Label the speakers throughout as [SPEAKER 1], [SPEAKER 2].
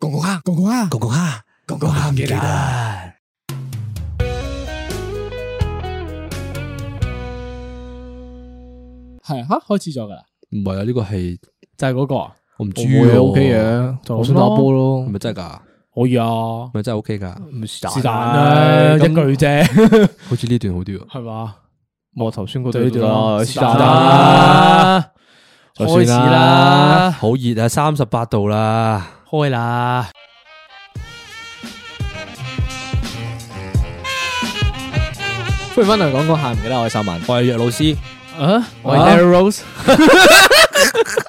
[SPEAKER 1] 公公蝦，公公蝦，公公蝦，公公蝦唔記得。
[SPEAKER 2] 系吓開始咗噶啦，
[SPEAKER 3] 唔係啊，呢個係
[SPEAKER 2] 就係嗰個啊。
[SPEAKER 3] 我唔知
[SPEAKER 2] 會
[SPEAKER 3] 喎
[SPEAKER 2] OK，嘅，就
[SPEAKER 1] 我想打波
[SPEAKER 3] 係
[SPEAKER 1] 咯，
[SPEAKER 3] 咪真係㗎？
[SPEAKER 2] 可以啊，
[SPEAKER 3] 咪真係 OK
[SPEAKER 2] 是
[SPEAKER 3] 㗎？
[SPEAKER 1] 是
[SPEAKER 2] 但啦，一句啫，
[SPEAKER 3] 好似呢段好啲喎。
[SPEAKER 2] 係嘛？
[SPEAKER 1] 我頭先嗰
[SPEAKER 2] 對
[SPEAKER 1] 對
[SPEAKER 2] 呢段咯
[SPEAKER 1] 是但
[SPEAKER 2] 是但
[SPEAKER 1] 啦
[SPEAKER 2] 啦，
[SPEAKER 1] 就算
[SPEAKER 2] 開始啦，
[SPEAKER 3] 好熱啊，三十八度啦，
[SPEAKER 2] 開啦，
[SPEAKER 1] 歡迎翻嚟講講下唔記得，我係秀文，
[SPEAKER 3] 我係藥老師，
[SPEAKER 2] 啊，
[SPEAKER 1] 我係 Darren Rose，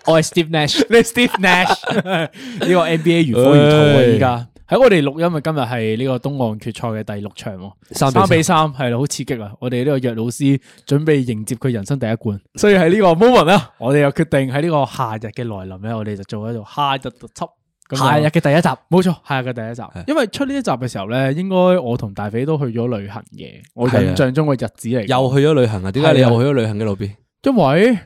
[SPEAKER 1] 我係 Steve Nash，
[SPEAKER 2] 你 Steve Nash 呢個 NBA 如火如荼啊！依家喺我哋錄音嘅今日係呢個東岸決賽嘅第六場喎，
[SPEAKER 3] 三
[SPEAKER 2] 三比
[SPEAKER 3] 比
[SPEAKER 2] 三係啦，好刺激啊！我哋呢個約老師準備迎接佢人生第一冠，所以喺呢個 moment 啦，我哋又決定喺呢個夏日嘅來臨咧，我哋就做一做夏日特輯。咁就
[SPEAKER 1] 夏日嘅第一集。
[SPEAKER 2] 冇錯，夏日嘅第一集，因為出呢一集嘅時候咧，應該我同大肥都去咗旅行嘅。我印象中嘅日子嚟，
[SPEAKER 3] 又去咗旅行啊？點解你
[SPEAKER 2] 係啊
[SPEAKER 3] 又去咗旅行嘅路邊？
[SPEAKER 2] 因為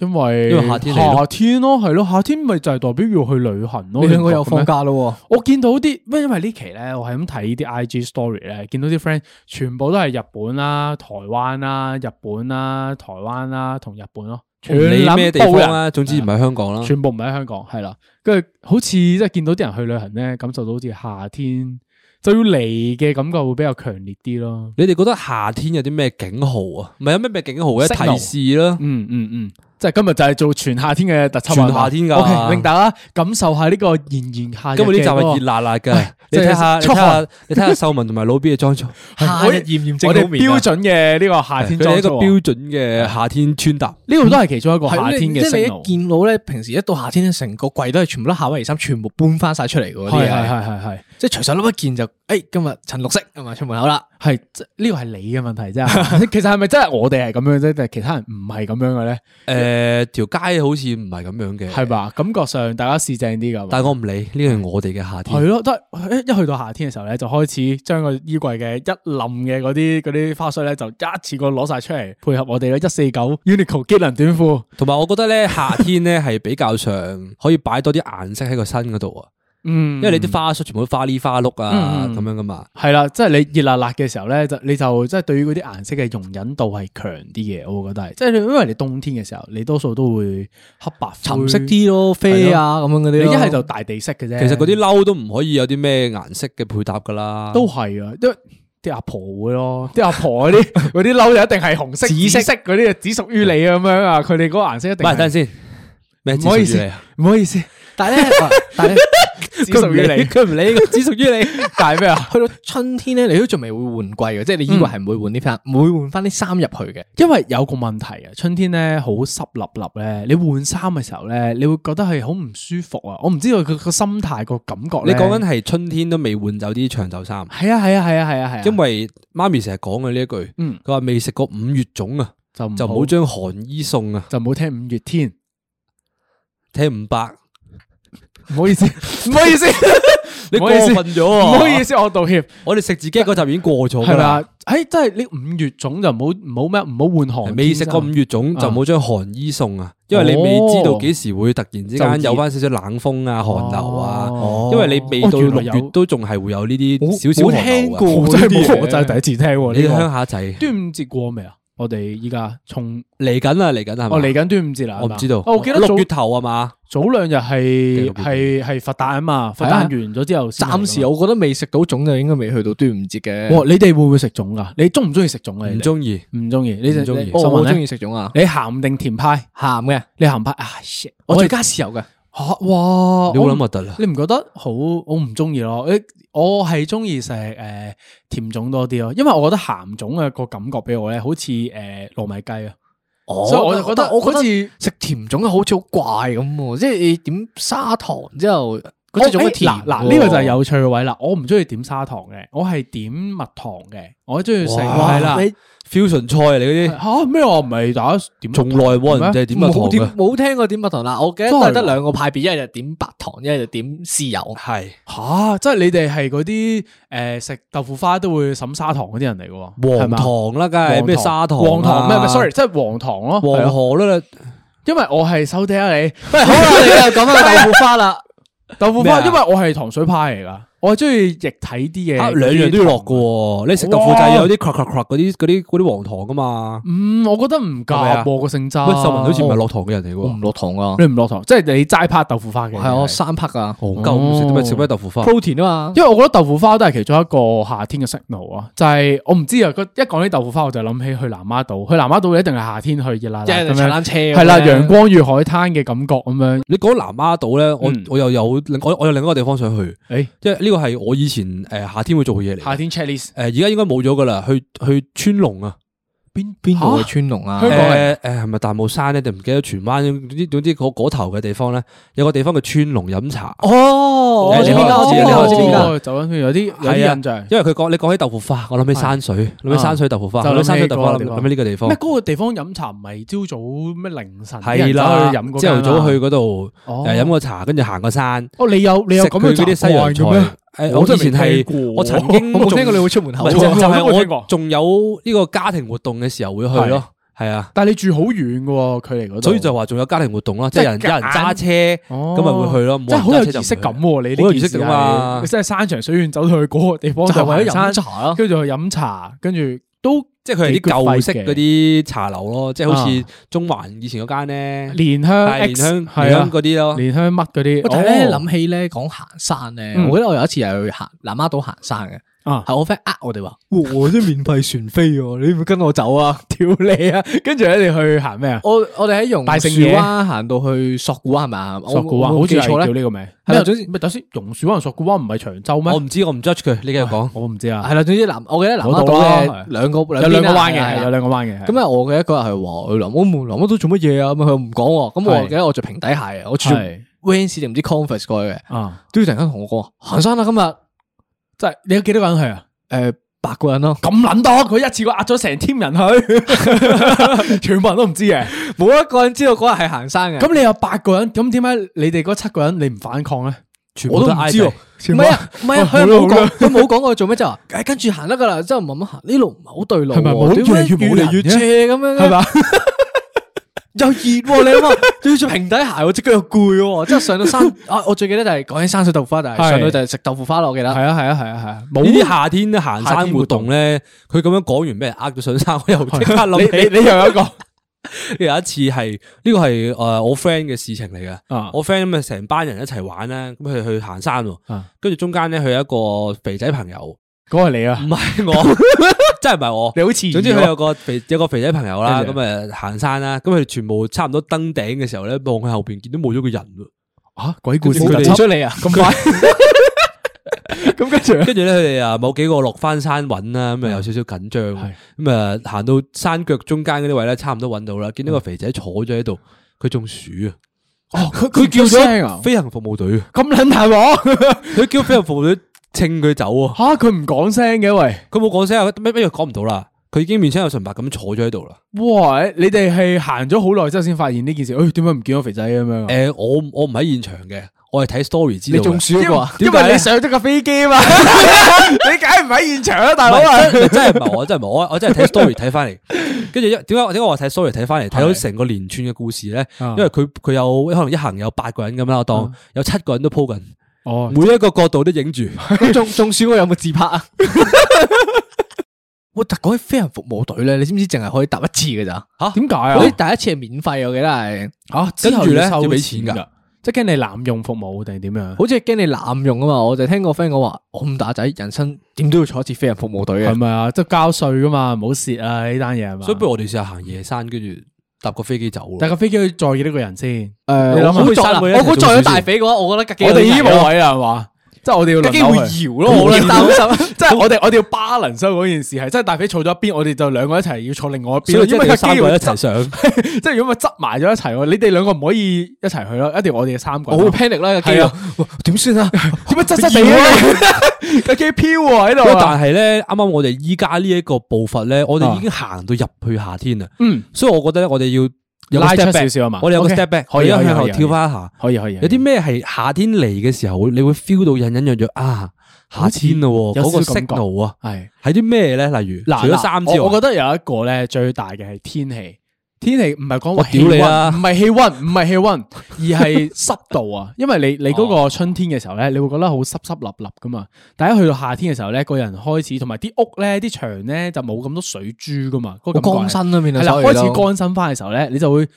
[SPEAKER 2] 因為
[SPEAKER 3] 因為夏天嚟咯
[SPEAKER 2] 夏天咯，係咯，夏天咪就係代表要去旅行咯。
[SPEAKER 1] 你兩個
[SPEAKER 2] 覺
[SPEAKER 1] 又
[SPEAKER 2] 嘅咩
[SPEAKER 1] 放？假咯
[SPEAKER 2] 我見到啲，因因為呢期咧，我係咁睇啲 I G story 咧，見到啲 friend 全部都係日本啦、台灣啦、日本啦、台灣啦同日本咯，全
[SPEAKER 3] 你咩地
[SPEAKER 2] 撚部
[SPEAKER 3] 方啊
[SPEAKER 2] 人
[SPEAKER 3] 啦？總之唔係香港啦。
[SPEAKER 2] 全部唔喺香港，係啦。跟住好似即係見到啲人去旅行咧，感受到好似夏天就要嚟嘅感覺會比較強烈啲咯。
[SPEAKER 3] 你哋覺得夏天有啲咩警號啊？唔係有咩咩警號嘅
[SPEAKER 2] Signal
[SPEAKER 3] 提示啦。
[SPEAKER 2] 嗯嗯嗯，即係今日就係做全夏天嘅特輯，啊
[SPEAKER 3] 全夏天㗎
[SPEAKER 2] O K，令大家感受下呢個炎炎夏日嘅嗰
[SPEAKER 3] 今
[SPEAKER 2] 個。
[SPEAKER 3] 日呢集係熱辣辣嘅
[SPEAKER 2] 唉，
[SPEAKER 3] 你睇下，
[SPEAKER 2] 真係
[SPEAKER 3] 你睇
[SPEAKER 2] 出汗
[SPEAKER 3] 下，你睇下秀文同埋老 B 嘅裝束，
[SPEAKER 1] 喎，夏日炎炎正
[SPEAKER 2] 我哋
[SPEAKER 1] 好面啊
[SPEAKER 2] 標。準嘅呢個夏
[SPEAKER 3] 佢
[SPEAKER 2] 天
[SPEAKER 3] 哋一
[SPEAKER 2] 裝
[SPEAKER 3] 個
[SPEAKER 2] 束啊喎，
[SPEAKER 3] 標準嘅夏天穿搭。
[SPEAKER 2] 呢個都係其中一個夏
[SPEAKER 1] 係
[SPEAKER 2] 天
[SPEAKER 1] 你
[SPEAKER 2] 嘅
[SPEAKER 1] 即係
[SPEAKER 2] signal
[SPEAKER 1] 你一見到咧，平時一到夏天咧，成個櫃都係全部都夏威夷衫，全部搬翻晒出嚟
[SPEAKER 3] 啊
[SPEAKER 1] 嗰啲
[SPEAKER 2] 係
[SPEAKER 1] 嘢
[SPEAKER 2] 係係係係
[SPEAKER 1] 即係隨手攞一件就，誒今日陳綠色咁啊出門口啦，
[SPEAKER 2] 係即呢個係你嘅問題啫。 其實係咪真係我哋係咁樣啫？但係其他人唔係咁樣嘅咧，
[SPEAKER 3] 誒，條街好似唔係咁樣嘅，
[SPEAKER 2] 係？吧？感覺上大家試正啲㗎嘛。
[SPEAKER 3] 但係我唔理，呢個係我哋嘅夏
[SPEAKER 2] 系
[SPEAKER 3] 天。
[SPEAKER 2] 咯，都嗯係一一去到夏天嘅時候咧，就開始將個衣櫃嘅一冧嘅嗰啲嗰啲花絮咧，就一次過攞晒出嚟，配合我哋嘅一四九 Uniqlo 機能短褲。
[SPEAKER 3] 同埋我覺得咧，夏天咧係比較上可以擺多啲顏色喺個身嗰度啊，
[SPEAKER 2] 嗯
[SPEAKER 3] 因為你啲花恤全部都花呢花碌啊
[SPEAKER 2] 嗯
[SPEAKER 3] 咁樣噶嘛。
[SPEAKER 2] 係啦，即係你熱辣辣嘅時候咧，就你就即係對於嗰啲顏色嘅容忍度係強啲嘅，我會覺得係。即係你因為你冬天嘅時候，你多數都會黑白灰
[SPEAKER 1] 沉色，啲咯，啡啊咁樣嗰
[SPEAKER 2] 你
[SPEAKER 1] 啲
[SPEAKER 2] 一
[SPEAKER 1] 咯。
[SPEAKER 2] 係就大地色嘅啫。
[SPEAKER 3] 其實嗰啲褸都唔可以有啲咩顏色嘅配搭噶啦。
[SPEAKER 2] 都係啊，因為啲阿婆會咯， 啲阿婆嗰啲嗰啲褸就一定係紅色、
[SPEAKER 1] 紫
[SPEAKER 2] 紫
[SPEAKER 1] 色
[SPEAKER 2] 色嗰啲，只屬於你咁樣啊。佢哋嗰個顏色一
[SPEAKER 3] 唔
[SPEAKER 2] 定
[SPEAKER 3] 係，等
[SPEAKER 2] 係
[SPEAKER 3] 陣先。咩？
[SPEAKER 2] 唔好意思
[SPEAKER 3] 只屬於你啊
[SPEAKER 2] 唔好意思，
[SPEAKER 1] 但係咧，啊但係咧
[SPEAKER 2] 只屬於你。
[SPEAKER 3] 佢唔理，佢只屬於你。
[SPEAKER 2] 但係咩啊？
[SPEAKER 1] 去到春天咧，你都仲未會換季嘅，即係你衣櫃係唔會換啲衫，唔會換翻啲衫入去嘅。
[SPEAKER 2] 因為有個問題啊，春天咧好濕立立咧，你換衫嘅時候咧，你會覺得係好唔舒服啊！我唔知道佢個心態個感覺
[SPEAKER 3] 你
[SPEAKER 2] 呢。
[SPEAKER 3] 講緊係春天都未換走啲長袖衫，
[SPEAKER 2] 係啊係啊係啊係啊係啊，
[SPEAKER 3] 因為媽咪成日講嘅呢一句，
[SPEAKER 2] 嗯
[SPEAKER 3] 佢話未食過五月粽啊，
[SPEAKER 2] 就唔
[SPEAKER 3] 就唔好將寒衣送啊，
[SPEAKER 2] 就唔好聽五月天，
[SPEAKER 3] 聽五百。
[SPEAKER 2] 唔好意 思，唔好意思，
[SPEAKER 3] 你
[SPEAKER 2] 唔
[SPEAKER 3] 過
[SPEAKER 2] 好意思
[SPEAKER 3] 分咗
[SPEAKER 2] 唔
[SPEAKER 3] 喎！
[SPEAKER 2] 好意，思，我道歉，
[SPEAKER 3] 我哋食自己嗰集已經過哦咗㗎
[SPEAKER 2] 係
[SPEAKER 3] 啦
[SPEAKER 2] 啦。，誒，真係呢五月粽就唔好唔好咩，唔好換寒
[SPEAKER 3] 未
[SPEAKER 2] 天
[SPEAKER 3] 食
[SPEAKER 2] 衫。
[SPEAKER 3] 過五月粽
[SPEAKER 2] 啊
[SPEAKER 3] 就冇將寒衣送啊，因為你未知道幾時會突然之間有翻少少冷風啊、寒流啊，
[SPEAKER 2] 哦
[SPEAKER 3] 因為你未到
[SPEAKER 2] 哦原來有
[SPEAKER 3] 六月都仲係會有呢
[SPEAKER 1] 冇
[SPEAKER 3] 啲少少
[SPEAKER 1] 冇
[SPEAKER 3] 寒
[SPEAKER 1] 聽
[SPEAKER 3] 流
[SPEAKER 1] 過
[SPEAKER 3] 啊。
[SPEAKER 2] 我
[SPEAKER 1] 呢
[SPEAKER 2] 真係
[SPEAKER 1] 啲嘢
[SPEAKER 2] 冇，我真係第一次聽喎。
[SPEAKER 3] 你
[SPEAKER 2] 呢
[SPEAKER 3] 哋
[SPEAKER 2] 個
[SPEAKER 3] 鄉下仔嚟
[SPEAKER 2] 端午節過未啊？我哋依家從
[SPEAKER 3] 緊啊啦，嚟緊係
[SPEAKER 2] 我哦嚟
[SPEAKER 3] 咪？
[SPEAKER 2] 緊端午節啦，
[SPEAKER 3] 我
[SPEAKER 2] 係
[SPEAKER 3] 唔
[SPEAKER 2] 嘛
[SPEAKER 3] 知道，
[SPEAKER 2] 哦我記得早
[SPEAKER 3] 六月頭啊嘛，
[SPEAKER 2] 早兩日係
[SPEAKER 3] 繼續
[SPEAKER 2] 係係佛誕啊嘛，佛
[SPEAKER 1] 係啊
[SPEAKER 2] 誕完咗之後先嚟㗎嘛，
[SPEAKER 1] 暫時我覺得未食到粽就應該未去到端午節嘅。
[SPEAKER 2] 哇！你哋會唔會食粽噶？你中唔中意食粽啊？
[SPEAKER 3] 唔中意。
[SPEAKER 2] 意，唔中意？你就
[SPEAKER 3] 唔中意
[SPEAKER 2] 你
[SPEAKER 1] 我
[SPEAKER 2] 秀
[SPEAKER 1] 好
[SPEAKER 2] 文
[SPEAKER 1] 中
[SPEAKER 2] 咧
[SPEAKER 1] 意食粽啊，
[SPEAKER 2] 你鹹定甜派？
[SPEAKER 1] 鹹嘅，
[SPEAKER 2] 你鹹派啊！shit！
[SPEAKER 1] 我
[SPEAKER 2] 我
[SPEAKER 1] 仲
[SPEAKER 2] 哋
[SPEAKER 1] 加豉油嘅。
[SPEAKER 2] 吓哇！
[SPEAKER 3] 你好
[SPEAKER 2] 哦我
[SPEAKER 3] 諗核突啦，
[SPEAKER 2] 你唔覺得好？我唔中意咯。誒我係中意食誒甜粽多啲咯，因為我覺得鹹粽嘅個感覺俾我咧，好似誒糯米雞啊。
[SPEAKER 3] 哦
[SPEAKER 1] 所以我就覺得
[SPEAKER 2] 但我覺得
[SPEAKER 1] 好似食甜粽好似好怪咁喎，即係你點砂糖之後嗰隻
[SPEAKER 2] 我
[SPEAKER 1] 仲會
[SPEAKER 2] 哦誒
[SPEAKER 1] 甜
[SPEAKER 2] 嗱
[SPEAKER 1] 喎。
[SPEAKER 2] 嗱，呢個就係有趣嘅位啦。我唔中意點砂糖嘅，我係點蜜糖嘅，我中意食
[SPEAKER 3] 哇
[SPEAKER 2] 係啦。
[SPEAKER 3] 你 fusion 菜啊你嗰啲，
[SPEAKER 2] 吓咩？我唔係打點蜜糖
[SPEAKER 3] 從來冇人就係點啊
[SPEAKER 2] 啊
[SPEAKER 3] 蜜糖
[SPEAKER 1] 冇
[SPEAKER 3] 嘅
[SPEAKER 1] 點，冇聽過點蜜糖啦，我記得
[SPEAKER 2] 真
[SPEAKER 1] 都
[SPEAKER 2] 係
[SPEAKER 1] 係得
[SPEAKER 2] 㗎
[SPEAKER 1] 兩個派別，一係就點白糖，一係就點豉油。
[SPEAKER 3] 係
[SPEAKER 2] 吓，即係你哋係嗰啲诶食豆腐花都會滲砂糖嗰啲人嚟嘅喎，係
[SPEAKER 3] 黃
[SPEAKER 2] 嘛
[SPEAKER 3] 糖啦，梗係咩砂糖啊、
[SPEAKER 2] 黃糖咩咩？sorry，即係黃糖咯。係
[SPEAKER 3] 黃
[SPEAKER 2] 咯
[SPEAKER 3] 河啦，
[SPEAKER 2] 因為我係收嗲啊 你
[SPEAKER 1] 喂，好啦，你又講翻豆腐花啦，
[SPEAKER 2] 豆腐
[SPEAKER 3] 咩
[SPEAKER 2] 花，
[SPEAKER 3] 啊
[SPEAKER 2] 因為我係糖水派嚟㗎，我係中意液體啲
[SPEAKER 3] 啊
[SPEAKER 2] 嘅，
[SPEAKER 3] 兩樣都要落嘅。喎。你食豆腐
[SPEAKER 2] 哇
[SPEAKER 3] 就有啲 crack crack crack 嗰啲嗰啲嗰啲黃糖噶嘛。
[SPEAKER 2] 嗯，我覺得唔
[SPEAKER 3] 係咪
[SPEAKER 2] 夾
[SPEAKER 3] 啊
[SPEAKER 2] 喎個性質。
[SPEAKER 3] 喂，秀文好似唔係落糖嘅人嚟嘅
[SPEAKER 1] 我
[SPEAKER 3] 喎
[SPEAKER 1] 唔，落糖啊，
[SPEAKER 2] 你唔落糖，即係你啊齋拍豆腐花嘅。
[SPEAKER 1] 係我三匹噶
[SPEAKER 3] 戇鳩咁食啲咩食咩豆腐花？
[SPEAKER 1] protein 啊嘛，
[SPEAKER 2] 因為我覺得豆腐花都係其中一個夏天嘅 signal 啊，就係、我唔知啊，個一講起豆腐花我就諗起去南丫島，去南丫島一定係夏天去熱辣辣
[SPEAKER 1] 即係
[SPEAKER 2] 咁
[SPEAKER 1] 踩
[SPEAKER 2] 樣，
[SPEAKER 1] 單車咁樣
[SPEAKER 2] 係啦，陽光與海灘嘅感覺咁樣，
[SPEAKER 3] 你講南丫島咧，我
[SPEAKER 2] 嗯
[SPEAKER 3] 我又有另我我有另一個地方想去，
[SPEAKER 2] 誒、
[SPEAKER 3] 因為呢個係我以前誒夏天會做嘅嘢嚟嘅。
[SPEAKER 2] 夏天 checklist
[SPEAKER 3] 誒而家應該冇咗噶啦，去去川龍啊，
[SPEAKER 1] 邊邊度嘅川龍啊
[SPEAKER 2] 嚇？香港
[SPEAKER 3] 誒誒係咪大帽山咧定唔記得荃灣？總之總之嗰嗰頭嘅地方咧，有個地方叫川龍飲茶。
[SPEAKER 1] 哦
[SPEAKER 3] 誒
[SPEAKER 1] 我知邊間，我知邊間，我知邊間。
[SPEAKER 2] 哦走緊圈有啲有
[SPEAKER 3] 係啊
[SPEAKER 2] 啲印象，
[SPEAKER 3] 因為佢講你講起豆腐花，我諗起山水，諗起山水豆腐花，
[SPEAKER 2] 就
[SPEAKER 3] 諗
[SPEAKER 2] 諗
[SPEAKER 3] 起
[SPEAKER 2] 起
[SPEAKER 3] 山水豆腐花，
[SPEAKER 2] 嗰個地方
[SPEAKER 3] 諗起呢個地方
[SPEAKER 2] 咩。嗰個地方飲茶唔係朝早咩凌晨啲人
[SPEAKER 3] 係啦，
[SPEAKER 2] 走去飲嗰間
[SPEAKER 3] 朝
[SPEAKER 2] 啊
[SPEAKER 3] 頭早去嗰度
[SPEAKER 2] 哦
[SPEAKER 3] 誒飲個茶，跟住行個山，
[SPEAKER 2] 哦你有你有
[SPEAKER 3] 食
[SPEAKER 2] 咁
[SPEAKER 3] 佢
[SPEAKER 2] 樣
[SPEAKER 3] 嗰啲西
[SPEAKER 2] 習
[SPEAKER 3] 洋
[SPEAKER 2] 慣嘅咩？
[SPEAKER 3] 菜。誒，我以前係
[SPEAKER 2] 係
[SPEAKER 3] 我曾經
[SPEAKER 1] 我冇聽過
[SPEAKER 3] 仲
[SPEAKER 1] 你會出門
[SPEAKER 3] 唔
[SPEAKER 1] 口
[SPEAKER 3] 係
[SPEAKER 1] 喎，
[SPEAKER 3] 就就係
[SPEAKER 2] 我都冇聽
[SPEAKER 3] 我
[SPEAKER 2] 過
[SPEAKER 3] 仲有呢個家庭活動嘅時候會去咯，係啊。
[SPEAKER 2] 但係你住好遠嘅喎，距離嗰度，哦
[SPEAKER 3] 所以就話仲有家庭活動啦，即
[SPEAKER 2] 即係
[SPEAKER 3] 係哦有人有人揸車，咁
[SPEAKER 2] 咁
[SPEAKER 3] 咪會去咯。
[SPEAKER 2] 真係好有儀
[SPEAKER 3] 儀
[SPEAKER 2] 式感喎！你呢
[SPEAKER 3] 好
[SPEAKER 2] 件
[SPEAKER 3] 有儀式
[SPEAKER 2] 事
[SPEAKER 3] 感啊
[SPEAKER 2] 係你真係山長水遠走到去嗰個地方
[SPEAKER 1] 就係為
[SPEAKER 2] 為
[SPEAKER 1] 咗飲，茶咯。
[SPEAKER 2] 跟住去飲茶，跟住都
[SPEAKER 3] 即係佢係啲舊式嗰啲茶樓咯，即係好似中環以前嗰間咧，
[SPEAKER 2] 蓮香
[SPEAKER 3] 係
[SPEAKER 2] X
[SPEAKER 3] 蓮香蓮
[SPEAKER 2] 係啊
[SPEAKER 3] 香，嗰啲咯。
[SPEAKER 2] 蓮香乜嗰啲。
[SPEAKER 1] 我但係咧
[SPEAKER 2] 哦
[SPEAKER 1] 諗起咧講行山咧，
[SPEAKER 2] 嗯
[SPEAKER 1] 我記得我有一次係去行南丫島行山嘅，
[SPEAKER 2] 啊
[SPEAKER 1] 係我 friend 呃我哋話，我啲免費船飛 喎，你唔跟我走啊？
[SPEAKER 2] 屌你啊！跟住咧，你去行咩啊？
[SPEAKER 1] 我我哋喺榕
[SPEAKER 2] 大聖
[SPEAKER 1] 樹
[SPEAKER 2] 野
[SPEAKER 1] 灣行到去索古灣係咪啊？我
[SPEAKER 2] 索古灣
[SPEAKER 1] 我
[SPEAKER 2] 好似
[SPEAKER 1] 記
[SPEAKER 2] 係
[SPEAKER 1] 錯
[SPEAKER 2] 叫
[SPEAKER 1] 咧，
[SPEAKER 2] 呢個名。
[SPEAKER 1] 係
[SPEAKER 2] 咩啊
[SPEAKER 1] 啦總之
[SPEAKER 2] 咩？等先，榕樹灣、索古灣唔係長洲咩
[SPEAKER 3] 我？唔知，我唔 judge 佢。你繼續講。
[SPEAKER 2] 我唔知啊。
[SPEAKER 1] 係啦，總之南我記得南丫
[SPEAKER 2] 嗰度啦
[SPEAKER 1] 島咧
[SPEAKER 2] 係
[SPEAKER 1] 兩個
[SPEAKER 2] 有兩
[SPEAKER 1] 邊
[SPEAKER 2] 個
[SPEAKER 1] 啊
[SPEAKER 2] 灣
[SPEAKER 1] 係
[SPEAKER 2] 嘅，係
[SPEAKER 1] 啦
[SPEAKER 2] 有兩個灣嘅。
[SPEAKER 1] 咁啊，我記得嗰日係話哎去南澳門南丫島做乜嘢啊？咁佢唔講喎。咁我
[SPEAKER 2] 係
[SPEAKER 1] 記得我着平底鞋啊嘅，我着
[SPEAKER 2] 係
[SPEAKER 1] Vans 定唔知 Converse 過去嘅，
[SPEAKER 2] 啊，
[SPEAKER 1] 都要突然間同我講話行山啦今日，
[SPEAKER 2] 即係你有幾多個人去啊？
[SPEAKER 1] 誒八個人咯。
[SPEAKER 2] 咁撚多，佢一次過壓咗成 team 人去， 全部人都唔知嘅。
[SPEAKER 1] 冇一個人知道嗰日係行山嘅。
[SPEAKER 2] 咁你有八個人，咁點解你哋嗰七個人你唔反抗咧？
[SPEAKER 3] 全
[SPEAKER 1] 我
[SPEAKER 3] 部
[SPEAKER 1] 都
[SPEAKER 3] 都
[SPEAKER 1] 唔
[SPEAKER 3] 嗌
[SPEAKER 1] 知喎
[SPEAKER 3] 地，
[SPEAKER 1] 唔係啊，唔係啊，佢冇
[SPEAKER 2] 好啦
[SPEAKER 1] 講，佢冇講我做咩就話，誒跟住行得噶啦，之後慢慢行，呢路唔係好對路喎，
[SPEAKER 2] 係咪冇
[SPEAKER 1] 點解
[SPEAKER 2] 越嚟越冇
[SPEAKER 1] 越嚟越
[SPEAKER 2] 人嘅
[SPEAKER 1] 斜咁樣，
[SPEAKER 2] 係？嘛？
[SPEAKER 1] 又熱喎，你諗下，仲要着平底鞋喎，只腳又攰喎，之後上到 山，啊我最記得就係講起山水豆腐花，但係
[SPEAKER 2] 係
[SPEAKER 1] 上到就係食豆腐花啦，我記得。
[SPEAKER 2] 係啊係啊係啊係啊，冇
[SPEAKER 3] 呢啲夏天咧行
[SPEAKER 2] 夏
[SPEAKER 3] 山
[SPEAKER 2] 天
[SPEAKER 3] 活
[SPEAKER 2] 活動
[SPEAKER 3] 動咧，佢咁樣講完俾人呃咗上山，我又即刻
[SPEAKER 2] 你
[SPEAKER 3] 諗起
[SPEAKER 2] 你你又有一個
[SPEAKER 3] 有一次係呢個係誒呃我 friend 嘅事情嚟嘅。
[SPEAKER 2] 啊
[SPEAKER 3] 我 friend 咁啊，成班人一齊玩咧，咁佢去行山喎
[SPEAKER 2] 啊，
[SPEAKER 3] 跟住中間咧，佢有一個肥仔朋友，唔
[SPEAKER 2] 嗰個係你啊，
[SPEAKER 3] 係我， 真係唔係我。
[SPEAKER 2] 你好似
[SPEAKER 3] 總之佢有個肥有個肥仔朋友啦，
[SPEAKER 2] 跟
[SPEAKER 3] 咁
[SPEAKER 2] 住
[SPEAKER 3] 誒行山啦，咁佢哋全部差唔多登頂嘅時候咧，望佢後邊見到冇咗個人喎，
[SPEAKER 2] 啊鬼故事
[SPEAKER 3] 佢
[SPEAKER 2] 特
[SPEAKER 3] 哋
[SPEAKER 2] 輯
[SPEAKER 1] 出你啊！
[SPEAKER 2] 咁快， 咁跟住
[SPEAKER 3] 跟住咧佢哋啊某幾個落翻山揾啦，咁啊有少少緊張，
[SPEAKER 2] 係
[SPEAKER 3] 咁啊行到山腳中間嗰啲位咧，差唔多揾到啦，
[SPEAKER 2] 啊
[SPEAKER 3] 見到個肥仔坐咗喺度，佢中暑啊，
[SPEAKER 2] 哦佢
[SPEAKER 3] 佢叫
[SPEAKER 2] 聲啊
[SPEAKER 3] 咗，飛行服務隊啊，
[SPEAKER 2] 咁撚大 鑊
[SPEAKER 3] 佢叫飛行服務隊稱佢走啊，
[SPEAKER 2] 吓佢唔講聲嘅喂，
[SPEAKER 3] 佢冇講聲啊，咩咩又講唔到啦，佢已經面青有唇白咁坐咗喺度啦。
[SPEAKER 2] 哇你哋係行咗好耐之後先發現呢件事，誒點解唔見咗肥仔咁樣啊？
[SPEAKER 3] 誒我我唔喺現場嘅，我係睇 story 知
[SPEAKER 1] 你
[SPEAKER 3] 道嘅
[SPEAKER 1] 中暑嗰個啊？
[SPEAKER 2] 因
[SPEAKER 3] 點解
[SPEAKER 2] 為
[SPEAKER 3] 咧
[SPEAKER 2] 你上咗架飛機 啊嘛，你梗係唔喺現場啦，大
[SPEAKER 3] 唔
[SPEAKER 2] 佬啊！
[SPEAKER 3] 係真真係唔係我，真係唔係我，我真係睇 story 睇翻嚟。跟住一點解點解我話睇 story 睇翻嚟睇到成個連串嘅故事咧？
[SPEAKER 2] 啊
[SPEAKER 3] 因為佢佢有可能一行有八個人咁啦，我當有七個人都 po 緊，
[SPEAKER 2] 哦啊
[SPEAKER 3] 每一個角度都影住。
[SPEAKER 1] 咁仲仲暑我有冇自拍 啊？我但講起飛行服務隊咧，你知唔知淨係可以搭一次嘅咋？
[SPEAKER 2] 點解啊？
[SPEAKER 1] 我啲第一次係免費，我記得係，
[SPEAKER 2] 啊，
[SPEAKER 3] 跟
[SPEAKER 2] 之
[SPEAKER 3] 住
[SPEAKER 2] 後
[SPEAKER 3] 咧
[SPEAKER 2] 收
[SPEAKER 3] 要俾
[SPEAKER 2] 錢
[SPEAKER 3] 錢㗎
[SPEAKER 2] 㗎，即係驚你濫用服務定係點樣？
[SPEAKER 1] 好似係驚你濫用啊嘛。我就聽個 friend 講話，我咁大仔，人生點都要坐一次飛行服務隊
[SPEAKER 2] 係
[SPEAKER 1] 嘅。
[SPEAKER 2] 咪啊？即係交税噶嘛，唔好蝕啊呢單嘢係嘛？
[SPEAKER 3] 所以不如我哋試下行夜山，跟住搭個飛機走
[SPEAKER 2] 但
[SPEAKER 3] 喎。
[SPEAKER 2] 架飛機可以載幾多個人先？
[SPEAKER 1] 誒，
[SPEAKER 2] 你
[SPEAKER 1] 我
[SPEAKER 2] 諗下
[SPEAKER 1] 估
[SPEAKER 3] 佢
[SPEAKER 1] 作
[SPEAKER 3] 三個人一齊
[SPEAKER 1] 我估
[SPEAKER 3] 做
[SPEAKER 1] 作咗
[SPEAKER 3] 少少
[SPEAKER 1] 大肥嘅話，我覺得隔幾
[SPEAKER 2] 我
[SPEAKER 1] 個
[SPEAKER 2] 哋
[SPEAKER 1] 人
[SPEAKER 2] 已經
[SPEAKER 1] 嚟咯
[SPEAKER 2] 冇位啦，係嘛？即係我哋要輪
[SPEAKER 1] 有機會
[SPEAKER 2] 流去
[SPEAKER 1] 搖咯我
[SPEAKER 2] 會
[SPEAKER 1] 覺得
[SPEAKER 2] 擔 心， 即係我哋我哋要 balance 嗰件事係，即係大肥坐咗一邊，我哋就兩個一齊要坐另外一邊
[SPEAKER 3] 所
[SPEAKER 2] 咯，
[SPEAKER 3] 以即
[SPEAKER 2] 因
[SPEAKER 3] 係
[SPEAKER 2] 為
[SPEAKER 3] 你要
[SPEAKER 2] 個
[SPEAKER 3] 三
[SPEAKER 2] 機
[SPEAKER 3] 個
[SPEAKER 2] 會
[SPEAKER 3] 一齊上，
[SPEAKER 2] 即係如果咪執埋咗一齊喎，你哋兩個唔可以一齊去咯，一定要我哋三個
[SPEAKER 1] 我
[SPEAKER 2] 人。
[SPEAKER 1] 會 panic 啦，個肌
[SPEAKER 2] 係
[SPEAKER 1] 肉
[SPEAKER 2] 啊，點算 啊？點解側側
[SPEAKER 1] 搖
[SPEAKER 2] 地啊？ 有幾飄喎喺
[SPEAKER 3] 喂
[SPEAKER 2] 度啊。
[SPEAKER 3] 但係咧，啱啱我哋依家呢一個步伐咧，我哋已經行到入去夏天啦。
[SPEAKER 2] 嗯，
[SPEAKER 3] 所以我覺得咧，我哋要有個
[SPEAKER 2] 拉出
[SPEAKER 3] step back
[SPEAKER 2] 少少啊嘛
[SPEAKER 3] 我哋有個
[SPEAKER 2] OK，
[SPEAKER 3] step back，
[SPEAKER 2] 可以啊
[SPEAKER 3] 我哋向
[SPEAKER 2] 可以
[SPEAKER 3] 後
[SPEAKER 2] 可以
[SPEAKER 3] 跳翻一下。
[SPEAKER 2] 可以啊可以，
[SPEAKER 3] 有啲咩啊係啊夏天嚟嘅時候，你會 feel 到隱隱約約啊，夏天咯喎，
[SPEAKER 2] 有
[SPEAKER 3] 嗰個
[SPEAKER 2] 少少感覺
[SPEAKER 3] signal 啊，
[SPEAKER 2] 係
[SPEAKER 3] 係啲咩咧？例如
[SPEAKER 2] 嗱
[SPEAKER 3] 除咗衫之
[SPEAKER 2] 嗱我我
[SPEAKER 3] 外，
[SPEAKER 2] 覺得有一個咧最大嘅係天氣。天氣唔係講
[SPEAKER 3] 我
[SPEAKER 2] 話氣
[SPEAKER 3] 屌你啊
[SPEAKER 2] 温，
[SPEAKER 3] 啦
[SPEAKER 2] 唔係氣温，唔係氣温，而係濕度啊！ 因為你
[SPEAKER 3] 哦
[SPEAKER 2] 你嗰個春天嘅時候咧，你會覺得好濕濕立立噶嘛。但係一去到夏天嘅時候咧，個人開始同埋啲屋咧、啲牆咧就冇咁多水珠噶嘛，嗰個感覺係
[SPEAKER 1] 乾身啊，變到
[SPEAKER 2] 係啦，
[SPEAKER 1] 手
[SPEAKER 2] 開始乾身翻嘅時候咧，你就會，誒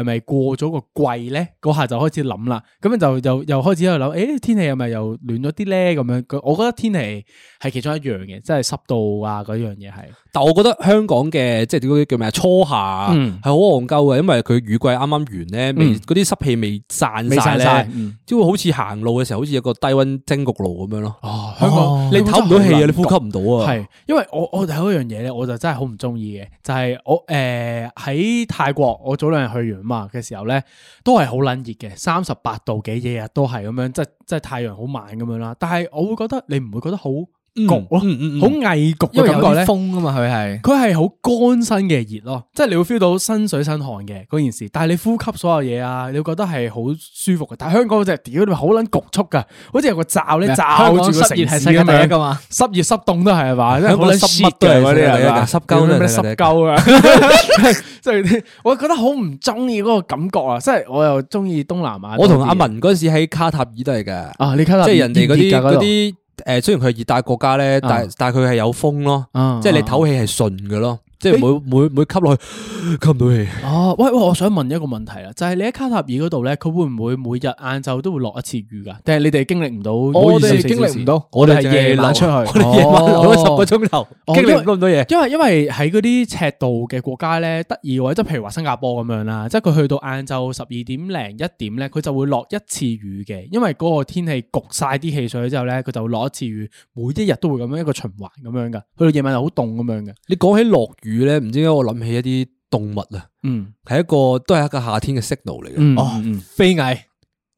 [SPEAKER 2] 係咪過咗個季咧？嗰下就開始諗啦，咁樣就又又開始喺度諗，誒天氣係咪又暖咗啲咧？咁樣，佢我覺得天氣係其中一樣嘅，即係濕度啊嗰樣嘢係。
[SPEAKER 3] 但我覺得香港嘅即係嗰啲叫咩啊，初夏啊
[SPEAKER 2] 嗯
[SPEAKER 3] 係好戇鳩嘅，因為佢雨季啱啱完咧，未
[SPEAKER 2] 嗯
[SPEAKER 3] 嗰啲濕氣未散
[SPEAKER 2] 未
[SPEAKER 3] 晒
[SPEAKER 2] 散晒
[SPEAKER 3] 咧
[SPEAKER 2] 嗯，
[SPEAKER 3] 即會好似行路嘅時候，好似有個低温蒸焗爐咁樣咯。
[SPEAKER 2] 哦，
[SPEAKER 3] 香港你唞唔到氣啊，你呼吸唔到啊。
[SPEAKER 2] 係，因為我我睇嗰樣嘢咧，我就真係好唔中意嘅，就係、我誒喺、泰國，我早兩日去完嘛嘅時候咧，都係好撚熱嘅，三十八度幾，日日都係咁樣，即係即係太陽好猛咁樣啦。但係我會覺得你唔會覺得好焗咯，好、翳焗
[SPEAKER 3] 嗯嗯嗯
[SPEAKER 1] 因
[SPEAKER 2] 嘅
[SPEAKER 1] 為有
[SPEAKER 2] 感覺
[SPEAKER 1] 啲。
[SPEAKER 2] 咧
[SPEAKER 1] 風啊嘛，佢係
[SPEAKER 2] 佢係好乾身嘅熱咯，即係你會 feel 到身水身汗嘅嗰件事，但係你呼吸所有嘢啊，你會覺得係好舒服嘅。但係香港嗰隻屌你咪好撚局促噶，好似有個罩咧罩
[SPEAKER 1] 啊香
[SPEAKER 2] 住個
[SPEAKER 1] 港
[SPEAKER 2] 城
[SPEAKER 1] 濕
[SPEAKER 2] 市
[SPEAKER 1] 熱係世
[SPEAKER 2] 咁
[SPEAKER 1] 界第一
[SPEAKER 2] 樣
[SPEAKER 1] 噶。啊嘛，
[SPEAKER 2] 濕熱濕凍都係係嘛，即係
[SPEAKER 3] 香
[SPEAKER 2] 好
[SPEAKER 3] 港
[SPEAKER 2] 撚
[SPEAKER 3] 濕乜
[SPEAKER 2] shit
[SPEAKER 3] 都係
[SPEAKER 2] 嘅嗰啲啊
[SPEAKER 3] 世界第一
[SPEAKER 2] 係嘛，
[SPEAKER 3] 濕鳩都係
[SPEAKER 2] 咩
[SPEAKER 3] 世界第
[SPEAKER 2] 濕
[SPEAKER 3] 一
[SPEAKER 2] 鳩啊， 即係啲我覺得好唔中意嗰個感覺啊！即係我又中意東南亞多啲嘅。
[SPEAKER 3] 我同阿文嗰陣時喺卡塔爾都係㗎，
[SPEAKER 2] 啊，你睇下
[SPEAKER 3] 即係人哋嗰
[SPEAKER 2] 熱
[SPEAKER 3] 啲
[SPEAKER 2] 㗎嗰
[SPEAKER 3] 嗰啊
[SPEAKER 2] 度
[SPEAKER 3] 啲誒，雖然佢係熱帶國家咧，但但係佢係有風咯，
[SPEAKER 2] 啊
[SPEAKER 3] 即係你
[SPEAKER 2] 啊
[SPEAKER 3] 唞氣係順嘅咯，即係每每每吸落去 吸唔到氣。
[SPEAKER 2] 哦，喂喂，我想問一個問題啦，就係你喺卡塔爾嗰度咧，佢會唔會每日晏晝都會落一次雨㗎？定係你哋經歷唔到？
[SPEAKER 1] 我哋
[SPEAKER 2] 24小時
[SPEAKER 1] 經歷唔到，
[SPEAKER 3] 我哋
[SPEAKER 1] 係
[SPEAKER 3] 淨係
[SPEAKER 1] 夜晚
[SPEAKER 3] 留
[SPEAKER 1] 出去，哦
[SPEAKER 3] 我哋夜晚攞咗十個鐘頭，
[SPEAKER 2] 哦
[SPEAKER 3] 經歷
[SPEAKER 2] 因
[SPEAKER 3] 唔到咁多嘢。
[SPEAKER 2] 因為因為喺嗰啲赤道嘅國家咧，得意位即係譬如話新加坡咁樣啦，即係佢去到晏晝十二點零一點咧，佢就會落一次雨嘅，因為嗰個天氣焗晒啲汽水之後咧，佢就會落一次雨，每一日都會咁樣一個循環咁樣噶，去到夜晚就好凍咁樣嘅。
[SPEAKER 3] 你講起落雨咧，唔知點解我諗起一啲動物啊，
[SPEAKER 2] 嗯
[SPEAKER 3] 係一個都係一個夏天嘅 signal 嚟嘅。
[SPEAKER 2] 嗯
[SPEAKER 1] 哦
[SPEAKER 2] 嗯
[SPEAKER 1] 飛蟻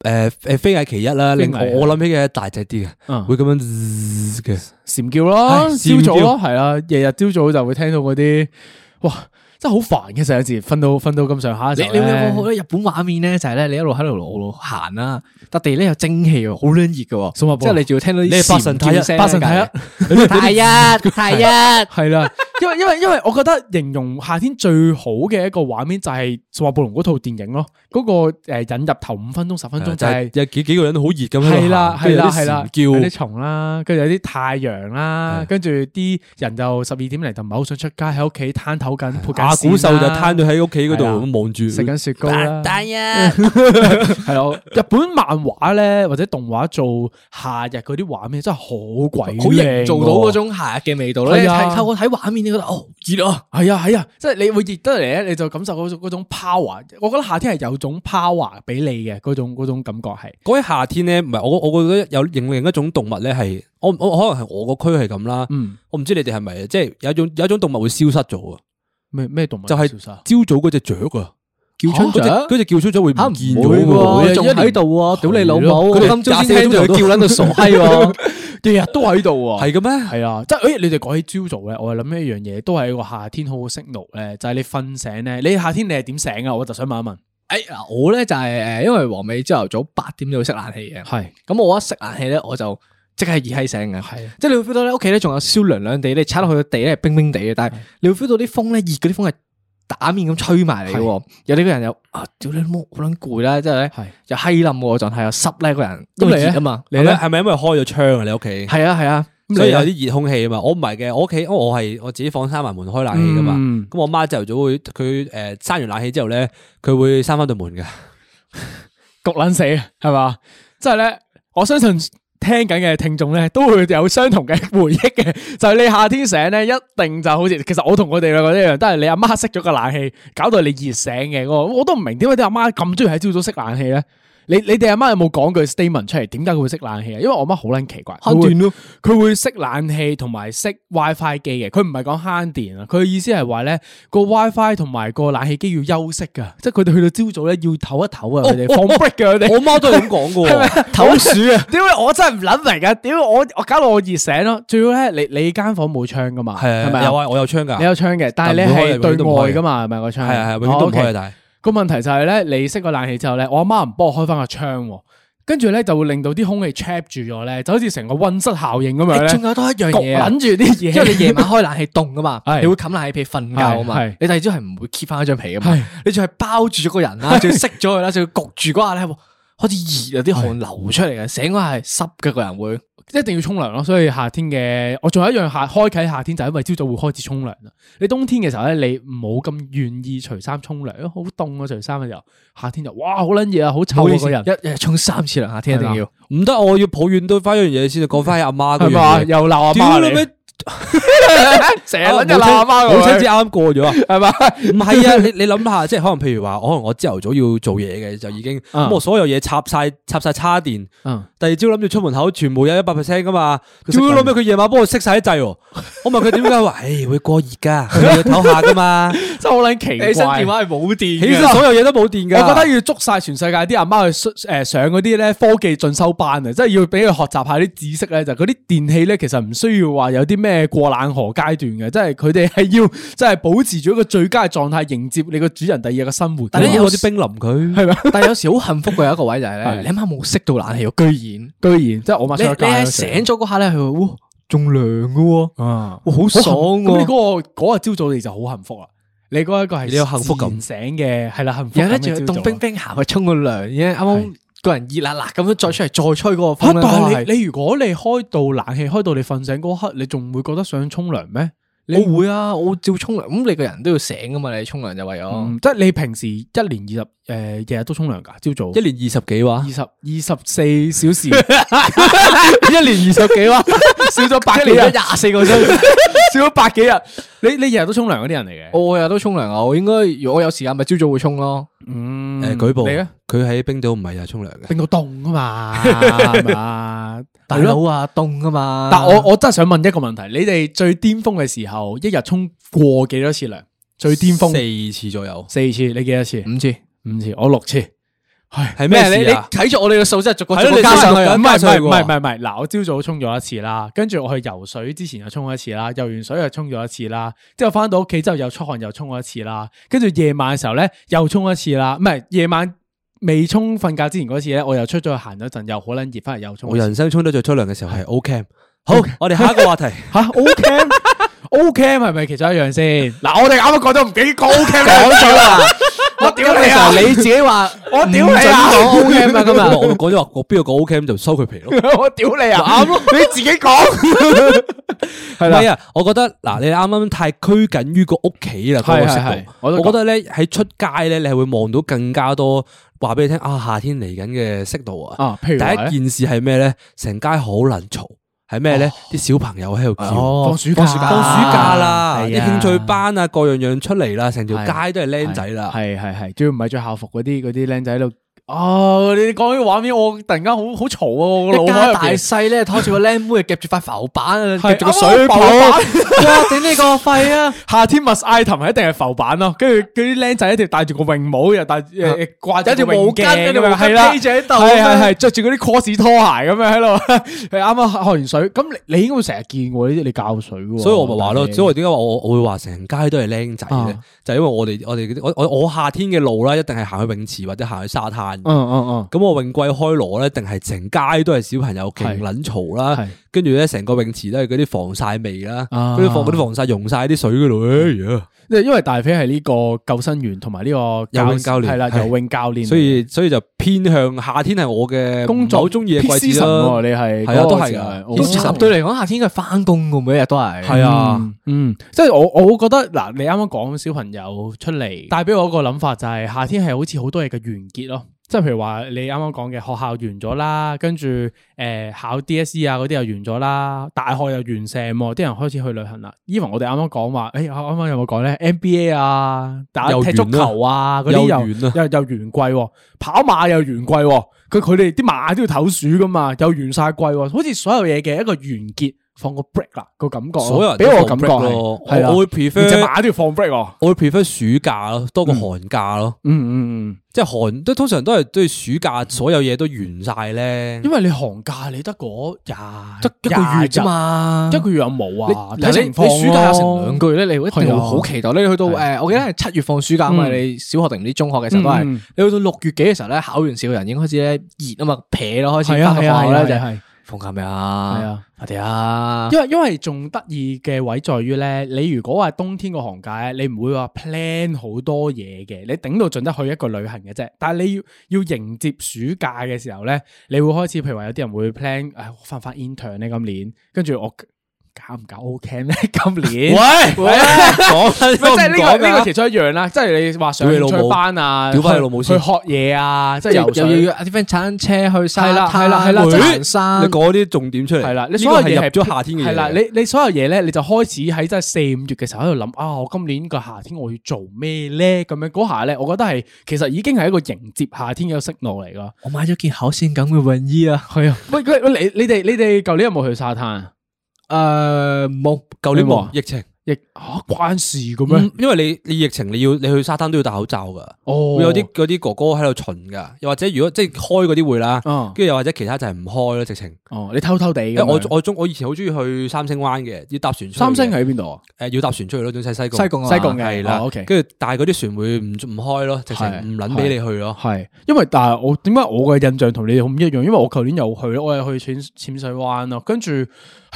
[SPEAKER 3] 誒誒，飛蟻啊其一啦，另外
[SPEAKER 2] 飛蟻
[SPEAKER 3] 我諗起嘅大隻啲嘅，
[SPEAKER 2] 嗯，
[SPEAKER 3] 會咁樣滋嘅。
[SPEAKER 2] 蟬叫咯，朝
[SPEAKER 3] 唉
[SPEAKER 2] 早
[SPEAKER 3] 蟬叫
[SPEAKER 2] 咯，係啊，日日朝早就會聽到嗰啲，哇，真係好煩嘅成日時，瞓到瞓到咁上下嘅時
[SPEAKER 1] 你
[SPEAKER 2] 候
[SPEAKER 1] 你
[SPEAKER 2] 咧
[SPEAKER 1] 會有冇好多日本畫面咧？就係咧，你一路喺度路路行啦，笪地咧有蒸氣喎，好撚熱嘅喎，
[SPEAKER 2] 數碼暴
[SPEAKER 1] 即係你仲要聽到
[SPEAKER 3] 你係
[SPEAKER 1] 啲
[SPEAKER 3] 八神
[SPEAKER 1] 蟬
[SPEAKER 3] 太一
[SPEAKER 1] 叫聲
[SPEAKER 2] 八神
[SPEAKER 1] 睇
[SPEAKER 2] 太一
[SPEAKER 1] 一，太 一太一，
[SPEAKER 2] 係啦，因為因為因為我覺得形容夏天最好嘅一個畫面就係《數碼暴龍》嗰套電影咯，嗰、個誒、引入頭五分鐘十分鐘就係、
[SPEAKER 3] 有幾幾個人都好熱咁樣，
[SPEAKER 2] 係啦，係啦，係啦，有
[SPEAKER 3] 跟住有
[SPEAKER 2] 啲
[SPEAKER 3] 啲蟬
[SPEAKER 2] 蟲啦，跟住有啲太陽啦，
[SPEAKER 3] 係
[SPEAKER 2] 跟住啲人就十二點嚟就唔係好想出街，喺屋企攤頭緊，潑
[SPEAKER 3] 叫，
[SPEAKER 2] 緊
[SPEAKER 3] 阿啊古獸就攤
[SPEAKER 2] 到
[SPEAKER 3] 咗喺屋企嗰度
[SPEAKER 2] 係啦
[SPEAKER 3] 咁望住，
[SPEAKER 2] 食緊雪糕啦，
[SPEAKER 1] 太一，
[SPEAKER 2] 係咯，日本漫畫咧或者動畫做夏日嗰啲畫面真係好鬼
[SPEAKER 1] 好
[SPEAKER 2] 靚
[SPEAKER 1] 營造到
[SPEAKER 2] 喎
[SPEAKER 1] 嗰種夏日嘅味道咧。你
[SPEAKER 2] 係啊
[SPEAKER 1] 睇透過睇畫面，你覺得哦熱啊！
[SPEAKER 2] 係啊係啊，即係你會熱得嚟咧，你就感受嗰種嗰種 power。我覺得夏天係有種 power 俾你嘅嗰種嗰種感覺係。
[SPEAKER 3] 講起夏天咧，唔係我我我覺得有另另一種動物咧係，我我可能係我個區係咁啦，
[SPEAKER 2] 嗯，
[SPEAKER 3] 我唔知你哋係咪，即係有一種有一種動物會消失咗啊！
[SPEAKER 2] 咩咩動物
[SPEAKER 3] 就係
[SPEAKER 2] 消失啊
[SPEAKER 3] 朝早嗰只雀啊，
[SPEAKER 1] 叫春雀
[SPEAKER 3] 嗰隻嗰隻叫春雀會唔
[SPEAKER 1] 吓
[SPEAKER 3] 見
[SPEAKER 1] 唔
[SPEAKER 3] 咗
[SPEAKER 1] 會
[SPEAKER 3] 喎
[SPEAKER 1] 喎，仲喺度喎，屌你老
[SPEAKER 2] 係
[SPEAKER 1] 母！
[SPEAKER 2] 咯
[SPEAKER 1] 我
[SPEAKER 3] 佢哋
[SPEAKER 1] 今朝
[SPEAKER 3] 廿四個
[SPEAKER 1] 先聽到
[SPEAKER 3] 鐘頭
[SPEAKER 1] 佢叫撚到傻閪喎，
[SPEAKER 2] 日日 都喺度啊。
[SPEAKER 3] 係嘅咩？
[SPEAKER 2] 係啊，即係誒，你哋講起朝早咧，我係諗一樣嘢，都係一個夏天好好 signal 咧，就係你瞓醒咧，你夏天你係點醒啊？我就想問一問。
[SPEAKER 1] 哎嗱，我咧就係誒，因為黃美朝頭早八點就會熄冷氣嘅，
[SPEAKER 2] 係
[SPEAKER 1] 咁我一熄冷氣咧，我就即係熱閪醒嘅，
[SPEAKER 2] 係啊
[SPEAKER 1] 即係你會 feel 到咧屋企咧仲有燒涼涼地，你踩落去個地咧係冰冰地嘅，但係你會 feel 到啲風咧熱嗰啲風係打面咁吹埋嚟嘅喎，有啲個人又啊屌你老母好撚攰啦，之後咧
[SPEAKER 2] 係
[SPEAKER 1] 又閪冧喎狀態又濕咧個人，
[SPEAKER 2] 咁
[SPEAKER 1] 因為
[SPEAKER 2] 你呢
[SPEAKER 1] 熱啊嘛，
[SPEAKER 3] 你咧係咪因為開咗窗啊？你屋企？
[SPEAKER 1] 係啊係啊，
[SPEAKER 3] 所以有
[SPEAKER 1] 啲
[SPEAKER 3] 啲熱空氣啊嘛，我唔係嘅，我屋企因為我係我自己房閂埋門開冷氣噶嘛，
[SPEAKER 2] 嗯
[SPEAKER 3] 咁我媽朝頭早會佢誒閂完冷氣之後咧，佢會閂翻對門嘅，
[SPEAKER 2] 焗撚死啊，係嘛？即係咧，我相信聽緊嘅聽眾咧，都會有相同嘅回憶嘅， 就係、你夏天醒咧，一定就好似其實我同我哋兩個一樣，都係你阿媽熄咗個冷氣，搞到你熱醒嘅。我我都唔明點解啲阿媽咁中意喺朝早熄冷氣咧。你你哋阿媽有冇講句 statement 出嚟？點解佢會熄冷氣啊？因為我媽好撚奇怪，佢
[SPEAKER 1] 慳
[SPEAKER 2] 會
[SPEAKER 1] 電咯。
[SPEAKER 2] 佢會熄冷氣同埋熄 WiFi 機嘅，佢唔係講慳電啊，佢嘅意思係話咧個 WiFi 同埋個冷氣機要休息噶，即係佢哋去到朝早咧要唞一唞
[SPEAKER 3] 哦
[SPEAKER 2] 啊，佢哋放 break 嘅佢哋。
[SPEAKER 3] 我媽都係咁講嘅喎。
[SPEAKER 1] 唞 鼠啊！
[SPEAKER 2] 屌你，我真係唔撚明噶，啊屌我我搞到我熱醒咯。最好咧，你你間房冇窗噶嘛，
[SPEAKER 3] 係
[SPEAKER 2] 係咪
[SPEAKER 3] 啊，有
[SPEAKER 2] 啊？
[SPEAKER 3] 啊，我有窗㗎。
[SPEAKER 2] 你有窗嘅，但係
[SPEAKER 3] 但
[SPEAKER 2] 你
[SPEAKER 3] 唔會開嘅
[SPEAKER 2] 係對
[SPEAKER 3] 永遠都唔開
[SPEAKER 2] 外
[SPEAKER 3] 嘅
[SPEAKER 2] 噶嘛，係咪個窗？
[SPEAKER 3] 係啊係，永遠都唔
[SPEAKER 2] 哦，OK
[SPEAKER 3] 開啊，但係
[SPEAKER 2] 個問題就係咧，你熄個冷氣之後咧，我阿媽唔幫我開翻個窗喎，跟住咧就會令到啲空氣 trap 住咗咧，就好似成個温室效應咁樣
[SPEAKER 1] 仲
[SPEAKER 2] 咧，
[SPEAKER 1] 有多一樣嘢啊
[SPEAKER 2] 焗，住啲嘢。
[SPEAKER 1] 因為你 夜晚開冷氣凍噶嘛，
[SPEAKER 2] 係
[SPEAKER 1] 你會冚冷氣被瞓覺啊嘛
[SPEAKER 2] 係係，
[SPEAKER 1] 你第二朝係唔會 keep 翻一張被噶
[SPEAKER 2] 係
[SPEAKER 1] 嘛，你仲係包住咗個人啦，仲要熄咗佢啦，仲要焗住嗰下咧，哇開始熱啊，啲汗流出嚟嘅，醒嗰下係濕嘅個人會。
[SPEAKER 2] 一定要沖涼咯，所以夏天嘅我仲有一樣夏開啟夏天就係因為朝早會開始沖涼啦。你冬天嘅時候咧，你唔好咁願意除衫沖涼，因為好凍啊！除衫嘅時候，夏天就哇好撚熱啊，好臭啊個人，
[SPEAKER 1] 一日沖三次涼，夏天一定
[SPEAKER 2] 係
[SPEAKER 1] 要。
[SPEAKER 3] 唔得，我要抱怨到翻一樣嘢先，講翻起阿媽
[SPEAKER 2] 係
[SPEAKER 3] 嗰樣
[SPEAKER 2] 咪啊？
[SPEAKER 3] 嘢。
[SPEAKER 2] 又鬧阿
[SPEAKER 3] 屌
[SPEAKER 2] 媽
[SPEAKER 3] 你
[SPEAKER 2] 你，
[SPEAKER 3] 咩？
[SPEAKER 2] 成日
[SPEAKER 3] 啊
[SPEAKER 2] 撚就鬧阿媽
[SPEAKER 3] 母親
[SPEAKER 2] 喎
[SPEAKER 3] 節，啱啱過咗啊！
[SPEAKER 2] 係咪？
[SPEAKER 3] 唔係啊，你你諗下，即係可能譬如話，可能我朝頭早要做嘢嘅，就已經
[SPEAKER 2] 嗯
[SPEAKER 3] 咁我所有嘢插晒插晒叉電，
[SPEAKER 2] 嗯，
[SPEAKER 3] 第二朝諗住出門口，全部有一百 percent 噶嘛。
[SPEAKER 2] 佢
[SPEAKER 3] 屌
[SPEAKER 2] 熄
[SPEAKER 3] 老味，佢夜晚幫我熄晒啲掣喎。我問佢點解，佢話唉會過熱 㗎，佢要唞下㗎嘛。
[SPEAKER 2] 真 係好撚奇怪。啊
[SPEAKER 1] 話係冇電
[SPEAKER 3] 起身所有嘢都冇電㗎。
[SPEAKER 2] 我覺得要捉晒全世界啲阿媽去誒上嗰啲咧科技進修班啊，即係要俾佢學習下啲知識咧，就嗰啲電器咧其實唔需要話有啲咩過冷河階段嘅，即係佢哋係要即係保持住一個最佳嘅狀態，迎接你個主人第二日嘅生活。
[SPEAKER 1] 但係
[SPEAKER 3] 你
[SPEAKER 1] 呢
[SPEAKER 3] 有啲冰淋 佢，
[SPEAKER 2] 係咪？
[SPEAKER 1] 但係有時好幸福嘅有一個位就係咧，
[SPEAKER 2] 係
[SPEAKER 1] 你阿媽冇熄到冷氣喎，居然。
[SPEAKER 2] 居然即係我媽
[SPEAKER 1] 你
[SPEAKER 2] 上
[SPEAKER 1] 你係醒咗嗰刻咧，佢會哇仲涼嘅喎，
[SPEAKER 2] 啊，
[SPEAKER 1] 哇好
[SPEAKER 2] 好
[SPEAKER 1] 爽
[SPEAKER 2] 幸咁
[SPEAKER 1] 喎。
[SPEAKER 2] 你嗰個嗰日朝早你就好幸福啦，你嗰一個係
[SPEAKER 3] 你有幸福感
[SPEAKER 2] 自然醒嘅，係啦幸福
[SPEAKER 1] 然後咧
[SPEAKER 2] 感
[SPEAKER 1] 仲
[SPEAKER 2] 嘅
[SPEAKER 1] 要
[SPEAKER 2] 朝早
[SPEAKER 1] 凍
[SPEAKER 2] 啊。
[SPEAKER 1] 冰冰行去沖個涼啫，啱
[SPEAKER 2] 係
[SPEAKER 1] 啱個人熱辣辣咁樣再出嚟再吹嗰個
[SPEAKER 2] 嚇！
[SPEAKER 1] 風
[SPEAKER 2] 但
[SPEAKER 1] 咧，
[SPEAKER 2] 係
[SPEAKER 1] 你
[SPEAKER 2] 你你如果你開到冷氣開到你瞓醒嗰刻，你仲會覺得想沖涼咩？你
[SPEAKER 1] 我會啊，我照沖涼。咁你個人都要醒噶嘛，你沖涼就為咗
[SPEAKER 2] 嗯，即係你平時一年二十呃誒日日都沖涼噶，朝早
[SPEAKER 3] 一年二十幾
[SPEAKER 2] 二
[SPEAKER 3] 話，
[SPEAKER 2] 十二十四小 時，
[SPEAKER 1] 一年二十幾哇，
[SPEAKER 2] 少咗百
[SPEAKER 1] 一
[SPEAKER 2] 幾
[SPEAKER 1] 年
[SPEAKER 2] 日，
[SPEAKER 1] 廿四個 鐘。
[SPEAKER 2] 少咗百幾日。你你日日都沖涼嗰啲人嚟嘅，
[SPEAKER 1] 我日日都沖涼啊，我應該如果我有時間咪朝早會沖咯。
[SPEAKER 2] 嗯
[SPEAKER 3] 誒舉
[SPEAKER 2] 你
[SPEAKER 3] 報
[SPEAKER 2] 啊，
[SPEAKER 3] 佢喺冰島唔係日日沖涼嘅。
[SPEAKER 2] 令到凍啊 嘛，係嘛，
[SPEAKER 1] 大
[SPEAKER 2] 係咯
[SPEAKER 1] 佬啊，凍噶嘛。
[SPEAKER 2] 但我我真係想問一個問題，你哋最巔峰嘅時候，一日沖過幾多次涼？最巔峰
[SPEAKER 3] 四次左右，
[SPEAKER 2] 四次，你幾多次？
[SPEAKER 1] 五次
[SPEAKER 2] 五次，我六次。係
[SPEAKER 3] 係咩
[SPEAKER 1] 你
[SPEAKER 3] 事
[SPEAKER 1] 你
[SPEAKER 3] 啊？
[SPEAKER 1] 睇住我哋嘅數，真係逐個
[SPEAKER 3] 係咯
[SPEAKER 1] 逐
[SPEAKER 3] 你
[SPEAKER 1] 個加上去啊。
[SPEAKER 2] 唔
[SPEAKER 3] 真係
[SPEAKER 2] 係唔
[SPEAKER 3] 加上
[SPEAKER 2] 係
[SPEAKER 3] 去
[SPEAKER 2] 唔
[SPEAKER 3] 喎
[SPEAKER 2] 係唔係唔係，嗱，我朝早沖咗一次啦，跟住我去游水之前又沖咗一次啦，游完水又沖咗一次啦，之後翻到屋企之後又出汗又沖咗一次啦，跟住夜晚嘅時候咧又沖一次啦，唔係夜晚未沖瞓覺之前嗰次咧，我又出咗去行咗陣，又好撚熱，翻嚟又沖
[SPEAKER 3] 我
[SPEAKER 2] 一次。
[SPEAKER 3] 人生沖得最出涼嘅時候係 O Cam。好，我哋下一 個話題。
[SPEAKER 2] 吓 O Cam O Cam 係咪其中一樣先？嗱，我哋啱啱講咗唔幾個 O Cam 講咗啦， 我屌你啊！
[SPEAKER 1] 你自己話
[SPEAKER 2] 我屌你啊
[SPEAKER 1] 唔準講 OK 嘛今日。
[SPEAKER 3] 我講咗話，我邊個講 O Cam 就收佢皮咯。
[SPEAKER 2] 我屌你啊！啱咯，你自己講 係
[SPEAKER 3] 唔
[SPEAKER 2] 啦
[SPEAKER 3] 係。啊，我覺得嗱，你啱啱太拘謹於個屋企啦，嗰個
[SPEAKER 2] 係係
[SPEAKER 3] 適
[SPEAKER 2] 係
[SPEAKER 3] 度。
[SPEAKER 2] 我都
[SPEAKER 3] 我覺得咧喺出街咧，你係會望到更加多話俾你聽啊，夏天嚟緊嘅適度啊。
[SPEAKER 2] 啊，譬
[SPEAKER 3] 第
[SPEAKER 2] 如話呢
[SPEAKER 3] 一件事係咩咧？成街好撚嘈，係咩咧？
[SPEAKER 2] 哦
[SPEAKER 3] 啲小朋友喺度叫。
[SPEAKER 2] 放暑假，
[SPEAKER 1] 放暑假
[SPEAKER 3] 放暑假啦，
[SPEAKER 2] 係
[SPEAKER 3] 啲
[SPEAKER 2] 哦啊
[SPEAKER 3] 興趣班啊，各樣樣出嚟啦，成條街都係僆仔啦。
[SPEAKER 2] 系系系，仲要唔係着校服嗰啲嗰啲僆仔喺度。哦，你講呢個畫面，我突然間好好嘈啊！我個
[SPEAKER 1] 一
[SPEAKER 2] 腦海
[SPEAKER 1] 家
[SPEAKER 2] 入
[SPEAKER 1] 大
[SPEAKER 2] 邊
[SPEAKER 1] 細咧拖住個靚妹，夾住塊浮板啊，
[SPEAKER 2] 係
[SPEAKER 1] 夾住個水泡，
[SPEAKER 2] 啱啱
[SPEAKER 1] 哇！
[SPEAKER 2] 浮
[SPEAKER 1] 頂你個肺啊！
[SPEAKER 2] 夏天 must item 係一定係浮板咯，跟住嗰啲僆仔一定戴住個泳帽，又戴誒掛
[SPEAKER 1] 有
[SPEAKER 2] 住
[SPEAKER 1] 條
[SPEAKER 2] 個
[SPEAKER 1] 毛
[SPEAKER 2] 泳
[SPEAKER 1] 巾，有
[SPEAKER 2] 鏡咁
[SPEAKER 1] 條
[SPEAKER 2] 樣，
[SPEAKER 1] 毛
[SPEAKER 2] 係
[SPEAKER 1] 巾
[SPEAKER 2] 啦
[SPEAKER 1] 披，住喺度，啊
[SPEAKER 2] 係係係，着住嗰啲 cos 拖鞋咁樣喺度， 係啱啱學完水，咁你你應該會成日見喎呢啲，你教水喎，
[SPEAKER 3] 所以我咪話咯，
[SPEAKER 2] 但係
[SPEAKER 3] 所以我點解話我我會話成街都係僆仔咧
[SPEAKER 2] 啊？
[SPEAKER 3] 就係因為我哋我哋嗰啲我我我夏天嘅路啦，一定係行去泳池或者行去沙灘。
[SPEAKER 2] 嗯嗯
[SPEAKER 3] 咁我泳季開鑼咧，定係成街都係小朋友勁撚嘈
[SPEAKER 2] 嗯，
[SPEAKER 3] 啦
[SPEAKER 2] 係，
[SPEAKER 3] 跟住咧成個泳池都係嗰啲防曬味啦，
[SPEAKER 2] 啊
[SPEAKER 3] 嗰啲防嗰啲防曬溶晒啲水嗰度，哎呀
[SPEAKER 2] 因為因為大飛係呢個救生員同埋呢個
[SPEAKER 3] 游泳教練
[SPEAKER 2] 係啦，
[SPEAKER 3] 係
[SPEAKER 2] 游泳教練嚟嘅，
[SPEAKER 3] 所以所以就偏向夏天係我嘅
[SPEAKER 2] 工作
[SPEAKER 3] 中意嘅季
[SPEAKER 2] Peak
[SPEAKER 3] 節
[SPEAKER 2] season
[SPEAKER 3] 啦
[SPEAKER 2] 喎。你係
[SPEAKER 3] 係啊
[SPEAKER 2] 嗰個
[SPEAKER 3] 都係
[SPEAKER 2] 時
[SPEAKER 3] 㗎
[SPEAKER 2] 候
[SPEAKER 3] 都
[SPEAKER 2] 哦
[SPEAKER 3] 其實
[SPEAKER 1] 相對嚟講，夏天佢翻工噶，每一日都係。
[SPEAKER 3] 係啊，
[SPEAKER 2] 嗯，即係我我覺得嗱，你啱啱講小朋友出嚟，帶俾我一個諗法就係夏天係好似好多嘢嘅完結咯，即係譬如話你啱啱講嘅學校完咗啦，跟住誒考 DSE 啊嗰啲又完咗啦，大學又完成喎，啲人開始去旅行啦。even 我哋啱啱講話，誒啱啱有冇講咧 NBA 啊，打
[SPEAKER 3] 又
[SPEAKER 2] 踢
[SPEAKER 3] 完
[SPEAKER 2] 足
[SPEAKER 3] 啦
[SPEAKER 2] 球啊嗰啲
[SPEAKER 3] 又
[SPEAKER 2] 又
[SPEAKER 3] 完 啦
[SPEAKER 2] 又又完季喎，跑馬又完季喎，佢佢哋啲馬都要唞暑噶嘛，又完晒季喎，好似所有嘢嘅一個完結，放個 break 啦個感覺咯，
[SPEAKER 3] 所有人
[SPEAKER 2] 俾
[SPEAKER 3] 都
[SPEAKER 2] 我
[SPEAKER 3] 放
[SPEAKER 2] 感覺
[SPEAKER 3] break 咯
[SPEAKER 2] 係係啦
[SPEAKER 3] 我我會
[SPEAKER 2] 連隻
[SPEAKER 3] prefer
[SPEAKER 2] 馬都要放 break 喎，
[SPEAKER 3] 我會 prefer 暑假咯，多過寒假咯。
[SPEAKER 2] 嗯嗯嗯。
[SPEAKER 3] 即係寒都通常都係都要暑假，所有嘢都完晒咧
[SPEAKER 2] 因。為你寒假你得嗰廿
[SPEAKER 1] 得一個月啫嘛，
[SPEAKER 2] 嘛。一個月有冇啊？
[SPEAKER 1] 你
[SPEAKER 2] 睇
[SPEAKER 1] 你
[SPEAKER 2] 情況
[SPEAKER 1] 你暑假有成兩
[SPEAKER 2] 兩
[SPEAKER 1] 個月咧，你一定
[SPEAKER 2] 係
[SPEAKER 1] 會
[SPEAKER 2] 啊
[SPEAKER 1] 好期待。你去到
[SPEAKER 2] 係
[SPEAKER 1] 誒，我記得係七月放暑假啊嘛，
[SPEAKER 2] 嗯
[SPEAKER 1] 你小學定唔知中學嘅時候都係。
[SPEAKER 2] 嗯嗯
[SPEAKER 1] 你去到六月幾嘅時候咧，考完試嘅人已經開始咧熱啊嘛，撇咯，開始
[SPEAKER 2] 係
[SPEAKER 1] 翻到
[SPEAKER 2] 啊係
[SPEAKER 1] 學
[SPEAKER 2] 啊
[SPEAKER 1] 校
[SPEAKER 2] 係啊
[SPEAKER 1] 咧
[SPEAKER 2] 係
[SPEAKER 1] 就
[SPEAKER 2] 啊係啊，
[SPEAKER 1] 放假未啊？
[SPEAKER 2] 係啊，
[SPEAKER 1] 快啲啊！
[SPEAKER 2] 因為因為仲得意嘅位在於咧，你如果話冬天個寒假咧，你唔會話 plan 好多嘢嘅，你頂到盡得去一個旅行嘅啫。但係你要要迎接暑假嘅時候咧，你會開始譬如話有啲人會 plan，唉，我翻唔翻 intern 咧今年，跟住我搞唔搞 O Camp 咧 今
[SPEAKER 3] 喂，
[SPEAKER 2] 年。啊
[SPEAKER 3] 講
[SPEAKER 2] 唔係即係呢個呢個
[SPEAKER 3] 個
[SPEAKER 2] 其中一樣啦，即係你話上
[SPEAKER 3] 屌你老母
[SPEAKER 2] 興趣班啊，
[SPEAKER 3] 屌翻你
[SPEAKER 2] 去
[SPEAKER 3] 老母先
[SPEAKER 2] 去學嘢啊，即係
[SPEAKER 1] 即係又
[SPEAKER 2] 游
[SPEAKER 1] 又要
[SPEAKER 2] 水
[SPEAKER 1] 約啲 friend 踩車去沙
[SPEAKER 2] 係啦
[SPEAKER 1] 灘，
[SPEAKER 2] 係啦係啦
[SPEAKER 1] 去
[SPEAKER 2] 真係
[SPEAKER 1] 行山
[SPEAKER 3] 你。講啲重點出嚟。
[SPEAKER 2] 啊係啦，你
[SPEAKER 3] 呢
[SPEAKER 2] 所
[SPEAKER 3] 個
[SPEAKER 2] 有
[SPEAKER 3] 係
[SPEAKER 2] 嘢
[SPEAKER 3] 入咗夏天嘅嘢嚟嘅。
[SPEAKER 2] 係啦，你你所有嘢咧，你就開始喺真係四五月嘅時候喺度諗啊，我今年個夏天我要做咩咧？咁樣嗰下咧，我覺得係其實已經係一個迎接夏天嘅一個 signal 嚟噶。
[SPEAKER 1] 我買咗件口線咁嘅泳衣啊！
[SPEAKER 2] 係啊，喂喂喂，你你哋你哋舊年有冇去沙灘啊？
[SPEAKER 1] 誒冇，
[SPEAKER 3] 舊年
[SPEAKER 2] 冇啊
[SPEAKER 3] 冇疫情，
[SPEAKER 2] 亦吓關事嘅咩
[SPEAKER 3] 嗯？因為你你疫情你要你去沙灘都要戴口罩噶，
[SPEAKER 2] 哦
[SPEAKER 3] 會有啲嗰啲哥哥喺度巡噶，又或者如果即係開嗰啲會啦，
[SPEAKER 2] 哦
[SPEAKER 3] 跟住又或者其他就係唔開咯，直情。
[SPEAKER 2] 哦，你偷偷地
[SPEAKER 3] 因
[SPEAKER 2] 嘅
[SPEAKER 3] 為我我中我以前好中意去三星灣嘅，要搭船出去嘅。
[SPEAKER 2] 三星喺邊度啊？
[SPEAKER 3] 誒要搭船出去咯，總之喺西貢。
[SPEAKER 1] 西貢啊
[SPEAKER 2] 西貢嘅
[SPEAKER 3] 係啦
[SPEAKER 2] 哦，OK
[SPEAKER 3] 跟住但係嗰啲船會唔唔開咯，直情
[SPEAKER 2] 係
[SPEAKER 3] 唔撚俾你去咯。
[SPEAKER 2] 係，因為但係我點解我嘅印象同你哋好唔一樣？因為我舊年又去，我又去淺淺水灣咯，跟住係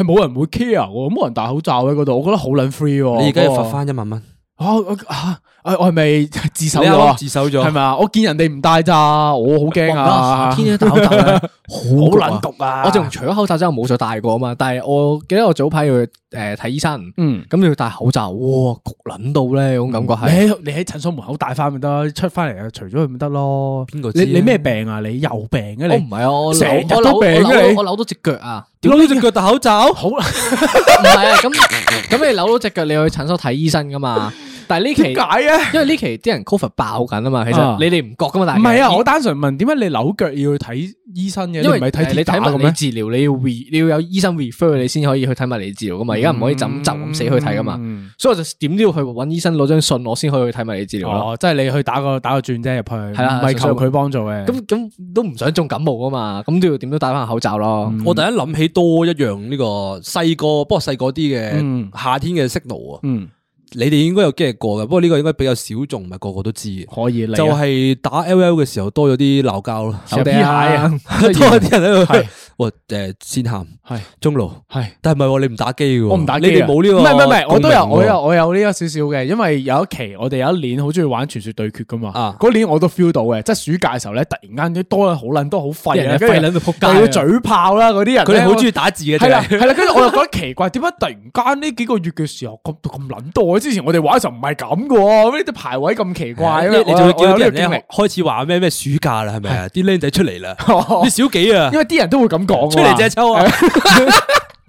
[SPEAKER 2] 冇人會 care 喎，冇人戴口罩喺嗰度，我覺得好撚 free 喎。
[SPEAKER 3] 你而家要
[SPEAKER 2] 哦嗰個
[SPEAKER 3] 罰翻一萬蚊，
[SPEAKER 2] 啊我啊啊我係咪自首
[SPEAKER 3] 你
[SPEAKER 2] 咗
[SPEAKER 3] 啱
[SPEAKER 2] 啊
[SPEAKER 3] 啱？自首咗，
[SPEAKER 2] 係咪啊？我見人哋唔戴咋，我好驚啊！
[SPEAKER 1] 天一戴口罩 咧，好
[SPEAKER 2] 好撚
[SPEAKER 1] 焗
[SPEAKER 2] 焗啊！
[SPEAKER 1] 我仲除咗口罩之後冇再戴過啊嘛，但係我記得我早排要誒睇醫生，
[SPEAKER 2] 嗯，
[SPEAKER 1] 咁你要戴口罩，哇焗撚到咧，嗰種感覺
[SPEAKER 2] 你
[SPEAKER 1] 係。
[SPEAKER 2] 喺你喺診所門口戴翻咪得，出翻嚟就除咗佢咪得咯。
[SPEAKER 3] 邊個知啊
[SPEAKER 2] 你你咩病啊？你有病啊
[SPEAKER 1] 我
[SPEAKER 2] 你
[SPEAKER 1] 唔？係啊，我
[SPEAKER 2] 成日
[SPEAKER 1] 扭我
[SPEAKER 2] 都
[SPEAKER 1] 扭我
[SPEAKER 2] 病嘅
[SPEAKER 1] 扭
[SPEAKER 2] 你
[SPEAKER 1] 我扭到只腳啊！
[SPEAKER 3] 屌你只腳戴口罩，好
[SPEAKER 1] 唔係啊，咁咁你扭到只腳，你去診所睇醫生噶嘛？但係呢期
[SPEAKER 2] 點解啊？
[SPEAKER 1] 因為呢期啲人 cover 爆緊啊嘛，其
[SPEAKER 2] 啊
[SPEAKER 1] 實你哋唔覺噶嘛，但係
[SPEAKER 2] 唔係啊！我單純問點解你扭腳要去睇醫生嘅？
[SPEAKER 1] 因為
[SPEAKER 2] 你唔係睇
[SPEAKER 1] 誒你
[SPEAKER 2] 鐵打
[SPEAKER 1] 睇
[SPEAKER 2] 嘅
[SPEAKER 1] 物理
[SPEAKER 2] 咩？
[SPEAKER 1] 治療，你要 re 你要有醫生 refer 你先可以去睇物理治療噶嘛，而家唔可以就咁就咁死去睇噶嘛，
[SPEAKER 2] 嗯
[SPEAKER 1] 所以我就點都要去揾醫生攞張信，我先可以去睇物理治療咯。
[SPEAKER 2] 哦，即係你去打個打個轉啫入去，
[SPEAKER 1] 係啦
[SPEAKER 2] 唔係求佢幫助嘅。
[SPEAKER 1] 咁咁都唔想中感冒啊嘛，咁都要點都戴翻口罩
[SPEAKER 2] 嗯
[SPEAKER 1] 咯。
[SPEAKER 3] 我突然間諗起多一樣呢個細個，不過細個啲
[SPEAKER 2] 嗯
[SPEAKER 3] 嘅夏天嘅 signal 啊，
[SPEAKER 2] 嗯，
[SPEAKER 3] 你哋應該有經歷過嘅，不過呢個應該比較小眾，唔係個個都知嘅。
[SPEAKER 2] 可以你啊
[SPEAKER 3] 就係打 L L 嘅時候多咗啲鬧交咯，
[SPEAKER 2] 成日 P 蟹 啊，
[SPEAKER 3] 多咗啲人喺
[SPEAKER 2] 係
[SPEAKER 3] 度，哇誒先喊
[SPEAKER 2] 係
[SPEAKER 3] 中路，
[SPEAKER 2] 係。
[SPEAKER 3] 但係唔係喎，你唔打機嘅喎，
[SPEAKER 2] 我
[SPEAKER 1] 哦
[SPEAKER 2] 唔打機
[SPEAKER 3] 你
[SPEAKER 2] 啊
[SPEAKER 3] 哋冇呢個
[SPEAKER 2] 唔
[SPEAKER 3] 共
[SPEAKER 2] 係
[SPEAKER 3] 鳴
[SPEAKER 2] 唔
[SPEAKER 3] 喎，
[SPEAKER 2] 係唔係，我都有我有我有呢個少少嘅，因為有一期我哋有一年好中意玩傳說對決噶嘛
[SPEAKER 3] 啊，
[SPEAKER 2] 嗰年我都 feel 到嘅，即係暑假嘅時候咧，突然間啲多咗好撚多好廢啊，
[SPEAKER 1] 人哋廢撚到仆街啊
[SPEAKER 2] 跟住又要嘴炮啦嗰啲人
[SPEAKER 3] 佢
[SPEAKER 2] 咧，
[SPEAKER 3] 哋好中意打字嘅，
[SPEAKER 2] 係啦
[SPEAKER 3] 真係
[SPEAKER 2] 係啦，跟住我又覺得奇怪，點解突然間呢幾個月嘅時候咁咁撚多？之前我哋玩嘅時候唔係啊咁嘅喎，呢啲排位咁奇怪，啊
[SPEAKER 3] 你你就會
[SPEAKER 2] 會
[SPEAKER 3] 見到啲人
[SPEAKER 2] 經歷
[SPEAKER 3] 咧，開始話咩咩暑假啦，係咪啊？啲僆仔出嚟啦，你小幾啊
[SPEAKER 2] 因？為啲人都會咁 講㗎
[SPEAKER 3] 出嚟隻抽啊！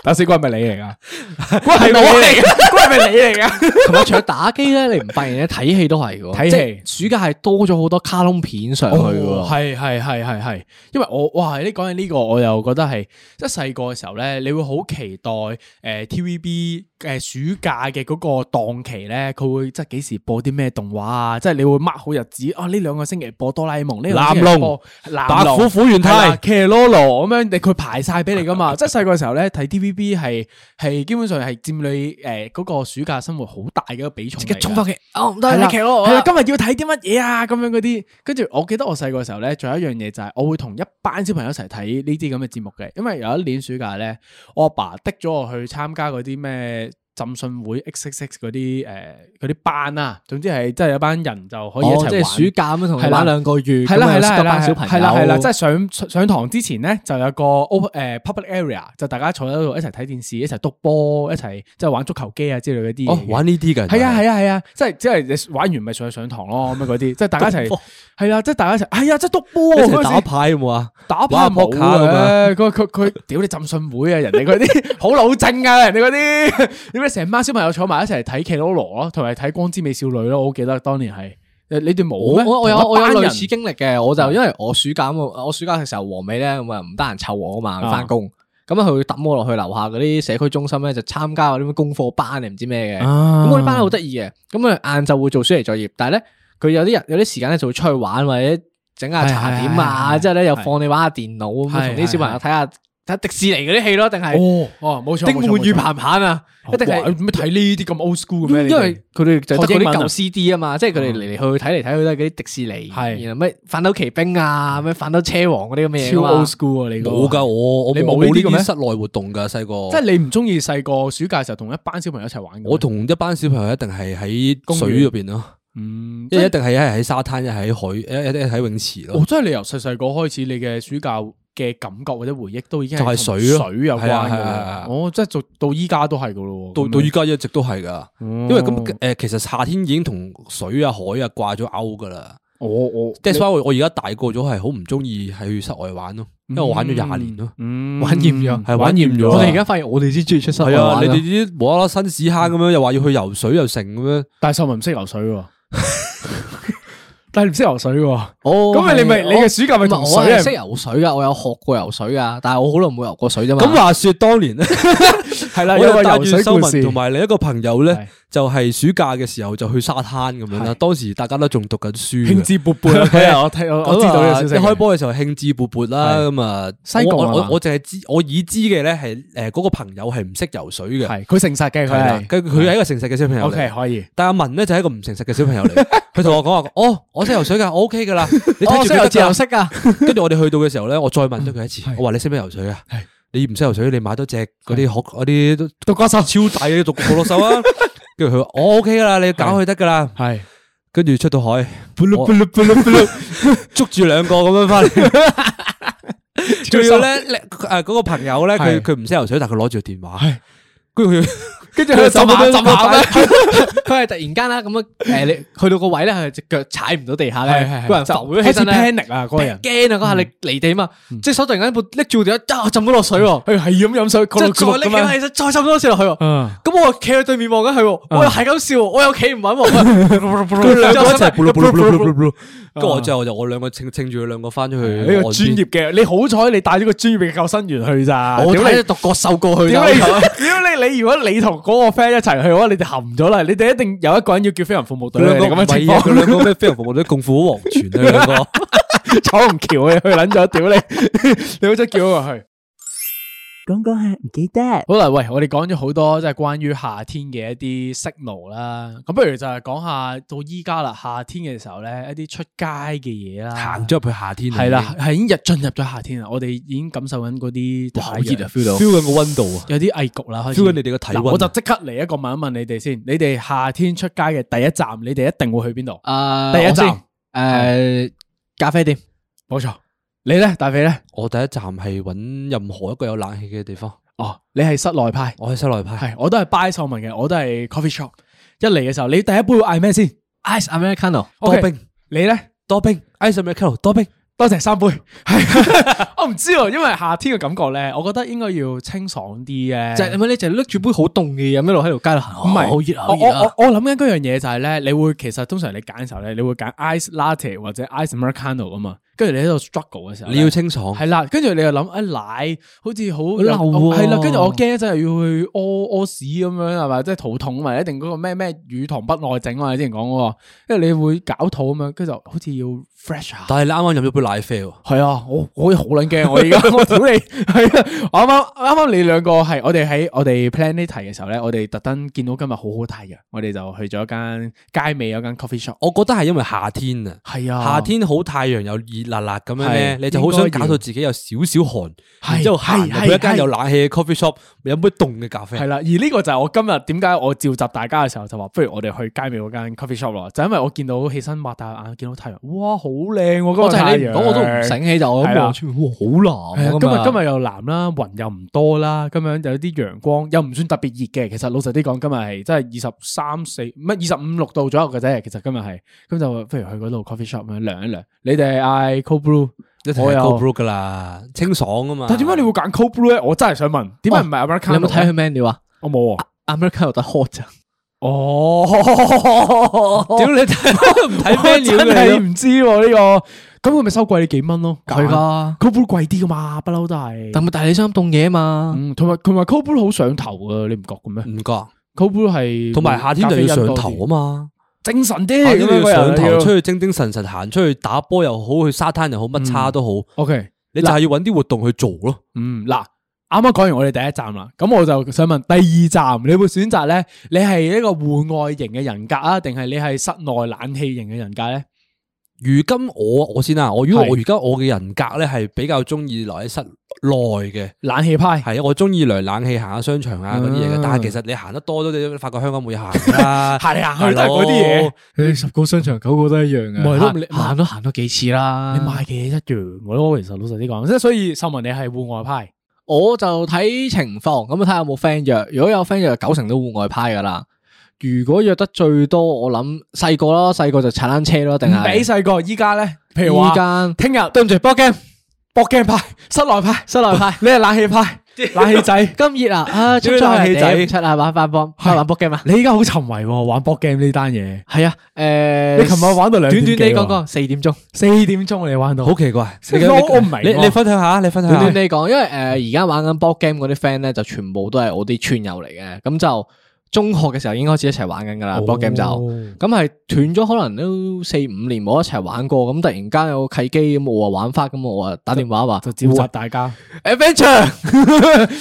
[SPEAKER 2] 打死鬼係咪你嚟㗎？鬼 係咪你嚟㗎？鬼係咪你嚟㗎？
[SPEAKER 1] 同埋除咗打機咧，你唔發現咧睇戲都係嘅喎，
[SPEAKER 2] 睇戲
[SPEAKER 1] 即係暑假係多咗好多卡通片上去嘅
[SPEAKER 2] 哦
[SPEAKER 1] 喎。
[SPEAKER 2] 係係係係係，因為我哇，你講起呢個，我又覺得係即係細個嘅時候咧，你會好期待誒、呃 TVB 誒、呃暑假嘅嗰個檔期咧，佢會即係幾時播啲咩動畫啊？即係你會 mark 好日子啊！呢兩個星期播哆啦 A 夢，呢兩個星期播藍
[SPEAKER 3] 白
[SPEAKER 2] 龍
[SPEAKER 3] 虎虎元
[SPEAKER 2] 係啦
[SPEAKER 3] 泰，
[SPEAKER 2] 騎羅羅咁樣，你佢排晒俾你噶嘛？即係 細個嘅時候咧，睇 TVB 係係基本上係佔你誒嗰個暑假生活好大嘅一個比重嚟
[SPEAKER 1] 即
[SPEAKER 2] 㗎。
[SPEAKER 1] 刻衝翻嘅，哦唔得
[SPEAKER 2] 係啦
[SPEAKER 1] 你騎咯，
[SPEAKER 2] 係啦，今日要睇啲乜嘢啊？咁樣嗰啲，跟住我記得我細個嘅時候咧，仲有一樣嘢就係我會同一班小朋友一齊睇呢啲咁嘅節目嘅，因為有一年暑假咧，我阿爸逼咗我去參加嗰啲咩。浸信會 X X X 嗰啲诶嗰啲班啊，總之係即係有班人就可以一
[SPEAKER 1] 哦，即
[SPEAKER 2] 齊
[SPEAKER 1] 係暑
[SPEAKER 2] 玩。
[SPEAKER 1] 假咁樣同
[SPEAKER 2] 係
[SPEAKER 1] 佢
[SPEAKER 2] 啦
[SPEAKER 1] 玩兩個月，
[SPEAKER 2] 係啦
[SPEAKER 1] 咁
[SPEAKER 2] 係
[SPEAKER 1] 樣
[SPEAKER 2] 啦
[SPEAKER 1] 識
[SPEAKER 2] 係
[SPEAKER 1] 得
[SPEAKER 2] 啦
[SPEAKER 1] 班小朋友，
[SPEAKER 2] 係啦係啦，即係上上堂之前咧就有個 open 诶 public area，就大家坐喺度一齊睇電視，一齊督波，一齊即係玩足球機啊之類嗰啲嘢
[SPEAKER 3] 哦
[SPEAKER 2] 嘅。，
[SPEAKER 3] 玩呢啲嘅，
[SPEAKER 2] 系啊
[SPEAKER 3] 啊，
[SPEAKER 2] 系啊系啊，即系即系你玩完咪上去上堂咯咁樣嗰啲，即系大家一
[SPEAKER 3] 督
[SPEAKER 2] 齊
[SPEAKER 3] 波
[SPEAKER 2] 係啦，即系大家一齊，係啊，即系督波
[SPEAKER 3] 一
[SPEAKER 2] 啊
[SPEAKER 3] 齊
[SPEAKER 2] 嗰陣
[SPEAKER 3] 打
[SPEAKER 2] 時
[SPEAKER 3] 牌有冇啊？
[SPEAKER 2] 打
[SPEAKER 3] 玩
[SPEAKER 2] 牌
[SPEAKER 3] 下
[SPEAKER 2] 冇
[SPEAKER 3] 撲克咁
[SPEAKER 2] 嘅，佢佢佢屌你浸信會啊，人哋嗰啲好老正啊，人哋嗰啲，點解成班小朋友坐埋一齊睇《騎羅羅》咯，同埋睇《光之美少女》咯，我好記得當年係，誒你哋冇
[SPEAKER 1] 我
[SPEAKER 2] 咩？
[SPEAKER 1] 我我有
[SPEAKER 2] 同
[SPEAKER 1] 我
[SPEAKER 2] 一
[SPEAKER 1] 有
[SPEAKER 2] 班
[SPEAKER 1] 類
[SPEAKER 2] 人
[SPEAKER 1] 似經歷嘅，我就因為我暑假咁啊，我暑假嘅時候黃尾咧咁啊唔得閒湊我啊
[SPEAKER 2] 啊
[SPEAKER 1] 嘛，翻工咁啊佢會抌我落去樓下嗰啲社區中心咧就參加嗰啲咩功課班定唔知咩嘅，
[SPEAKER 2] 啊
[SPEAKER 1] 咁我啲班好得意嘅，咁啊晏晝會做暑期作業，但係咧佢有啲人有啲時間咧就會出去玩或者整下茶點
[SPEAKER 2] 係係係
[SPEAKER 1] 啊，
[SPEAKER 2] 係
[SPEAKER 1] 之後咧又放你玩下電腦咁，
[SPEAKER 2] 係
[SPEAKER 1] 同啲小朋友睇下睇迪士尼嗰啲戲咯，定係
[SPEAKER 2] 哦哦冇錯，
[SPEAKER 1] 《丁滿與
[SPEAKER 2] 冇錯
[SPEAKER 1] 彭彭》啊，
[SPEAKER 2] 冇錯
[SPEAKER 1] 一定係
[SPEAKER 2] 哇。咩睇呢啲咁 old school 嘅咩？
[SPEAKER 1] 因為佢哋就得嗰
[SPEAKER 2] 學英
[SPEAKER 1] 啲
[SPEAKER 2] 文啊嗯
[SPEAKER 1] 舊 CD 啊嘛，即係佢哋嚟嚟去去睇嚟睇去都係嗰啲迪士尼，
[SPEAKER 2] 係
[SPEAKER 1] 然後咩《反斗奇兵》啊，咩《反斗車王》嗰啲咁嘅嘢
[SPEAKER 2] 超
[SPEAKER 1] 㗎
[SPEAKER 2] old
[SPEAKER 1] 嘛。
[SPEAKER 2] school 啊，你嗰個
[SPEAKER 3] 冇噶，我我
[SPEAKER 2] 你冇
[SPEAKER 3] 冇
[SPEAKER 2] 呢啲
[SPEAKER 3] 呢
[SPEAKER 2] 嘅咩
[SPEAKER 3] 啲室內活動噶，細個
[SPEAKER 2] 即係你唔中意細個暑假嘅時候同一班小朋友一齊玩嘅咩。
[SPEAKER 3] 我同一班小朋友一定係喺
[SPEAKER 2] 公園
[SPEAKER 3] 水入邊咯，
[SPEAKER 2] 嗯，
[SPEAKER 3] 一
[SPEAKER 2] 即係
[SPEAKER 3] 一定係一係喺沙灘，一係喺海，一一定係喺泳池
[SPEAKER 2] 哦
[SPEAKER 3] 咯，。
[SPEAKER 2] 即係你由細細個開始，你嘅暑假嘅感覺或者回憶都已經
[SPEAKER 3] 就係
[SPEAKER 2] 係同
[SPEAKER 3] 水咯
[SPEAKER 2] 水有關
[SPEAKER 3] 係啊
[SPEAKER 2] 嘅
[SPEAKER 3] 係啊係啊
[SPEAKER 2] 啦。我即係做到依家都係噶咯喎，嗯
[SPEAKER 3] 到到依家一直都係噶，
[SPEAKER 2] 因
[SPEAKER 3] 因為咁誒，其實夏天已經同水啊、海啊掛咗鈎噶啦。
[SPEAKER 2] 我我
[SPEAKER 3] 即係所以我我而家大個咗，係好唔中意係去室外玩咯，因為我玩咗廿年咯。
[SPEAKER 2] 嗯
[SPEAKER 1] 玩厭咗
[SPEAKER 3] 係玩厭咗
[SPEAKER 1] 我哋而家發現我哋先中意出室外
[SPEAKER 3] 係啊，
[SPEAKER 1] 玩
[SPEAKER 3] 你
[SPEAKER 1] 咯
[SPEAKER 3] 哋呢啲無啦啦新屎坑咁樣，又話要去游水又成咁樣。
[SPEAKER 2] 但係秀文唔識游 水喎，但係你唔識游水喎，
[SPEAKER 1] 哦，
[SPEAKER 2] 咁咪你咪
[SPEAKER 1] 係
[SPEAKER 2] 你嘅暑假咪
[SPEAKER 1] 我
[SPEAKER 2] 同
[SPEAKER 1] 唔啊係我
[SPEAKER 2] 水啊
[SPEAKER 1] 係
[SPEAKER 2] 係
[SPEAKER 1] 識游水噶，我有學過游水噶，但係我好耐冇游過水啫嘛。
[SPEAKER 3] 咁話說當年咧，
[SPEAKER 2] 係啦，
[SPEAKER 3] 我
[SPEAKER 2] 有個
[SPEAKER 3] 就帶
[SPEAKER 2] 游
[SPEAKER 3] 住
[SPEAKER 2] 水
[SPEAKER 3] 修
[SPEAKER 2] 故
[SPEAKER 3] 文
[SPEAKER 2] 事
[SPEAKER 3] 同。埋另一個朋友
[SPEAKER 2] 係
[SPEAKER 3] 咧，就係暑假嘅時候就去沙灘咁樣啦。
[SPEAKER 2] 係
[SPEAKER 3] 當時大家都仲讀緊書嘅
[SPEAKER 2] 興。致勃 勃啊！係啊，我睇我我知道呢個消息。
[SPEAKER 3] 一開波嘅時候興致勃勃啦，
[SPEAKER 2] 係
[SPEAKER 3] 咁啊，
[SPEAKER 2] 西貢
[SPEAKER 3] 我我
[SPEAKER 2] 係嘛
[SPEAKER 3] 我我淨係知我已知嘅咧係誒嗰個朋友係唔識游水嘅，
[SPEAKER 2] 係佢誠實嘅，
[SPEAKER 3] 係啦
[SPEAKER 2] 佢係
[SPEAKER 3] 佢佢係一個誠實嘅小朋友嚟
[SPEAKER 2] OK 可以。
[SPEAKER 3] 但阿文咧就係一個唔誠實嘅小朋友嚟，佢同我講話：哦，我識游水哦㗎，我 OK 㗎啦，你睇
[SPEAKER 1] 我
[SPEAKER 3] 住
[SPEAKER 1] 識啊
[SPEAKER 3] 佢啊
[SPEAKER 1] 游
[SPEAKER 3] 得
[SPEAKER 1] 自由
[SPEAKER 2] 哦
[SPEAKER 3] 㗎啦。
[SPEAKER 2] 啊
[SPEAKER 1] 式噶，
[SPEAKER 3] 跟住我哋去到嘅時候咧，我再問咗佢一次，我話你識唔識游水啊
[SPEAKER 2] 係？
[SPEAKER 3] 你唔識游水，你買多隻嗰啲殼嗰啲
[SPEAKER 2] 獨角獸
[SPEAKER 3] 超大嘅獨角獸啊！跟住佢話：我 OK 㗎啦，你搞佢得㗎啦。
[SPEAKER 2] 係
[SPEAKER 3] 跟住出到海，捉住兩個咁樣翻嚟。仲要咧，咧誒嗰個朋友咧，佢
[SPEAKER 2] 係
[SPEAKER 3] 佢唔識游水，但佢攞住個電話，跟住佢
[SPEAKER 2] 跟住佢
[SPEAKER 3] 浸下浸下
[SPEAKER 2] 咧，
[SPEAKER 1] 佢係突然間啦，咁樣啊誒，你去到個位咧，佢隻腳踩唔到地下
[SPEAKER 2] 係係
[SPEAKER 1] 咧，
[SPEAKER 2] 係
[SPEAKER 1] 個人浮咗起身咧。
[SPEAKER 2] 開始 panic 啊！嗰個人，
[SPEAKER 1] 驚啊！嗰下你離地嘛，
[SPEAKER 2] 嗯
[SPEAKER 1] 隻手突然間部拎住條一啊浸咗落水喎，
[SPEAKER 2] 佢係咁飲水，
[SPEAKER 1] 即係再拎起起身，再浸多次落去喎。
[SPEAKER 2] 嗯
[SPEAKER 1] 咁我企喺對面望緊佢喎，
[SPEAKER 2] 啊
[SPEAKER 1] 我又係咁笑喎，我又企唔穩 喎。
[SPEAKER 3] 佢兩個一齊
[SPEAKER 1] 真係
[SPEAKER 3] 咕嚕咕嚕咕嚕咕嚕咕嚕，跟住我最後就我兩個稱稱住佢兩個翻咗去
[SPEAKER 2] 呢個
[SPEAKER 3] 岸
[SPEAKER 2] 專
[SPEAKER 3] 邊
[SPEAKER 2] 業嘅，你好彩你帶咗個專業嘅救生員去咋？
[SPEAKER 1] 我
[SPEAKER 2] 屌
[SPEAKER 1] 睇
[SPEAKER 2] 你
[SPEAKER 1] 你！讀角獸過去
[SPEAKER 2] 屌
[SPEAKER 1] 啦，
[SPEAKER 2] 你！屌你！你如果你同嗰個 friend 一齊去嘅話，你哋含咗啦，你哋一定有一個人要叫飛行服務隊
[SPEAKER 3] 佢兩
[SPEAKER 2] 嚟
[SPEAKER 3] 個
[SPEAKER 2] 咁
[SPEAKER 3] 唔
[SPEAKER 2] 嘅情
[SPEAKER 3] 係啊，佢
[SPEAKER 2] 況，
[SPEAKER 3] 兩個咩飛行服務隊共赴黃泉啊，佢兩個
[SPEAKER 2] 彩虹橋啊，去撚咗，屌你！ 你好想叫嗰個去。
[SPEAKER 4] 讲讲下唔记得。
[SPEAKER 2] 好啦，喂，我哋講咗好多即係關於夏天嘅一啲 signal 啦，咁不如就係講下到依家啦，夏天嘅時候咧，一啲出街嘅嘢啦，
[SPEAKER 3] 行咗入去夏天啊
[SPEAKER 2] 系啦，係已經入進入咗夏天啦，我哋已經感受緊嗰啲
[SPEAKER 1] 好
[SPEAKER 2] 太陽
[SPEAKER 1] 熱啊，feel 到
[SPEAKER 3] ，feel 緊個温度啊
[SPEAKER 2] 有啲翳焗啦，開始
[SPEAKER 3] ，feel 緊你哋嘅體
[SPEAKER 2] 嗱
[SPEAKER 3] 温。
[SPEAKER 2] 我就即刻嚟一個問一問你哋先，你哋夏天出街嘅第一站，你哋一定會去邊度？
[SPEAKER 1] 誒
[SPEAKER 2] 第一啊站
[SPEAKER 1] 啊誒咖啡店，
[SPEAKER 2] 冇錯，你咧，大肥咧，
[SPEAKER 3] 我第一站係揾任何一個有冷氣嘅地方，
[SPEAKER 2] 哦，你係室內派，
[SPEAKER 3] 我喺室內
[SPEAKER 1] 啊
[SPEAKER 3] 派。
[SPEAKER 2] 係我都係 buy 秀文嘅，我都係 coffee shop。一嚟嘅時候，你第一杯會嗌咩先
[SPEAKER 1] Ice Americano，
[SPEAKER 3] 多
[SPEAKER 2] OK，
[SPEAKER 3] 冰
[SPEAKER 2] 你咧？
[SPEAKER 3] 多冰，ice americano 多冰。
[SPEAKER 2] 多謝 三杯，我唔知喎，因為夏天嘅感覺咧，我覺得應該要清爽啲嘅。
[SPEAKER 1] 就係咪你就係拎住杯好凍嘅嘢咁一路喺條街度行，
[SPEAKER 2] 唔係
[SPEAKER 1] 哦好熱啊
[SPEAKER 2] 我
[SPEAKER 1] 好
[SPEAKER 2] 我
[SPEAKER 1] 熱啊！
[SPEAKER 2] 我我谂紧嗰樣嘢就係咧，你會其實通常你揀嘅時候咧，你會揀 ice latte 或者 ice americano 啊嘛，跟住你喺度 struggle 嘅時候呢，
[SPEAKER 3] 你要清爽
[SPEAKER 2] 係，啦，跟住你又諗，哎奶好似哦好
[SPEAKER 1] 流喎
[SPEAKER 2] 係啦，跟住我驚真係要去屙屙屎咁樣係咪？即係肚痛嘛，一定嗰個咩咩乳糖不耐症啊，你之前講嗰個，因為你會搞肚咁樣，跟住就好似要 fresh 下。
[SPEAKER 3] 但係你啱啱飲咗杯奶啡喎，
[SPEAKER 2] 系啊，我我好撚驚，我 而家我屌你，系啊，我啱啱啱啱你兩個係我哋喺我哋 plan 呢題嘅時候咧，我哋特登見到今日好好太陽，我哋就去咗間街尾有間 coffee shop。
[SPEAKER 3] 我覺得係因為夏天啊，
[SPEAKER 2] 係啊，
[SPEAKER 3] 夏天好太陽又熱辣辣咁樣
[SPEAKER 1] 係
[SPEAKER 3] 咧，你就好想
[SPEAKER 1] 應該
[SPEAKER 3] 搞
[SPEAKER 1] 要
[SPEAKER 3] 到自己有少少寒，然
[SPEAKER 2] 係
[SPEAKER 3] 之後
[SPEAKER 2] 係
[SPEAKER 3] 行入去一間
[SPEAKER 2] 係
[SPEAKER 3] 有冷氣嘅 coffee shop，飲杯凍嘅咖啡
[SPEAKER 2] 系。啦，而呢個就係我今日點解我召集大家嘅時候就話，不如我哋去街尾嗰間 coffee shop 咯，就因為我見到起身擘大眼見到太陽，哇，好靚喎！
[SPEAKER 1] 我
[SPEAKER 2] 今
[SPEAKER 1] 就係
[SPEAKER 2] 日太
[SPEAKER 1] 你唔
[SPEAKER 2] 陽
[SPEAKER 1] 講我都唔醒起就我
[SPEAKER 2] 係啦啊
[SPEAKER 1] 望出面，哇好
[SPEAKER 2] 係
[SPEAKER 1] 藍
[SPEAKER 2] 啊
[SPEAKER 1] 啊！
[SPEAKER 2] 今日
[SPEAKER 1] 日
[SPEAKER 2] 今日又藍啦，雲又唔多啦，咁樣有啲陽光，又唔算特別熱嘅。其實老實啲講，今日係真係二十三四，唔係二十五六度左右嘅啫。其實今日係，咁就不如去嗰度 coffee shop 咁樣涼一涼。你哋係嗌 cold brew，
[SPEAKER 3] 一定
[SPEAKER 2] 我
[SPEAKER 3] 係
[SPEAKER 2] 又
[SPEAKER 3] cold brew 噶啦，清爽啊嘛。
[SPEAKER 2] 但係點解你會揀 cold brew 咧？我真係想問，點解唔係 American？
[SPEAKER 1] 你有冇睇佢 menu 啊
[SPEAKER 2] 我冇喎。
[SPEAKER 1] ？Americano 得 hot 咋？
[SPEAKER 2] 哦，
[SPEAKER 3] 屌你睇唔 睇
[SPEAKER 2] 咩
[SPEAKER 3] 咩
[SPEAKER 2] 料嘅？
[SPEAKER 3] 料嘅
[SPEAKER 2] 真係？唔知喎呢個，咁佢咪收貴你幾蚊咯？
[SPEAKER 1] 佢噶，
[SPEAKER 2] ，cold brew 貴啲噶嘛，不嬲都係。
[SPEAKER 1] 但但係你想凍嘢啊嘛？
[SPEAKER 2] 嗯，同埋同埋 cold brew 好上頭啊，你唔覺嘅咩
[SPEAKER 3] 唔覺，
[SPEAKER 2] ？cold brew 係
[SPEAKER 3] 嗯同埋夏天就要上
[SPEAKER 2] 咖啡因多啲
[SPEAKER 3] 頭啊嘛。
[SPEAKER 2] 精神啲
[SPEAKER 3] 啊因為
[SPEAKER 2] 咁
[SPEAKER 3] 要
[SPEAKER 2] 樣
[SPEAKER 3] 上
[SPEAKER 2] 個人
[SPEAKER 3] 頭，
[SPEAKER 2] 要
[SPEAKER 3] 出去精精神神行出去打波又好，去沙灘又好，乜
[SPEAKER 2] 嗯
[SPEAKER 3] 叉都好，
[SPEAKER 2] OK，
[SPEAKER 3] 你就係要揾啲活動去做咯。
[SPEAKER 2] 嗯，嗱，啱啱講完我哋第一站啦，咁我就想問第二站，你會選擇咧？你係一個戶外型嘅人格啊，定係你係室內冷氣型嘅人格咧？
[SPEAKER 3] 如今我我先啊啦，我如果
[SPEAKER 2] 係
[SPEAKER 3] 我而家我嘅人格咧係比較中意留喺室內嘅，
[SPEAKER 2] 冷氣派
[SPEAKER 3] 係啊，我中意涼冷氣行下商場啊嗰啲嘢
[SPEAKER 2] 啊。
[SPEAKER 3] 嘅。但係其實你行得多咗，你都發覺香港每日行㗎啦
[SPEAKER 2] 行嚟 行
[SPEAKER 3] 大
[SPEAKER 2] 去都係
[SPEAKER 3] 佬
[SPEAKER 2] 嗰啲嘢，
[SPEAKER 1] 你十個商場九個都一樣
[SPEAKER 2] 嗯唔係咯你
[SPEAKER 1] 行都行多幾次啦。
[SPEAKER 2] 你買嘅嘢一樣嘅咯。其實老實啲講，即係所以秀文你係戶外派，
[SPEAKER 1] 我就睇情況，咁啊睇下有冇 friend 約。如果有 friend 約，九成都戶外派噶啦。如果約得最多，我諗細個啦，細個就踩單車咯，定
[SPEAKER 2] 唔俾
[SPEAKER 1] 係
[SPEAKER 2] 細個。依家咧，譬如
[SPEAKER 1] 依
[SPEAKER 2] 話
[SPEAKER 1] 間
[SPEAKER 2] 聽日
[SPEAKER 1] 對唔住波 game
[SPEAKER 2] 搏鏡派、室內派、。
[SPEAKER 1] 室內派
[SPEAKER 2] 你係冷氣派、冷氣仔。
[SPEAKER 1] 咁熱啊！ 啊，出咗
[SPEAKER 3] 冷氣
[SPEAKER 1] 嚟
[SPEAKER 3] 仔
[SPEAKER 1] 頂唔出啊，玩翻波，
[SPEAKER 2] 係
[SPEAKER 1] 玩波 game 啊！
[SPEAKER 2] 你依家好沉迷喎，玩搏 game 呢單嘢。
[SPEAKER 1] 係啊，誒，
[SPEAKER 2] 你琴日玩到
[SPEAKER 1] 短
[SPEAKER 2] 兩
[SPEAKER 1] 短
[SPEAKER 2] 點幾
[SPEAKER 1] 地
[SPEAKER 2] 喎啊
[SPEAKER 1] 講講四點鐘。
[SPEAKER 2] 四點鐘你玩到，
[SPEAKER 3] 好奇怪，
[SPEAKER 2] 你
[SPEAKER 3] 你
[SPEAKER 2] 我我唔明
[SPEAKER 3] 你
[SPEAKER 2] 喎
[SPEAKER 3] 你分享下，你分享
[SPEAKER 1] 短短
[SPEAKER 3] 下。
[SPEAKER 1] 地講，因為誒而家玩緊 board game 嗰啲 friend 咧，就全部都係我啲村友嚟嘅，咁就中學嘅時候已經開始一齊玩緊噶啦
[SPEAKER 2] 哦
[SPEAKER 1] 啊，board game 就咁係斷咗，可能都四五年冇一齊玩過，咁突然間有個契機，咁我話玩翻，咁我啊打電話話
[SPEAKER 2] 就召集大家。
[SPEAKER 1] 喂 adventure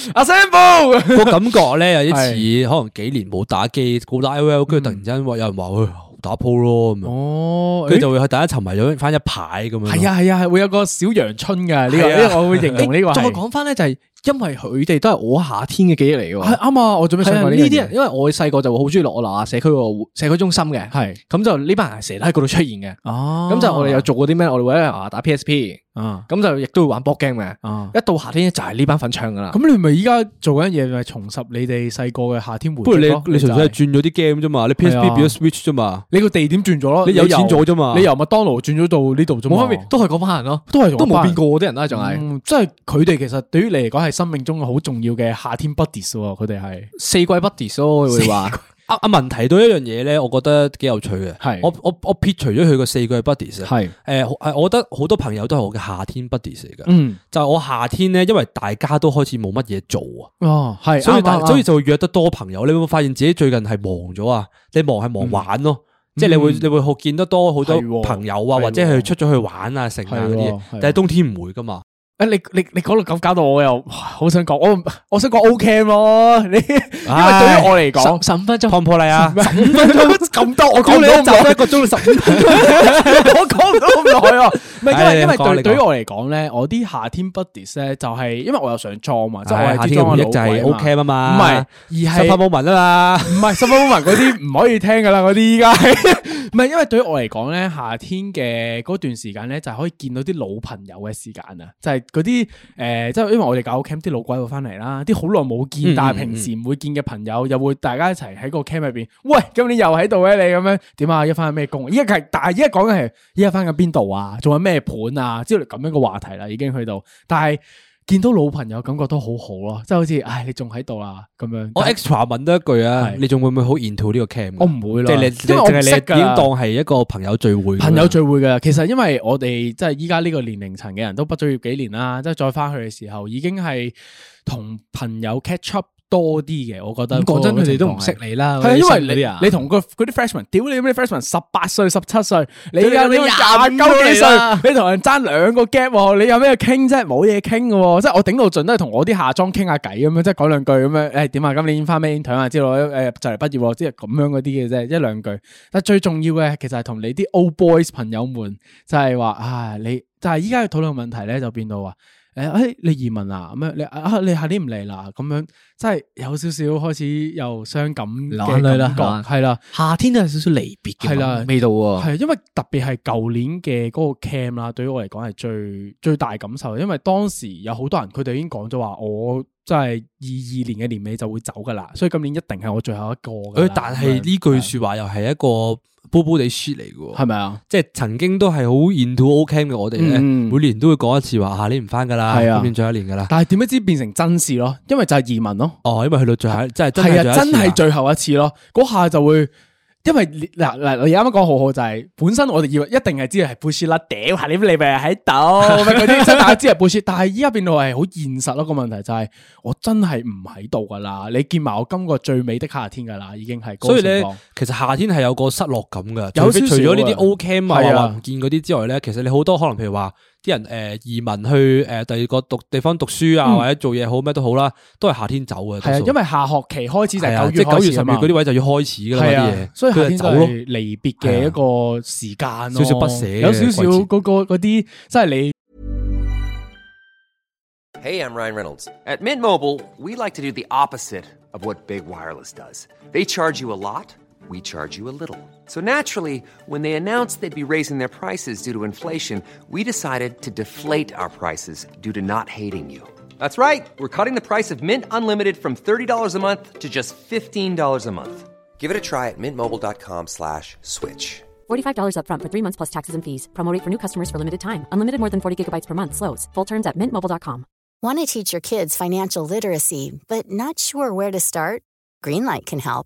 [SPEAKER 1] assemble，
[SPEAKER 3] 個感覺咧有啲
[SPEAKER 2] 係
[SPEAKER 3] 似可能幾年冇打機，冇打 L O L，跟住突然之間話有人話喂打鋪咯咁樣。
[SPEAKER 2] 嗯哦
[SPEAKER 3] 佢就會去大家沉迷咗翻一排咁樣咯。
[SPEAKER 2] 系啊係啊，係會有個小陽春嘅呢個，
[SPEAKER 3] 係啊
[SPEAKER 2] 呢個我會形容呢個
[SPEAKER 1] 再
[SPEAKER 2] 係。
[SPEAKER 1] 講翻咧，就係因為佢哋都係我夏天嘅記憶嚟
[SPEAKER 2] 係
[SPEAKER 1] 嘅
[SPEAKER 2] 啱啊！我準
[SPEAKER 1] 喎，
[SPEAKER 2] 備想
[SPEAKER 1] 係啊
[SPEAKER 2] 講
[SPEAKER 1] 呢
[SPEAKER 2] 樣
[SPEAKER 1] 啲人，因為我細個就會好中意落我樓啊下社區個社區中心嘅，
[SPEAKER 2] 嘢係
[SPEAKER 1] 咁就呢班人成日都喺嗰度出現嘅，
[SPEAKER 2] 哦
[SPEAKER 1] 咁就我哋有做過啲咩？我哋會喺樓下打 PSP。
[SPEAKER 2] 啊
[SPEAKER 1] 咁就亦都會玩 board game 嘅。
[SPEAKER 2] 啊。
[SPEAKER 1] 一到夏天就係呢班粉唱噶啦。
[SPEAKER 2] 咁你咪依家做緊嘢，咪重拾你哋細個嘅夏天回憶
[SPEAKER 3] 不如你
[SPEAKER 2] 咯
[SPEAKER 3] 你純粹
[SPEAKER 2] 就
[SPEAKER 3] 係
[SPEAKER 2] 係
[SPEAKER 3] 轉咗啲 game 啫嘛，你
[SPEAKER 2] 係
[SPEAKER 3] PSP
[SPEAKER 2] 啊
[SPEAKER 3] 變咗 Switch 啫嘛，
[SPEAKER 2] 你個地點轉咗咯，
[SPEAKER 3] 你有錢
[SPEAKER 2] 由
[SPEAKER 3] 咗啫嘛，
[SPEAKER 2] 你由麥當勞轉咗到呢度啫嘛，
[SPEAKER 1] 冇分別，都係嗰班人咯，
[SPEAKER 2] 都係
[SPEAKER 1] 都冇變
[SPEAKER 2] 過，
[SPEAKER 1] 過喎啲人啦，仲係
[SPEAKER 2] 嗯即係佢哋其實對於你嚟講係生命中好重要嘅夏天 buddies 喎，佢哋係
[SPEAKER 1] 四季 buddies 咯，會話
[SPEAKER 3] 阿阿文提到一樣嘢咧，我覺得幾有趣嘅。
[SPEAKER 2] 係
[SPEAKER 3] 我我我撇除咗佢個四個 buddies 啊，
[SPEAKER 2] 係
[SPEAKER 3] 誒係我覺得好多朋友都係我嘅夏天 buddies 嚟嘅。
[SPEAKER 2] 嗯
[SPEAKER 3] 就係我夏天咧，因為大家都開始冇乜嘢做啊，
[SPEAKER 2] 哦係，
[SPEAKER 3] 所
[SPEAKER 2] 啱
[SPEAKER 3] 以大
[SPEAKER 2] 啱
[SPEAKER 3] 所以
[SPEAKER 2] 啱
[SPEAKER 3] 就會約得多朋友。你會唔會發現自己最近係忙咗啊？你忙係忙玩咯，即係你會
[SPEAKER 2] 嗯
[SPEAKER 3] 你會好見得多好多
[SPEAKER 2] 係喎
[SPEAKER 3] 朋友
[SPEAKER 2] 係
[SPEAKER 3] 啊，
[SPEAKER 2] 喎
[SPEAKER 3] 或者係出咗去玩啊、成啊嗰
[SPEAKER 2] 係
[SPEAKER 3] 啲
[SPEAKER 2] 喎
[SPEAKER 3] 嘢
[SPEAKER 2] 係。
[SPEAKER 3] 但係冬天唔會噶嘛。
[SPEAKER 2] 誒你你你講到咁搞到我又哇好想講，我我想講 O K 咯，你因為對於我嚟講。
[SPEAKER 1] 十十五分鐘。
[SPEAKER 3] 湯破例 啊！
[SPEAKER 2] 五分鐘咁多，我
[SPEAKER 3] 講
[SPEAKER 2] 講
[SPEAKER 3] 你
[SPEAKER 2] 唔
[SPEAKER 3] 一
[SPEAKER 2] 到咁
[SPEAKER 3] 集
[SPEAKER 2] 耐
[SPEAKER 3] 一，個鐘十五
[SPEAKER 2] 我講唔到咁耐啊！唔係因
[SPEAKER 3] 唉
[SPEAKER 2] 為因
[SPEAKER 3] 你講
[SPEAKER 2] 為對
[SPEAKER 3] 你
[SPEAKER 2] 對於
[SPEAKER 3] 講
[SPEAKER 2] 我嚟講咧，我啲夏天 buddies 咧就係因為我又上妝嘛，即係
[SPEAKER 3] 唉
[SPEAKER 2] 我
[SPEAKER 3] 夏
[SPEAKER 2] 係
[SPEAKER 3] 天
[SPEAKER 2] 啲
[SPEAKER 3] 嘅
[SPEAKER 2] 妝
[SPEAKER 3] 回
[SPEAKER 2] 嘅
[SPEAKER 3] 憶就係
[SPEAKER 2] 係
[SPEAKER 3] O K 啊嘛，
[SPEAKER 2] 唔係而係
[SPEAKER 3] 十拍冇文啊嘛，
[SPEAKER 2] 唔係十分 moment 嗰啲唔可以聽噶啦，嗰啲依家係 唔係因為對於我嚟講咧，夏天嘅嗰段時間咧就係可以見到啲老朋友嘅時間啊，就係嗰啲誒，即係因為我哋搞 camp 啲老鬼會翻嚟啦，啲好耐冇見，
[SPEAKER 3] 嗯
[SPEAKER 2] 但係平時唔會見嘅朋友又會大家一齊喺個 camp 入邊，喂，今年又喺度嘅你咁樣點啊？一翻咩工？依家係但係依家講緊係依家翻緊邊度啊？仲有咩盤啊？之類咁樣嘅話題啦，已經去到，但係。見到老朋友感覺都好好咯，即係好似，唉，你仲喺度啊咁樣。
[SPEAKER 3] 我 extra 問多一句啊
[SPEAKER 2] 係，
[SPEAKER 3] 你仲會唔會好 into 呢個 cam？
[SPEAKER 2] 我唔會啦，
[SPEAKER 3] 即係你，
[SPEAKER 2] 因為我
[SPEAKER 3] 淨
[SPEAKER 2] 唔
[SPEAKER 3] 係你
[SPEAKER 2] 識
[SPEAKER 3] 已經
[SPEAKER 2] 㗎啦
[SPEAKER 3] 當係一個朋友聚會咁樣。
[SPEAKER 2] 朋友聚會嘅。其實因為我哋即係依家呢個年齡層嘅人都畢咗業幾年啦，即係再翻去嘅時候已經係同朋友 catch up 多啲嘅。我覺得
[SPEAKER 1] 咁講真，
[SPEAKER 2] 嗰個
[SPEAKER 1] 佢
[SPEAKER 2] 情況
[SPEAKER 1] 哋都唔識你啦。
[SPEAKER 2] 係啊，因為
[SPEAKER 1] 嗰
[SPEAKER 2] 你
[SPEAKER 1] 啲啊
[SPEAKER 2] 你同個嗰啲 freshman，屌你咩 freshman，十八歲、十七歲，你
[SPEAKER 1] 屌
[SPEAKER 2] 而
[SPEAKER 1] 你你
[SPEAKER 2] 家你廿
[SPEAKER 1] 廿五
[SPEAKER 2] 九幾
[SPEAKER 1] 嚟啦
[SPEAKER 2] 歲，你同人爭兩個 gap，喎你有咩傾啫？冇嘢傾嘅喎，即係我頂到盡都係同我啲下莊傾下偈咁樣，即係講兩句咁樣，誒點啊？今年翻咩 intern 啊之類，誒就嚟畢業喎，即係咁樣嗰啲嘅啫，一兩句。但最重要嘅其實係同你啲 old boys 朋友們，就係話啊，你但係依家嘅討論問題咧就變到話，诶、哎你移民啊，咁樣你啊你下年唔嚟啦，咁樣真係有少少開始又傷感
[SPEAKER 1] 流
[SPEAKER 2] 嘅
[SPEAKER 1] 眼淚啦
[SPEAKER 2] 感覺，
[SPEAKER 1] 係嘛
[SPEAKER 2] 係啦，
[SPEAKER 1] 夏天都有少少離別嘅
[SPEAKER 2] 係啦
[SPEAKER 1] 味道
[SPEAKER 3] 哦
[SPEAKER 1] 喎。
[SPEAKER 2] 係因為特別係舊年嘅嗰個 cam 啦，對於我嚟講係最最大感受，因為當時有好多人佢哋已經講咗話，我真係二二年嘅年尾就會走噶啦，所以今年一定係我最後一個㗎啦。啊
[SPEAKER 3] 誒，但係呢句说話又係一個煲煲地 shit 嚟嘅喎，
[SPEAKER 2] 係咪啊？
[SPEAKER 3] 即係曾經都係好 into Ocam 嘅我哋咧，
[SPEAKER 2] 嗯
[SPEAKER 3] 每年都會講一次話下年唔翻噶啦，
[SPEAKER 2] 係啊
[SPEAKER 3] 今年最後一年噶啦。
[SPEAKER 2] 但係點不知變成真事咯，因為就係移民咯。
[SPEAKER 3] 哦，因為去到最後一，真係真
[SPEAKER 2] 係
[SPEAKER 3] 係
[SPEAKER 2] 啊，真係最後一次咯。嗰下就會，因為你嗱嗱，你啱啱講好好就係、本身我哋以為一定係知道係 push 啦，屌下你你咪喺度咁樣嗰啲，真係知係 push。但係依家變到係好現實咯。個問題就係、我真係唔喺度噶啦，你見埋我今個最美的夏天噶啦，已經係嗰個
[SPEAKER 3] 所以
[SPEAKER 2] 情
[SPEAKER 3] 咧
[SPEAKER 2] 況。，
[SPEAKER 3] 其實夏天係有個失落感嘅。
[SPEAKER 2] 有
[SPEAKER 3] 除非
[SPEAKER 2] 少少
[SPEAKER 3] 除咗呢
[SPEAKER 2] 啊
[SPEAKER 3] 啲 O Cam 啊，
[SPEAKER 2] 係啊
[SPEAKER 3] 話唔見嗰啲之外咧，其實你好多可能譬如話啲人诶移民去诶第二個讀地方讀書啊，
[SPEAKER 2] 嗯
[SPEAKER 3] 或者做嘢好咩都好啦，都係夏天走嘅。
[SPEAKER 2] 係啊，因
[SPEAKER 3] 為
[SPEAKER 2] 為下學期開始就係九
[SPEAKER 3] 即
[SPEAKER 2] 月
[SPEAKER 3] 係九
[SPEAKER 2] 開
[SPEAKER 3] 月
[SPEAKER 2] 始
[SPEAKER 3] 十月
[SPEAKER 2] 啊嘛
[SPEAKER 3] 嗰啲位就要開始噶啦
[SPEAKER 2] 係
[SPEAKER 3] 啲
[SPEAKER 2] 啊
[SPEAKER 3] 嘢，，
[SPEAKER 2] 所以夏
[SPEAKER 3] 佢
[SPEAKER 2] 天
[SPEAKER 3] 就
[SPEAKER 2] 就
[SPEAKER 3] 走咯。
[SPEAKER 2] 係離別嘅一個時間咯，
[SPEAKER 3] 啊少少不捨嘅
[SPEAKER 2] 有少少
[SPEAKER 3] 季節
[SPEAKER 2] 嗰個嗰啲，即係你
[SPEAKER 5] Hey, I'm Ryan Reynolds. At Mint Mobile, we like to do the opposite of what Big Wireless does. They charge you a lot, we charge you a little. So naturally, when they announced they'd be raising their prices due to inflation, we decided to deflate our prices due to not hating you. That's right. We're cutting the price of Mint Unlimited from $30 a month to just $15 a month. Give it a try at mintmobile.com slash switch.
[SPEAKER 6] $45 upfront for three months plus taxes and fees. Promo rate for new customers for limited time. Unlimited more than 40 gigabytes per month. Slows. Full terms at mintmobile.com.
[SPEAKER 7] Want to teach your kids financial literacy, but not sure where to start? Greenlight can help.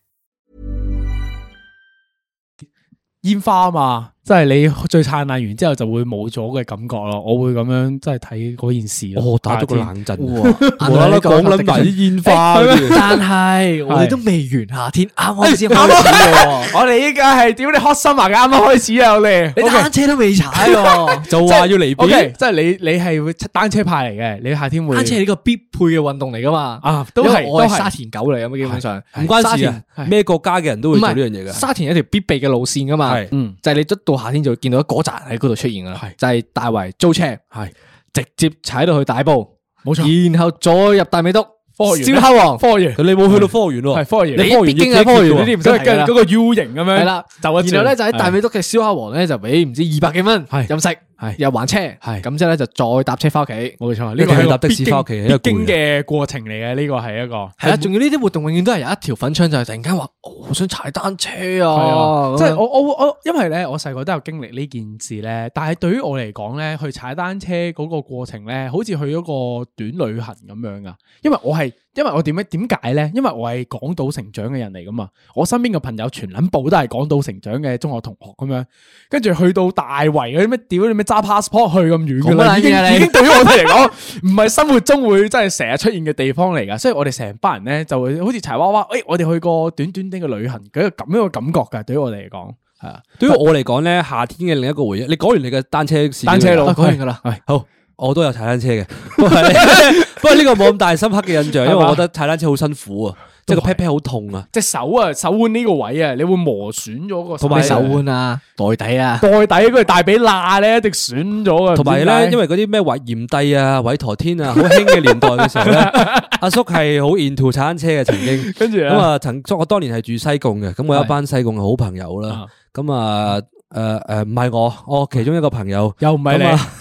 [SPEAKER 2] 煙花啊嘛，即係你最燦爛完之後就會冇咗嘅感覺咯。我會咁樣即係睇嗰件事咯。
[SPEAKER 3] 哦，打咗個
[SPEAKER 2] 夏天
[SPEAKER 3] 冷震，
[SPEAKER 1] 哇
[SPEAKER 3] 無啦啦講撚埋啲煙 花
[SPEAKER 2] 哎
[SPEAKER 3] 嗰啲。
[SPEAKER 1] 但係我哋都未完夏天，啱啱先啊開始喎。
[SPEAKER 2] 我哋依家係屌你 hot summer 嘅啱啱開始啊！我哋
[SPEAKER 1] 你單車都未踩 喎，
[SPEAKER 3] 就話要離
[SPEAKER 2] O
[SPEAKER 3] 別
[SPEAKER 2] K，。即係你你係會單車派嚟嘅，你夏天會
[SPEAKER 1] 單車係呢個必配嘅運動嚟噶嘛？
[SPEAKER 2] 啊都係
[SPEAKER 1] 因為我
[SPEAKER 2] 都
[SPEAKER 1] 係
[SPEAKER 2] 係
[SPEAKER 1] 沙田狗嚟咁，基本上
[SPEAKER 3] 唔關
[SPEAKER 1] 沙
[SPEAKER 3] 事
[SPEAKER 1] 田
[SPEAKER 3] 啊，
[SPEAKER 2] 係
[SPEAKER 3] 咩國家嘅人都會做呢樣嘢
[SPEAKER 1] 唔係
[SPEAKER 3] 嘅。
[SPEAKER 1] 沙田有一條必備嘅路線噶嘛，
[SPEAKER 3] 係
[SPEAKER 1] 嗯就係你一到夏天就會見到一嗰站喺嗰度出現噶啦
[SPEAKER 2] 係，
[SPEAKER 1] 就係大圍租車，
[SPEAKER 2] 係
[SPEAKER 1] 直接踩到去大埔，
[SPEAKER 2] 冇錯
[SPEAKER 1] 然後再入大美督
[SPEAKER 2] 科學園
[SPEAKER 1] 燒烤王，
[SPEAKER 2] 科園
[SPEAKER 3] 佢你冇去到科學園
[SPEAKER 2] 係
[SPEAKER 3] 喎，
[SPEAKER 2] 科園，
[SPEAKER 1] 你
[SPEAKER 2] 科園
[SPEAKER 1] 必經
[SPEAKER 2] 要
[SPEAKER 1] 係科園
[SPEAKER 2] 自己
[SPEAKER 1] 呢啲唔使
[SPEAKER 2] 決
[SPEAKER 1] 提
[SPEAKER 2] 定
[SPEAKER 1] 啦
[SPEAKER 2] 嗰個 U 型咁樣
[SPEAKER 1] 係啦，
[SPEAKER 2] 走一轉
[SPEAKER 1] 然後咧就喺大
[SPEAKER 2] 係
[SPEAKER 1] 美督嘅燒烤王咧就俾唔知二百幾蚊
[SPEAKER 2] 係
[SPEAKER 1] 飲食，
[SPEAKER 2] 係
[SPEAKER 1] 又還車，咁之後咧就再搭車翻屋企。
[SPEAKER 2] 冇錯，
[SPEAKER 3] 一
[SPEAKER 2] 呢個
[SPEAKER 3] 定要
[SPEAKER 2] 係
[SPEAKER 3] 搭的士返屋企因
[SPEAKER 2] 必
[SPEAKER 3] 為攰啊
[SPEAKER 2] 經嘅過程嚟嘅，呢個係一個
[SPEAKER 1] 係啦，仲要呢啲活動永遠都係有一條粉腸，就係突然間話哦我想踩單車啊，
[SPEAKER 2] 係啊，即係
[SPEAKER 1] 我
[SPEAKER 2] 我我我，因為咧我細個都有經歷呢件事咧，但係對於我嚟講咧，去踩單車嗰個過程咧，好似去咗個短旅行咁樣噶。因為我係，因為我點樣點解咧？因為我係港島成長嘅人嚟噶嘛，我身邊嘅朋友全撚部都係港島成長嘅中學同學咁樣，跟住去到大圍嗰啲咩屌你咩揸 passport 去咁遠噶啦，
[SPEAKER 1] 講乜撚嘢
[SPEAKER 2] 已經
[SPEAKER 1] 啊你
[SPEAKER 2] 已經對於我哋嚟講， 唔係生活中會真係成日出現嘅地方嚟噶，所以我哋成班人咧就會好似柴娃娃，誒、我哋去過短短啲嘅旅行，佢有咁樣嘅感覺㗎，對於我哋嚟講，係啊，
[SPEAKER 3] 對於我嚟講咧，夏天嘅另一個回憶。你講完你嘅單車事件
[SPEAKER 2] 單車
[SPEAKER 3] 未
[SPEAKER 2] 佬
[SPEAKER 3] 啊
[SPEAKER 1] 講完㗎啦，
[SPEAKER 2] 係
[SPEAKER 3] 好，我都有踩單 車嘅，不過呢 不過呢個冇咁大深刻嘅印象，因為
[SPEAKER 2] 係嘛
[SPEAKER 3] 我覺得踩單車好辛苦啊，即係個 pat pat 好痛啊。
[SPEAKER 2] 隻手啊，手腕呢個位啊，你會磨損咗個
[SPEAKER 3] 同埋
[SPEAKER 1] 你手腕啊、袋底 啊，
[SPEAKER 2] 袋底嗰個大髀罅咧，一定損咗嘅，
[SPEAKER 3] 同埋咧，因為嗰啲咩偉炎帝啊、偉陀天啊，好 興嘅年代嘅時候咧，阿叔係好 into 踩單車嘅曾經。
[SPEAKER 2] 跟住
[SPEAKER 3] 咁
[SPEAKER 2] 啊，
[SPEAKER 3] 啊，曾叔我當年係住西貢嘅，咁我有一班西貢嘅好朋友啦
[SPEAKER 2] 啊。
[SPEAKER 3] 咁啊，誒誒，唔係我，我其中一個朋友。
[SPEAKER 2] 又唔係
[SPEAKER 3] 咁
[SPEAKER 2] 你
[SPEAKER 3] 啊，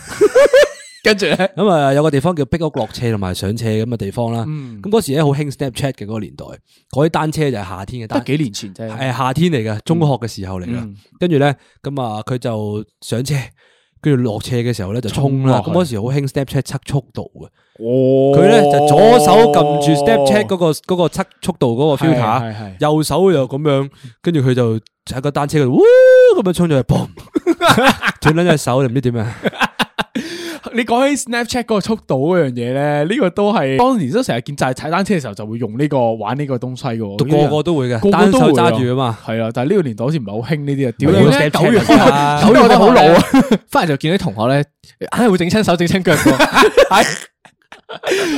[SPEAKER 2] 跟住咧，
[SPEAKER 3] 咁啊，有個地方叫壁屋落斜同埋上斜咁嘅地方啦。
[SPEAKER 2] 嗯
[SPEAKER 3] 咁嗰時咧好興 Snapchat 嘅嗰個年代，嗰啲單車就係夏天嘅
[SPEAKER 2] 得
[SPEAKER 3] 單，
[SPEAKER 2] 幾年前啫，
[SPEAKER 3] 誒夏天嚟嘅，中學嘅時候嚟
[SPEAKER 2] 嗯
[SPEAKER 3] 嘅。跟住咧，咁啊佢就上車，跟住落斜嘅時候咧就衝啦。咁
[SPEAKER 2] 衝
[SPEAKER 3] 嗰
[SPEAKER 2] 落
[SPEAKER 3] 時好興 Snapchat 測速度嘅，
[SPEAKER 2] 哦
[SPEAKER 3] 佢咧就左手撳住 Snapchat 嗰個嗰個測速度嗰個 filter，
[SPEAKER 2] 係係係
[SPEAKER 3] 右手又咁樣，跟住佢就喺個 單車度，呜咁樣衝咗去，砰，斷撚隻手，你唔知點啊！
[SPEAKER 2] 你講起 Snapchat 嗰個速度嗰樣嘢咧，呢個都係當年都成日見，就係踩單車嘅時候就會用呢個玩呢個東西嘅
[SPEAKER 3] 個
[SPEAKER 2] 喎。
[SPEAKER 3] 個都會
[SPEAKER 2] 啊個
[SPEAKER 3] 嘅，
[SPEAKER 2] 個
[SPEAKER 3] 單
[SPEAKER 2] 都會
[SPEAKER 3] 手揸住啊嘛。
[SPEAKER 2] 係啊，但係呢個年代好似唔係好興呢啲啊。屌
[SPEAKER 3] 咪
[SPEAKER 2] 你
[SPEAKER 3] 要
[SPEAKER 2] 咧，
[SPEAKER 3] Snapchat
[SPEAKER 2] 九月之後，
[SPEAKER 3] 啊
[SPEAKER 2] 九月我哋好 老啊。
[SPEAKER 1] 翻嚟就見到啲同學咧，硬係會整親手整親腳嘅。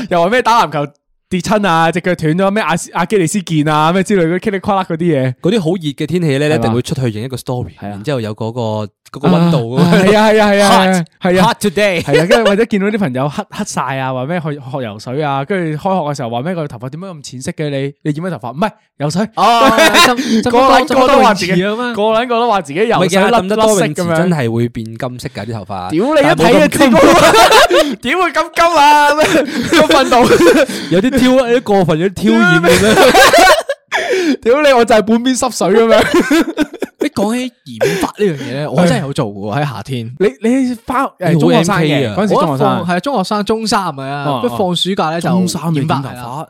[SPEAKER 2] 又話咩打籃球跌親啊，隻腳斷咗，咩阿阿基里斯腱啊，咩之類嗰啲噼里呱啦嗰啲 嘢。
[SPEAKER 3] 嗰啲好熱嘅天氣咧，你一定
[SPEAKER 2] 嘛
[SPEAKER 3] 會出去影一個 story，
[SPEAKER 1] 係啊
[SPEAKER 3] 然之後有嗰個嗰個温度
[SPEAKER 2] 啊係啊係啊係啊
[SPEAKER 3] Hot
[SPEAKER 2] 係啊
[SPEAKER 3] Hot today，
[SPEAKER 2] 係啊，跟住 或者見到啲朋友黑黑晒啊，話咩去學游水啊，跟住開學嘅時候話咩個頭髮點解咁淺色嘅你？你染咩頭髮？唔係游水。
[SPEAKER 1] 哦，
[SPEAKER 2] 個撚個都話自己，
[SPEAKER 1] 啊嘛
[SPEAKER 2] 個。撚個都話自己
[SPEAKER 3] 唔係
[SPEAKER 2] 游水
[SPEAKER 3] 嘅，
[SPEAKER 2] 甩
[SPEAKER 3] 冧得
[SPEAKER 2] 甩
[SPEAKER 3] 多
[SPEAKER 2] 色
[SPEAKER 3] 泳池
[SPEAKER 2] 咁
[SPEAKER 3] 真
[SPEAKER 2] 樣。
[SPEAKER 3] 係會變金色㗎啲頭
[SPEAKER 2] 屌
[SPEAKER 3] 髮。
[SPEAKER 2] 你一
[SPEAKER 3] 但係
[SPEAKER 2] 睇
[SPEAKER 3] 冇
[SPEAKER 2] 就
[SPEAKER 3] 咁
[SPEAKER 2] 知
[SPEAKER 3] 金
[SPEAKER 2] 喎，點會咁金啊？咩咁憤怒？
[SPEAKER 3] 有啲挑，有啲過分，有啲挑染咁樣。
[SPEAKER 2] 屌你，我就係半邊濕水咁樣。
[SPEAKER 1] 你講起染髮呢樣 嘢咧，我真係有做嘅喎喺夏天。
[SPEAKER 2] 你你翻誒
[SPEAKER 3] 好
[SPEAKER 2] 中學生
[SPEAKER 3] MK
[SPEAKER 2] 嘅
[SPEAKER 3] 啊
[SPEAKER 2] 嗰陣時，
[SPEAKER 1] 我
[SPEAKER 2] 中
[SPEAKER 1] 一
[SPEAKER 2] 學生
[SPEAKER 1] 放係中學生中三係咪啊？
[SPEAKER 2] 哦
[SPEAKER 1] 一放暑假咧就
[SPEAKER 2] 中三你
[SPEAKER 1] 染
[SPEAKER 2] 染
[SPEAKER 1] 髮
[SPEAKER 2] 頭
[SPEAKER 1] 係啊啦
[SPEAKER 2] 髮，
[SPEAKER 1] 咁黃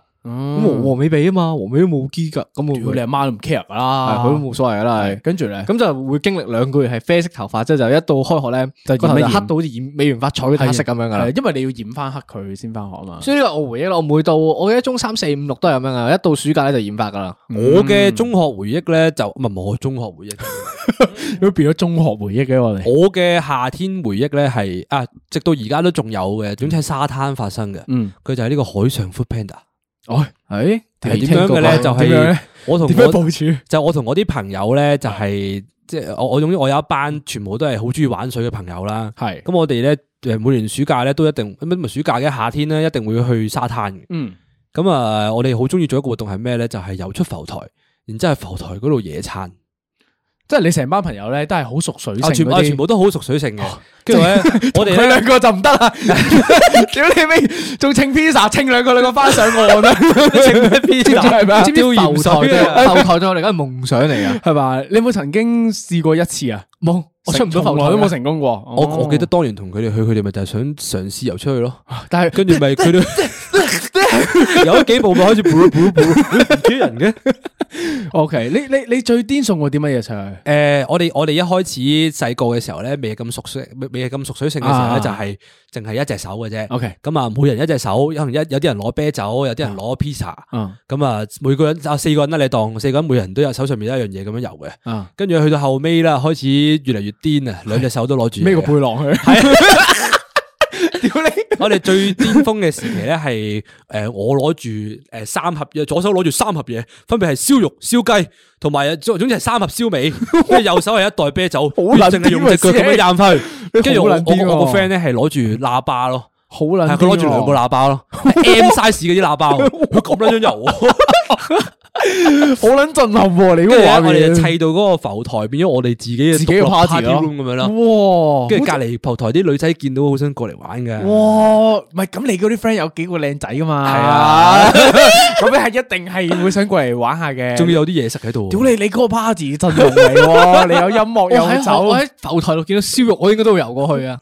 [SPEAKER 2] 咁
[SPEAKER 1] 黃美比啊嘛，黃美都冇機噶，咁我
[SPEAKER 2] 屌你阿媽都唔 care 㗎
[SPEAKER 1] 係
[SPEAKER 2] 啦，
[SPEAKER 1] 佢都冇所謂噶啦。係
[SPEAKER 2] 跟住咧，
[SPEAKER 1] 咁就會經歷兩個月係啡色頭髮，即係就一到開學咧，就個頭就黑到好似染美元發彩嘅黑色咁樣噶啦
[SPEAKER 2] 係。因為你要染翻黑佢先翻學啊嘛。
[SPEAKER 1] 所以呢個我回憶啦，我每到我記得中三四五六都係咁樣啊噶，一到暑假咧就染髮噶啦。
[SPEAKER 3] 嗯我嘅中學回憶咧，就唔係我中學回 憶，
[SPEAKER 2] 都變咗中學回憶嘅我哋。
[SPEAKER 3] 我嘅夏天回憶咧係啊，直到而家都仲有嘅，總之喺沙灘發生嘅。
[SPEAKER 2] 嗯，
[SPEAKER 3] 佢就係呢個海上 food panda
[SPEAKER 2] 哦，係
[SPEAKER 3] 係點樣嘅咧？就
[SPEAKER 2] 點樣
[SPEAKER 3] 係
[SPEAKER 2] 咧
[SPEAKER 3] 我同
[SPEAKER 2] 點樣啊
[SPEAKER 3] 我
[SPEAKER 2] 部署？
[SPEAKER 3] 就我同我啲朋友咧，就係即係我我總之我有一班全部都係好中意玩水嘅朋友啦。
[SPEAKER 2] 係，
[SPEAKER 3] 咁我哋咧誒每年暑假咧都一定乜唔係暑假嘅夏天咧一定會去沙灘嘅。
[SPEAKER 2] 嗯，
[SPEAKER 3] 咁啊、我哋好中意做一個活動係咩咧？就係、游出浮台，然之後喺浮台嗰度野餐。
[SPEAKER 2] 即係你成班朋友咧都係好熟水性
[SPEAKER 3] 啊，全部啊
[SPEAKER 2] 嗰
[SPEAKER 3] 全
[SPEAKER 2] 啲。
[SPEAKER 3] 部都好熟水性嘅。跟住咧，我哋
[SPEAKER 2] 佢
[SPEAKER 3] 咧
[SPEAKER 2] 兩個就唔 得啦，屌你咩？仲稱 pizza 稱兩個兩個翻上岸啊啦，稱咩 pizza 係咪啊？
[SPEAKER 3] 知唔知
[SPEAKER 2] 丟
[SPEAKER 3] 浮
[SPEAKER 2] 鹽
[SPEAKER 3] 台
[SPEAKER 2] 水
[SPEAKER 3] 嘅
[SPEAKER 1] 浮
[SPEAKER 2] 啊
[SPEAKER 1] 台對我嚟講係夢想嚟噶，
[SPEAKER 2] 係嘛？你有冇曾經試過一次啊？
[SPEAKER 1] 冇我出唔到浮
[SPEAKER 2] 從
[SPEAKER 1] 台啊
[SPEAKER 2] 來都冇
[SPEAKER 1] 㗎。
[SPEAKER 2] 成功過。
[SPEAKER 3] 我
[SPEAKER 2] 哦
[SPEAKER 3] 我記得當年同佢哋去，佢哋咪就係想嘗試游出去咯。
[SPEAKER 2] 但係
[SPEAKER 3] 跟住咪佢哋有幾步咪開始噗噗噗噗唔知人嘅。
[SPEAKER 2] OK，你你你最癲送過啲乜嘢上去？
[SPEAKER 3] 誒、呃我哋我哋一開始細個嘅時候咧，未咁熟水，未未咁熟水性嘅時候
[SPEAKER 2] 啊
[SPEAKER 3] 咧，就係淨係一隻手嘅啫。
[SPEAKER 2] OK 啊
[SPEAKER 3] 咁啊，每人一隻手，可能一有啲人攞啤酒，有啲人攞 pizza。
[SPEAKER 2] 嗯
[SPEAKER 3] 咁啊，每個人啊四個人啦，你當四個人每人都有手上面有一樣嘢咁樣游嘅。
[SPEAKER 2] 啊，
[SPEAKER 3] 跟住去到後尾啦，開始越嚟越癲啊，兩隻手都攞住嘢嘅。
[SPEAKER 2] 孭個背囊去。
[SPEAKER 1] 啊
[SPEAKER 3] 我哋最巔峰嘅時期咧，係诶我攞住诶三盒呃嘢，左手攞住三盒嘢，分別係燒肉、燒雞同埋呃總總之係三盒燒 味，跟住右手係一袋啤酒，
[SPEAKER 2] 撚
[SPEAKER 3] 淨係用隻腳咁樣掟翻去。跟住我
[SPEAKER 2] 好撚癲喎
[SPEAKER 3] 我我個 friend 咧係攞住喇叭咯，
[SPEAKER 2] 好撚癲喎，
[SPEAKER 3] 係佢攞住兩個喇 叭咯，M size 嗰啲喇叭喎，佢咁樣樣游喎。
[SPEAKER 2] 好撚震撼喎！你嗰
[SPEAKER 3] 跟住
[SPEAKER 2] 個
[SPEAKER 3] 咧，
[SPEAKER 2] 畫
[SPEAKER 3] 我哋
[SPEAKER 2] 面
[SPEAKER 3] 就砌到嗰個浮台變咗我哋自己嘅
[SPEAKER 2] 自己嘅
[SPEAKER 3] 獨立
[SPEAKER 2] party 咯
[SPEAKER 3] room 咁樣啦。
[SPEAKER 2] 哇，
[SPEAKER 3] 跟住隔離浮台啲女仔見到好想過嚟玩嘅。
[SPEAKER 2] 哇，唔係咁你嗰啲 friend 有幾個靚仔噶嘛？
[SPEAKER 3] 係啊，
[SPEAKER 2] 咁你係一定係會想過嚟玩下嘅。
[SPEAKER 3] 仲要有啲嘢食喺度喎。
[SPEAKER 2] 屌你，你嗰個 party 真用嚟 喎，你有音樂
[SPEAKER 1] 我喺
[SPEAKER 2] 有
[SPEAKER 1] 學我
[SPEAKER 2] 酒，
[SPEAKER 1] 喺浮台度見到燒肉，我應該都會游過去 啊！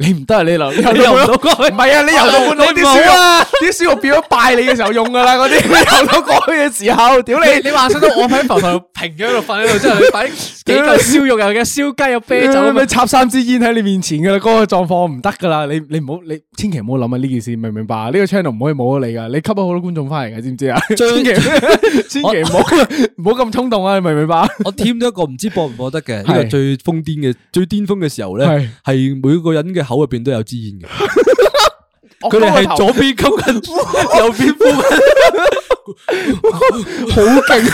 [SPEAKER 2] 你唔得啊！你留 你游唔到過去，唔係啊！你游到半路啲燒肉， 啲燒肉變咗拜你嘅時候用噶啦，嗰啲 你游到過去嘅時候，屌你！
[SPEAKER 1] 你幻想到我喺浮台度平咗喺度瞓喺度，之後你擺 幾嚿燒肉，又有燒雞，有啤酒
[SPEAKER 3] 啊
[SPEAKER 2] 你
[SPEAKER 1] 咁
[SPEAKER 2] 咪
[SPEAKER 1] 樣，
[SPEAKER 2] 插三支煙喺你面前噶啦，嗰、個狀況唔得噶啦，你你唔好你千祈唔好諗啊呢件事，明唔明白啊？呢、個 channel 唔可以冇咗啊你噶，你吸咗好多觀眾翻嚟噶，知唔知啊？ 千祈千祈唔好唔好咁衝動啊，你明唔明白啊？
[SPEAKER 3] 我添咗一個唔知播唔播得嘅呢個
[SPEAKER 2] 係
[SPEAKER 3] 最瘋癲嘅最巔峰嘅時候咧
[SPEAKER 2] 係，哦
[SPEAKER 3] 係每個人嘅口入邊都有支煙嘅，佢哋係左邊吸 緊，右邊呼緊。
[SPEAKER 2] 好勁，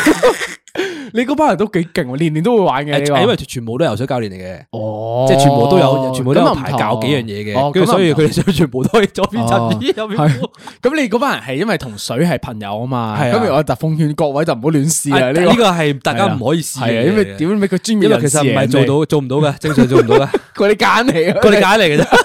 [SPEAKER 2] 你嗰班人都幾勁喎，年年都會玩嘅呢個
[SPEAKER 3] 因為全部都係游水教練嚟嘅，
[SPEAKER 2] 哦
[SPEAKER 3] 即係全部都有全部都有排教幾樣嘢嘅，跟住所以佢哋就全部都係左邊
[SPEAKER 2] 哦
[SPEAKER 3] 吸煙，右邊呼。
[SPEAKER 2] 咁你嗰班人係因為同水係朋友啊嘛，
[SPEAKER 3] 係啊
[SPEAKER 2] 咁我就奉勸各位就唔好亂試
[SPEAKER 3] 啊
[SPEAKER 2] 啊！
[SPEAKER 3] 呢
[SPEAKER 2] 呢個
[SPEAKER 3] 個係大家唔可以試
[SPEAKER 2] 係啊，
[SPEAKER 3] 嘅，
[SPEAKER 2] 因為點俾個專業
[SPEAKER 3] 因為
[SPEAKER 2] 人
[SPEAKER 3] 其實唔係
[SPEAKER 2] 士
[SPEAKER 3] 做
[SPEAKER 2] 贏
[SPEAKER 3] 到做唔到嘅， 正常做唔到嘅，
[SPEAKER 2] 你， 佢哋揀嚟啊，
[SPEAKER 3] 佢哋揀嚟嘅啫。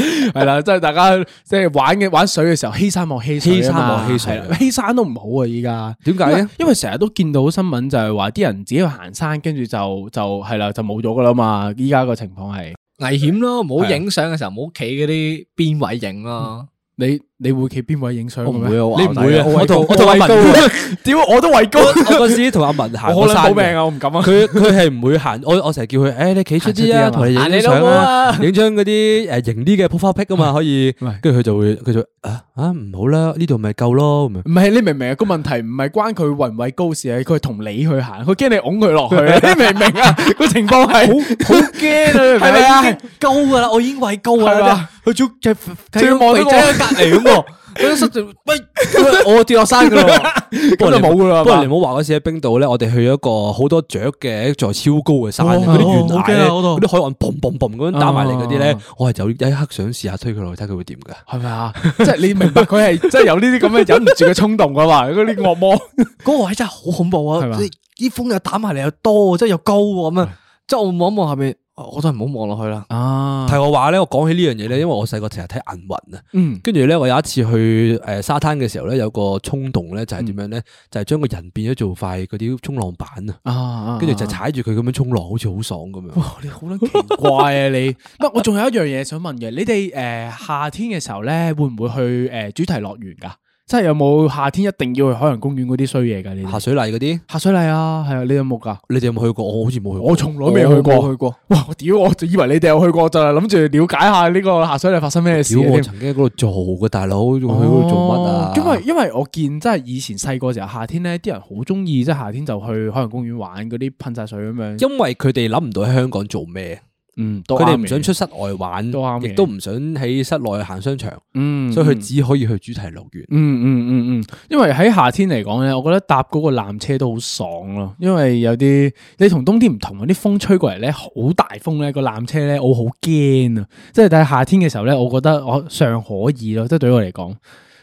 [SPEAKER 2] 系啦，即系大家即系玩嘅玩水嘅時候，欺山莫欺水啊嘛，
[SPEAKER 3] 欺山
[SPEAKER 2] 係
[SPEAKER 3] 莫欺水
[SPEAKER 2] 啦欺山都唔好啊！依家
[SPEAKER 3] 點解咧
[SPEAKER 2] 因為因為成日都見到新聞就係話啲人自己去行山，跟住就就係啦，就冇咗噶啦嘛。依家個情況係
[SPEAKER 1] 危險咯！唔好影相嘅時候，唔好企嗰啲邊位影咯。
[SPEAKER 2] 你你會企邊位影相
[SPEAKER 1] 我
[SPEAKER 2] 嘅
[SPEAKER 1] 唔
[SPEAKER 2] 咩？
[SPEAKER 1] 會啊，
[SPEAKER 3] 你唔會啊？我同我同阿文，
[SPEAKER 2] 啊
[SPEAKER 1] 屌我都畏高，
[SPEAKER 3] 我嗰時同阿文行
[SPEAKER 2] 我
[SPEAKER 3] 過
[SPEAKER 2] 可能
[SPEAKER 3] 山
[SPEAKER 2] 冇命
[SPEAKER 3] 嘅。
[SPEAKER 2] 啊，我唔敢啊。
[SPEAKER 3] 佢佢係唔會行，我我成日叫佢，誒你企出
[SPEAKER 2] 行出
[SPEAKER 3] 啲
[SPEAKER 2] 啲啊
[SPEAKER 3] 啊，
[SPEAKER 2] 嘛
[SPEAKER 3] 同你影
[SPEAKER 1] 行你
[SPEAKER 3] 張
[SPEAKER 1] 老
[SPEAKER 3] 相
[SPEAKER 1] 母
[SPEAKER 3] 啊
[SPEAKER 1] 啊，
[SPEAKER 3] 影張嗰啲誒型啲嘅 profile pic 啊嘛，可以
[SPEAKER 2] 嗯唔係。
[SPEAKER 3] 跟住佢就會佢就啊啊唔好啦，呢度咪夠咯咁樣。
[SPEAKER 2] 唔係你明唔明啊？個問題唔係關佢位唔位高事，啊係佢係同你去行，佢驚你拱佢落去， 你明唔明啊？個情況係好好 驚啊！係咪啊？
[SPEAKER 1] 高噶啦，我已經畏高
[SPEAKER 2] 係
[SPEAKER 1] 啦
[SPEAKER 2] 嘛，
[SPEAKER 1] 佢仲就
[SPEAKER 2] 仲要望到我
[SPEAKER 1] 喺隔離咁喎，佢失就 喂，我跌落山 噶啦，咁
[SPEAKER 3] 不過
[SPEAKER 1] 就
[SPEAKER 3] 你
[SPEAKER 1] 冇噶啦，
[SPEAKER 3] 不過你唔好話嗰時喺冰島咧，我哋去咗一個好多雀嘅一座超高嘅山，
[SPEAKER 2] 哇
[SPEAKER 3] 嗰啲懸
[SPEAKER 2] 好
[SPEAKER 3] 崖
[SPEAKER 2] 驚
[SPEAKER 3] 咧，
[SPEAKER 2] 啊嗰度
[SPEAKER 3] 嗰啲海岸砰砰砰咁樣打埋嚟嗰啲咧
[SPEAKER 2] 啊，
[SPEAKER 3] 我係就一刻想試下推佢落去睇佢會點噶。
[SPEAKER 2] 係咪啊？即係你明白 佢係真係有呢啲咁嘅忍唔住嘅衝動噶嘛？嗰啲惡魔
[SPEAKER 1] 嗰個位真係好恐怖啊
[SPEAKER 2] 係嘛！
[SPEAKER 1] 即係啲風又打埋嚟又多，即係又高喎咁啊！即係我望一望下面，我都係唔好望落去啦。
[SPEAKER 2] 啊
[SPEAKER 3] 題我話咧，我講起呢樣嘢咧，因為我細個成日睇銀雲啊，
[SPEAKER 2] 嗯
[SPEAKER 3] 跟住咧我有一次去誒沙灘嘅時候咧，有個衝動咧就
[SPEAKER 2] 嗯
[SPEAKER 3] 係點樣咧，就係將個人變咗做塊嗰啲衝浪板啊，
[SPEAKER 2] 啊
[SPEAKER 3] 跟住就踩住佢咁樣衝浪，好似好爽咁樣。
[SPEAKER 2] 你好撚奇怪啊你！ 唔係，我仲有一樣嘢想問嘅，你哋诶夏天嘅時候咧，會唔會去诶主題樂園㗎？即係有冇夏天一定要去海洋公園嗰啲衰嘢㗎？你哋
[SPEAKER 3] 下水禮嗰啲，
[SPEAKER 2] 下水禮啊，係啊，你有冇㗎？
[SPEAKER 3] 你哋有冇去過？我好似冇去過。
[SPEAKER 2] 我從來未去過
[SPEAKER 3] 我冇去過。
[SPEAKER 2] 哇！我屌，我就以為你哋有去過咋，諗住了解下呢個下水禮發生咩事
[SPEAKER 3] 屌，我
[SPEAKER 2] 嘅添。
[SPEAKER 3] 曾經喺嗰度做嘅大佬，仲去嗰度做乜
[SPEAKER 2] 哦？
[SPEAKER 3] 啊
[SPEAKER 2] 因為因為我見真係以前細個時候夏天咧，啲人好中意即係夏天就去海洋公園玩嗰啲噴晒水咁樣。
[SPEAKER 3] 因為佢哋諗唔到喺香港做咩，
[SPEAKER 2] 嗯，都
[SPEAKER 3] 佢哋
[SPEAKER 2] 啱
[SPEAKER 3] 唔
[SPEAKER 2] 嘅
[SPEAKER 3] 想出室外玩，
[SPEAKER 2] 都啱嘅
[SPEAKER 3] 亦都唔想喺室內行商場，
[SPEAKER 2] 嗯，
[SPEAKER 3] 所以佢
[SPEAKER 2] 嗯
[SPEAKER 3] 只可以去主題樂園。
[SPEAKER 2] 嗯嗯嗯嗯，因為喺夏天嚟講咧，我覺得搭嗰個纜車都好爽咯，因為有啲你同冬天唔同，啲風吹過嚟咧好大風咧，個纜車咧我好驚啊！即係但係夏天嘅時候咧，我覺得哦我尚可以咯，即係對我嚟講。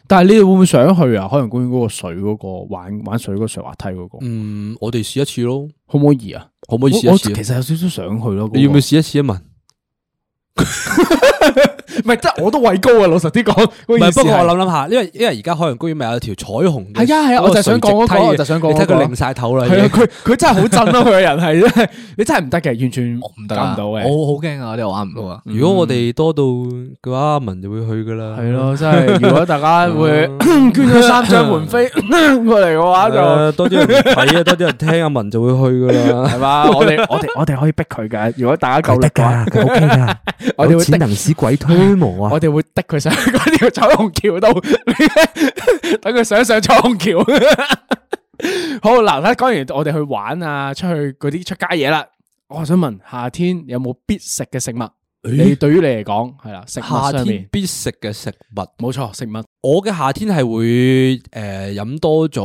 [SPEAKER 2] 但係你哋會唔會想去啊？海洋公園嗰個水嗰、個 玩玩水嗰個水啊滑梯嗰、個，
[SPEAKER 3] 嗯，我哋試一次咯，
[SPEAKER 2] 可唔可以啊？
[SPEAKER 3] 可唔可以
[SPEAKER 2] 我
[SPEAKER 3] 試
[SPEAKER 2] 我
[SPEAKER 3] 一
[SPEAKER 2] 其
[SPEAKER 3] 次？
[SPEAKER 2] 實有少少想去咯。嗰個
[SPEAKER 3] 你要唔要試一次啊？文？
[SPEAKER 2] 唔係，即係我都畏高啊！老實啲講，
[SPEAKER 3] 唔
[SPEAKER 2] 唔
[SPEAKER 3] 係，不過我諗諗下，因為因為而家海洋公園咪有條彩虹嘅，
[SPEAKER 2] 係啊係啊我就係想講嗰個
[SPEAKER 3] 垂直梯嘅
[SPEAKER 2] 我就係想講嗰
[SPEAKER 3] 你睇
[SPEAKER 2] 個
[SPEAKER 3] 佢擰晒頭啦，已
[SPEAKER 2] 係啊，
[SPEAKER 3] 經
[SPEAKER 2] 佢佢真係好震咯，佢個人係真 係，你真係唔得嘅，完全
[SPEAKER 1] 我唔
[SPEAKER 2] 搞唔到嘅。
[SPEAKER 1] 我好驚啊！我哋玩唔到啊！
[SPEAKER 3] 如果我哋多到嘅話，阿文就會去噶啦。
[SPEAKER 2] 系咯，真嗯係如果大 家會 捐咗三張門 飛過嚟嘅話，就
[SPEAKER 3] 誒多啲 人睇啊，多啲人聽，阿文就會去噶啦。
[SPEAKER 2] 係嘛？我哋我哋我哋可以逼佢嘅，如果大家夠力
[SPEAKER 4] 得
[SPEAKER 2] 嘅話，
[SPEAKER 4] 噶，佢 OK 噶，
[SPEAKER 2] 我哋
[SPEAKER 4] 有
[SPEAKER 2] 會
[SPEAKER 4] 錢
[SPEAKER 2] 的，
[SPEAKER 4] 能使鬼推磨啊！
[SPEAKER 2] 我哋會的佢上 嗰條彩虹橋度， 等佢上一上彩虹橋。 好嗱，睇講完我哋去玩啊，出去嗰啲出街嘢啦。我想問夏天有冇必食嘅食物？你對於你嚟講係啦，食物
[SPEAKER 3] 夏
[SPEAKER 2] 上
[SPEAKER 3] 天
[SPEAKER 2] 面
[SPEAKER 3] 必食嘅食物，
[SPEAKER 2] 冇錯，食物
[SPEAKER 3] 我嘅夏天係會誒飲多咗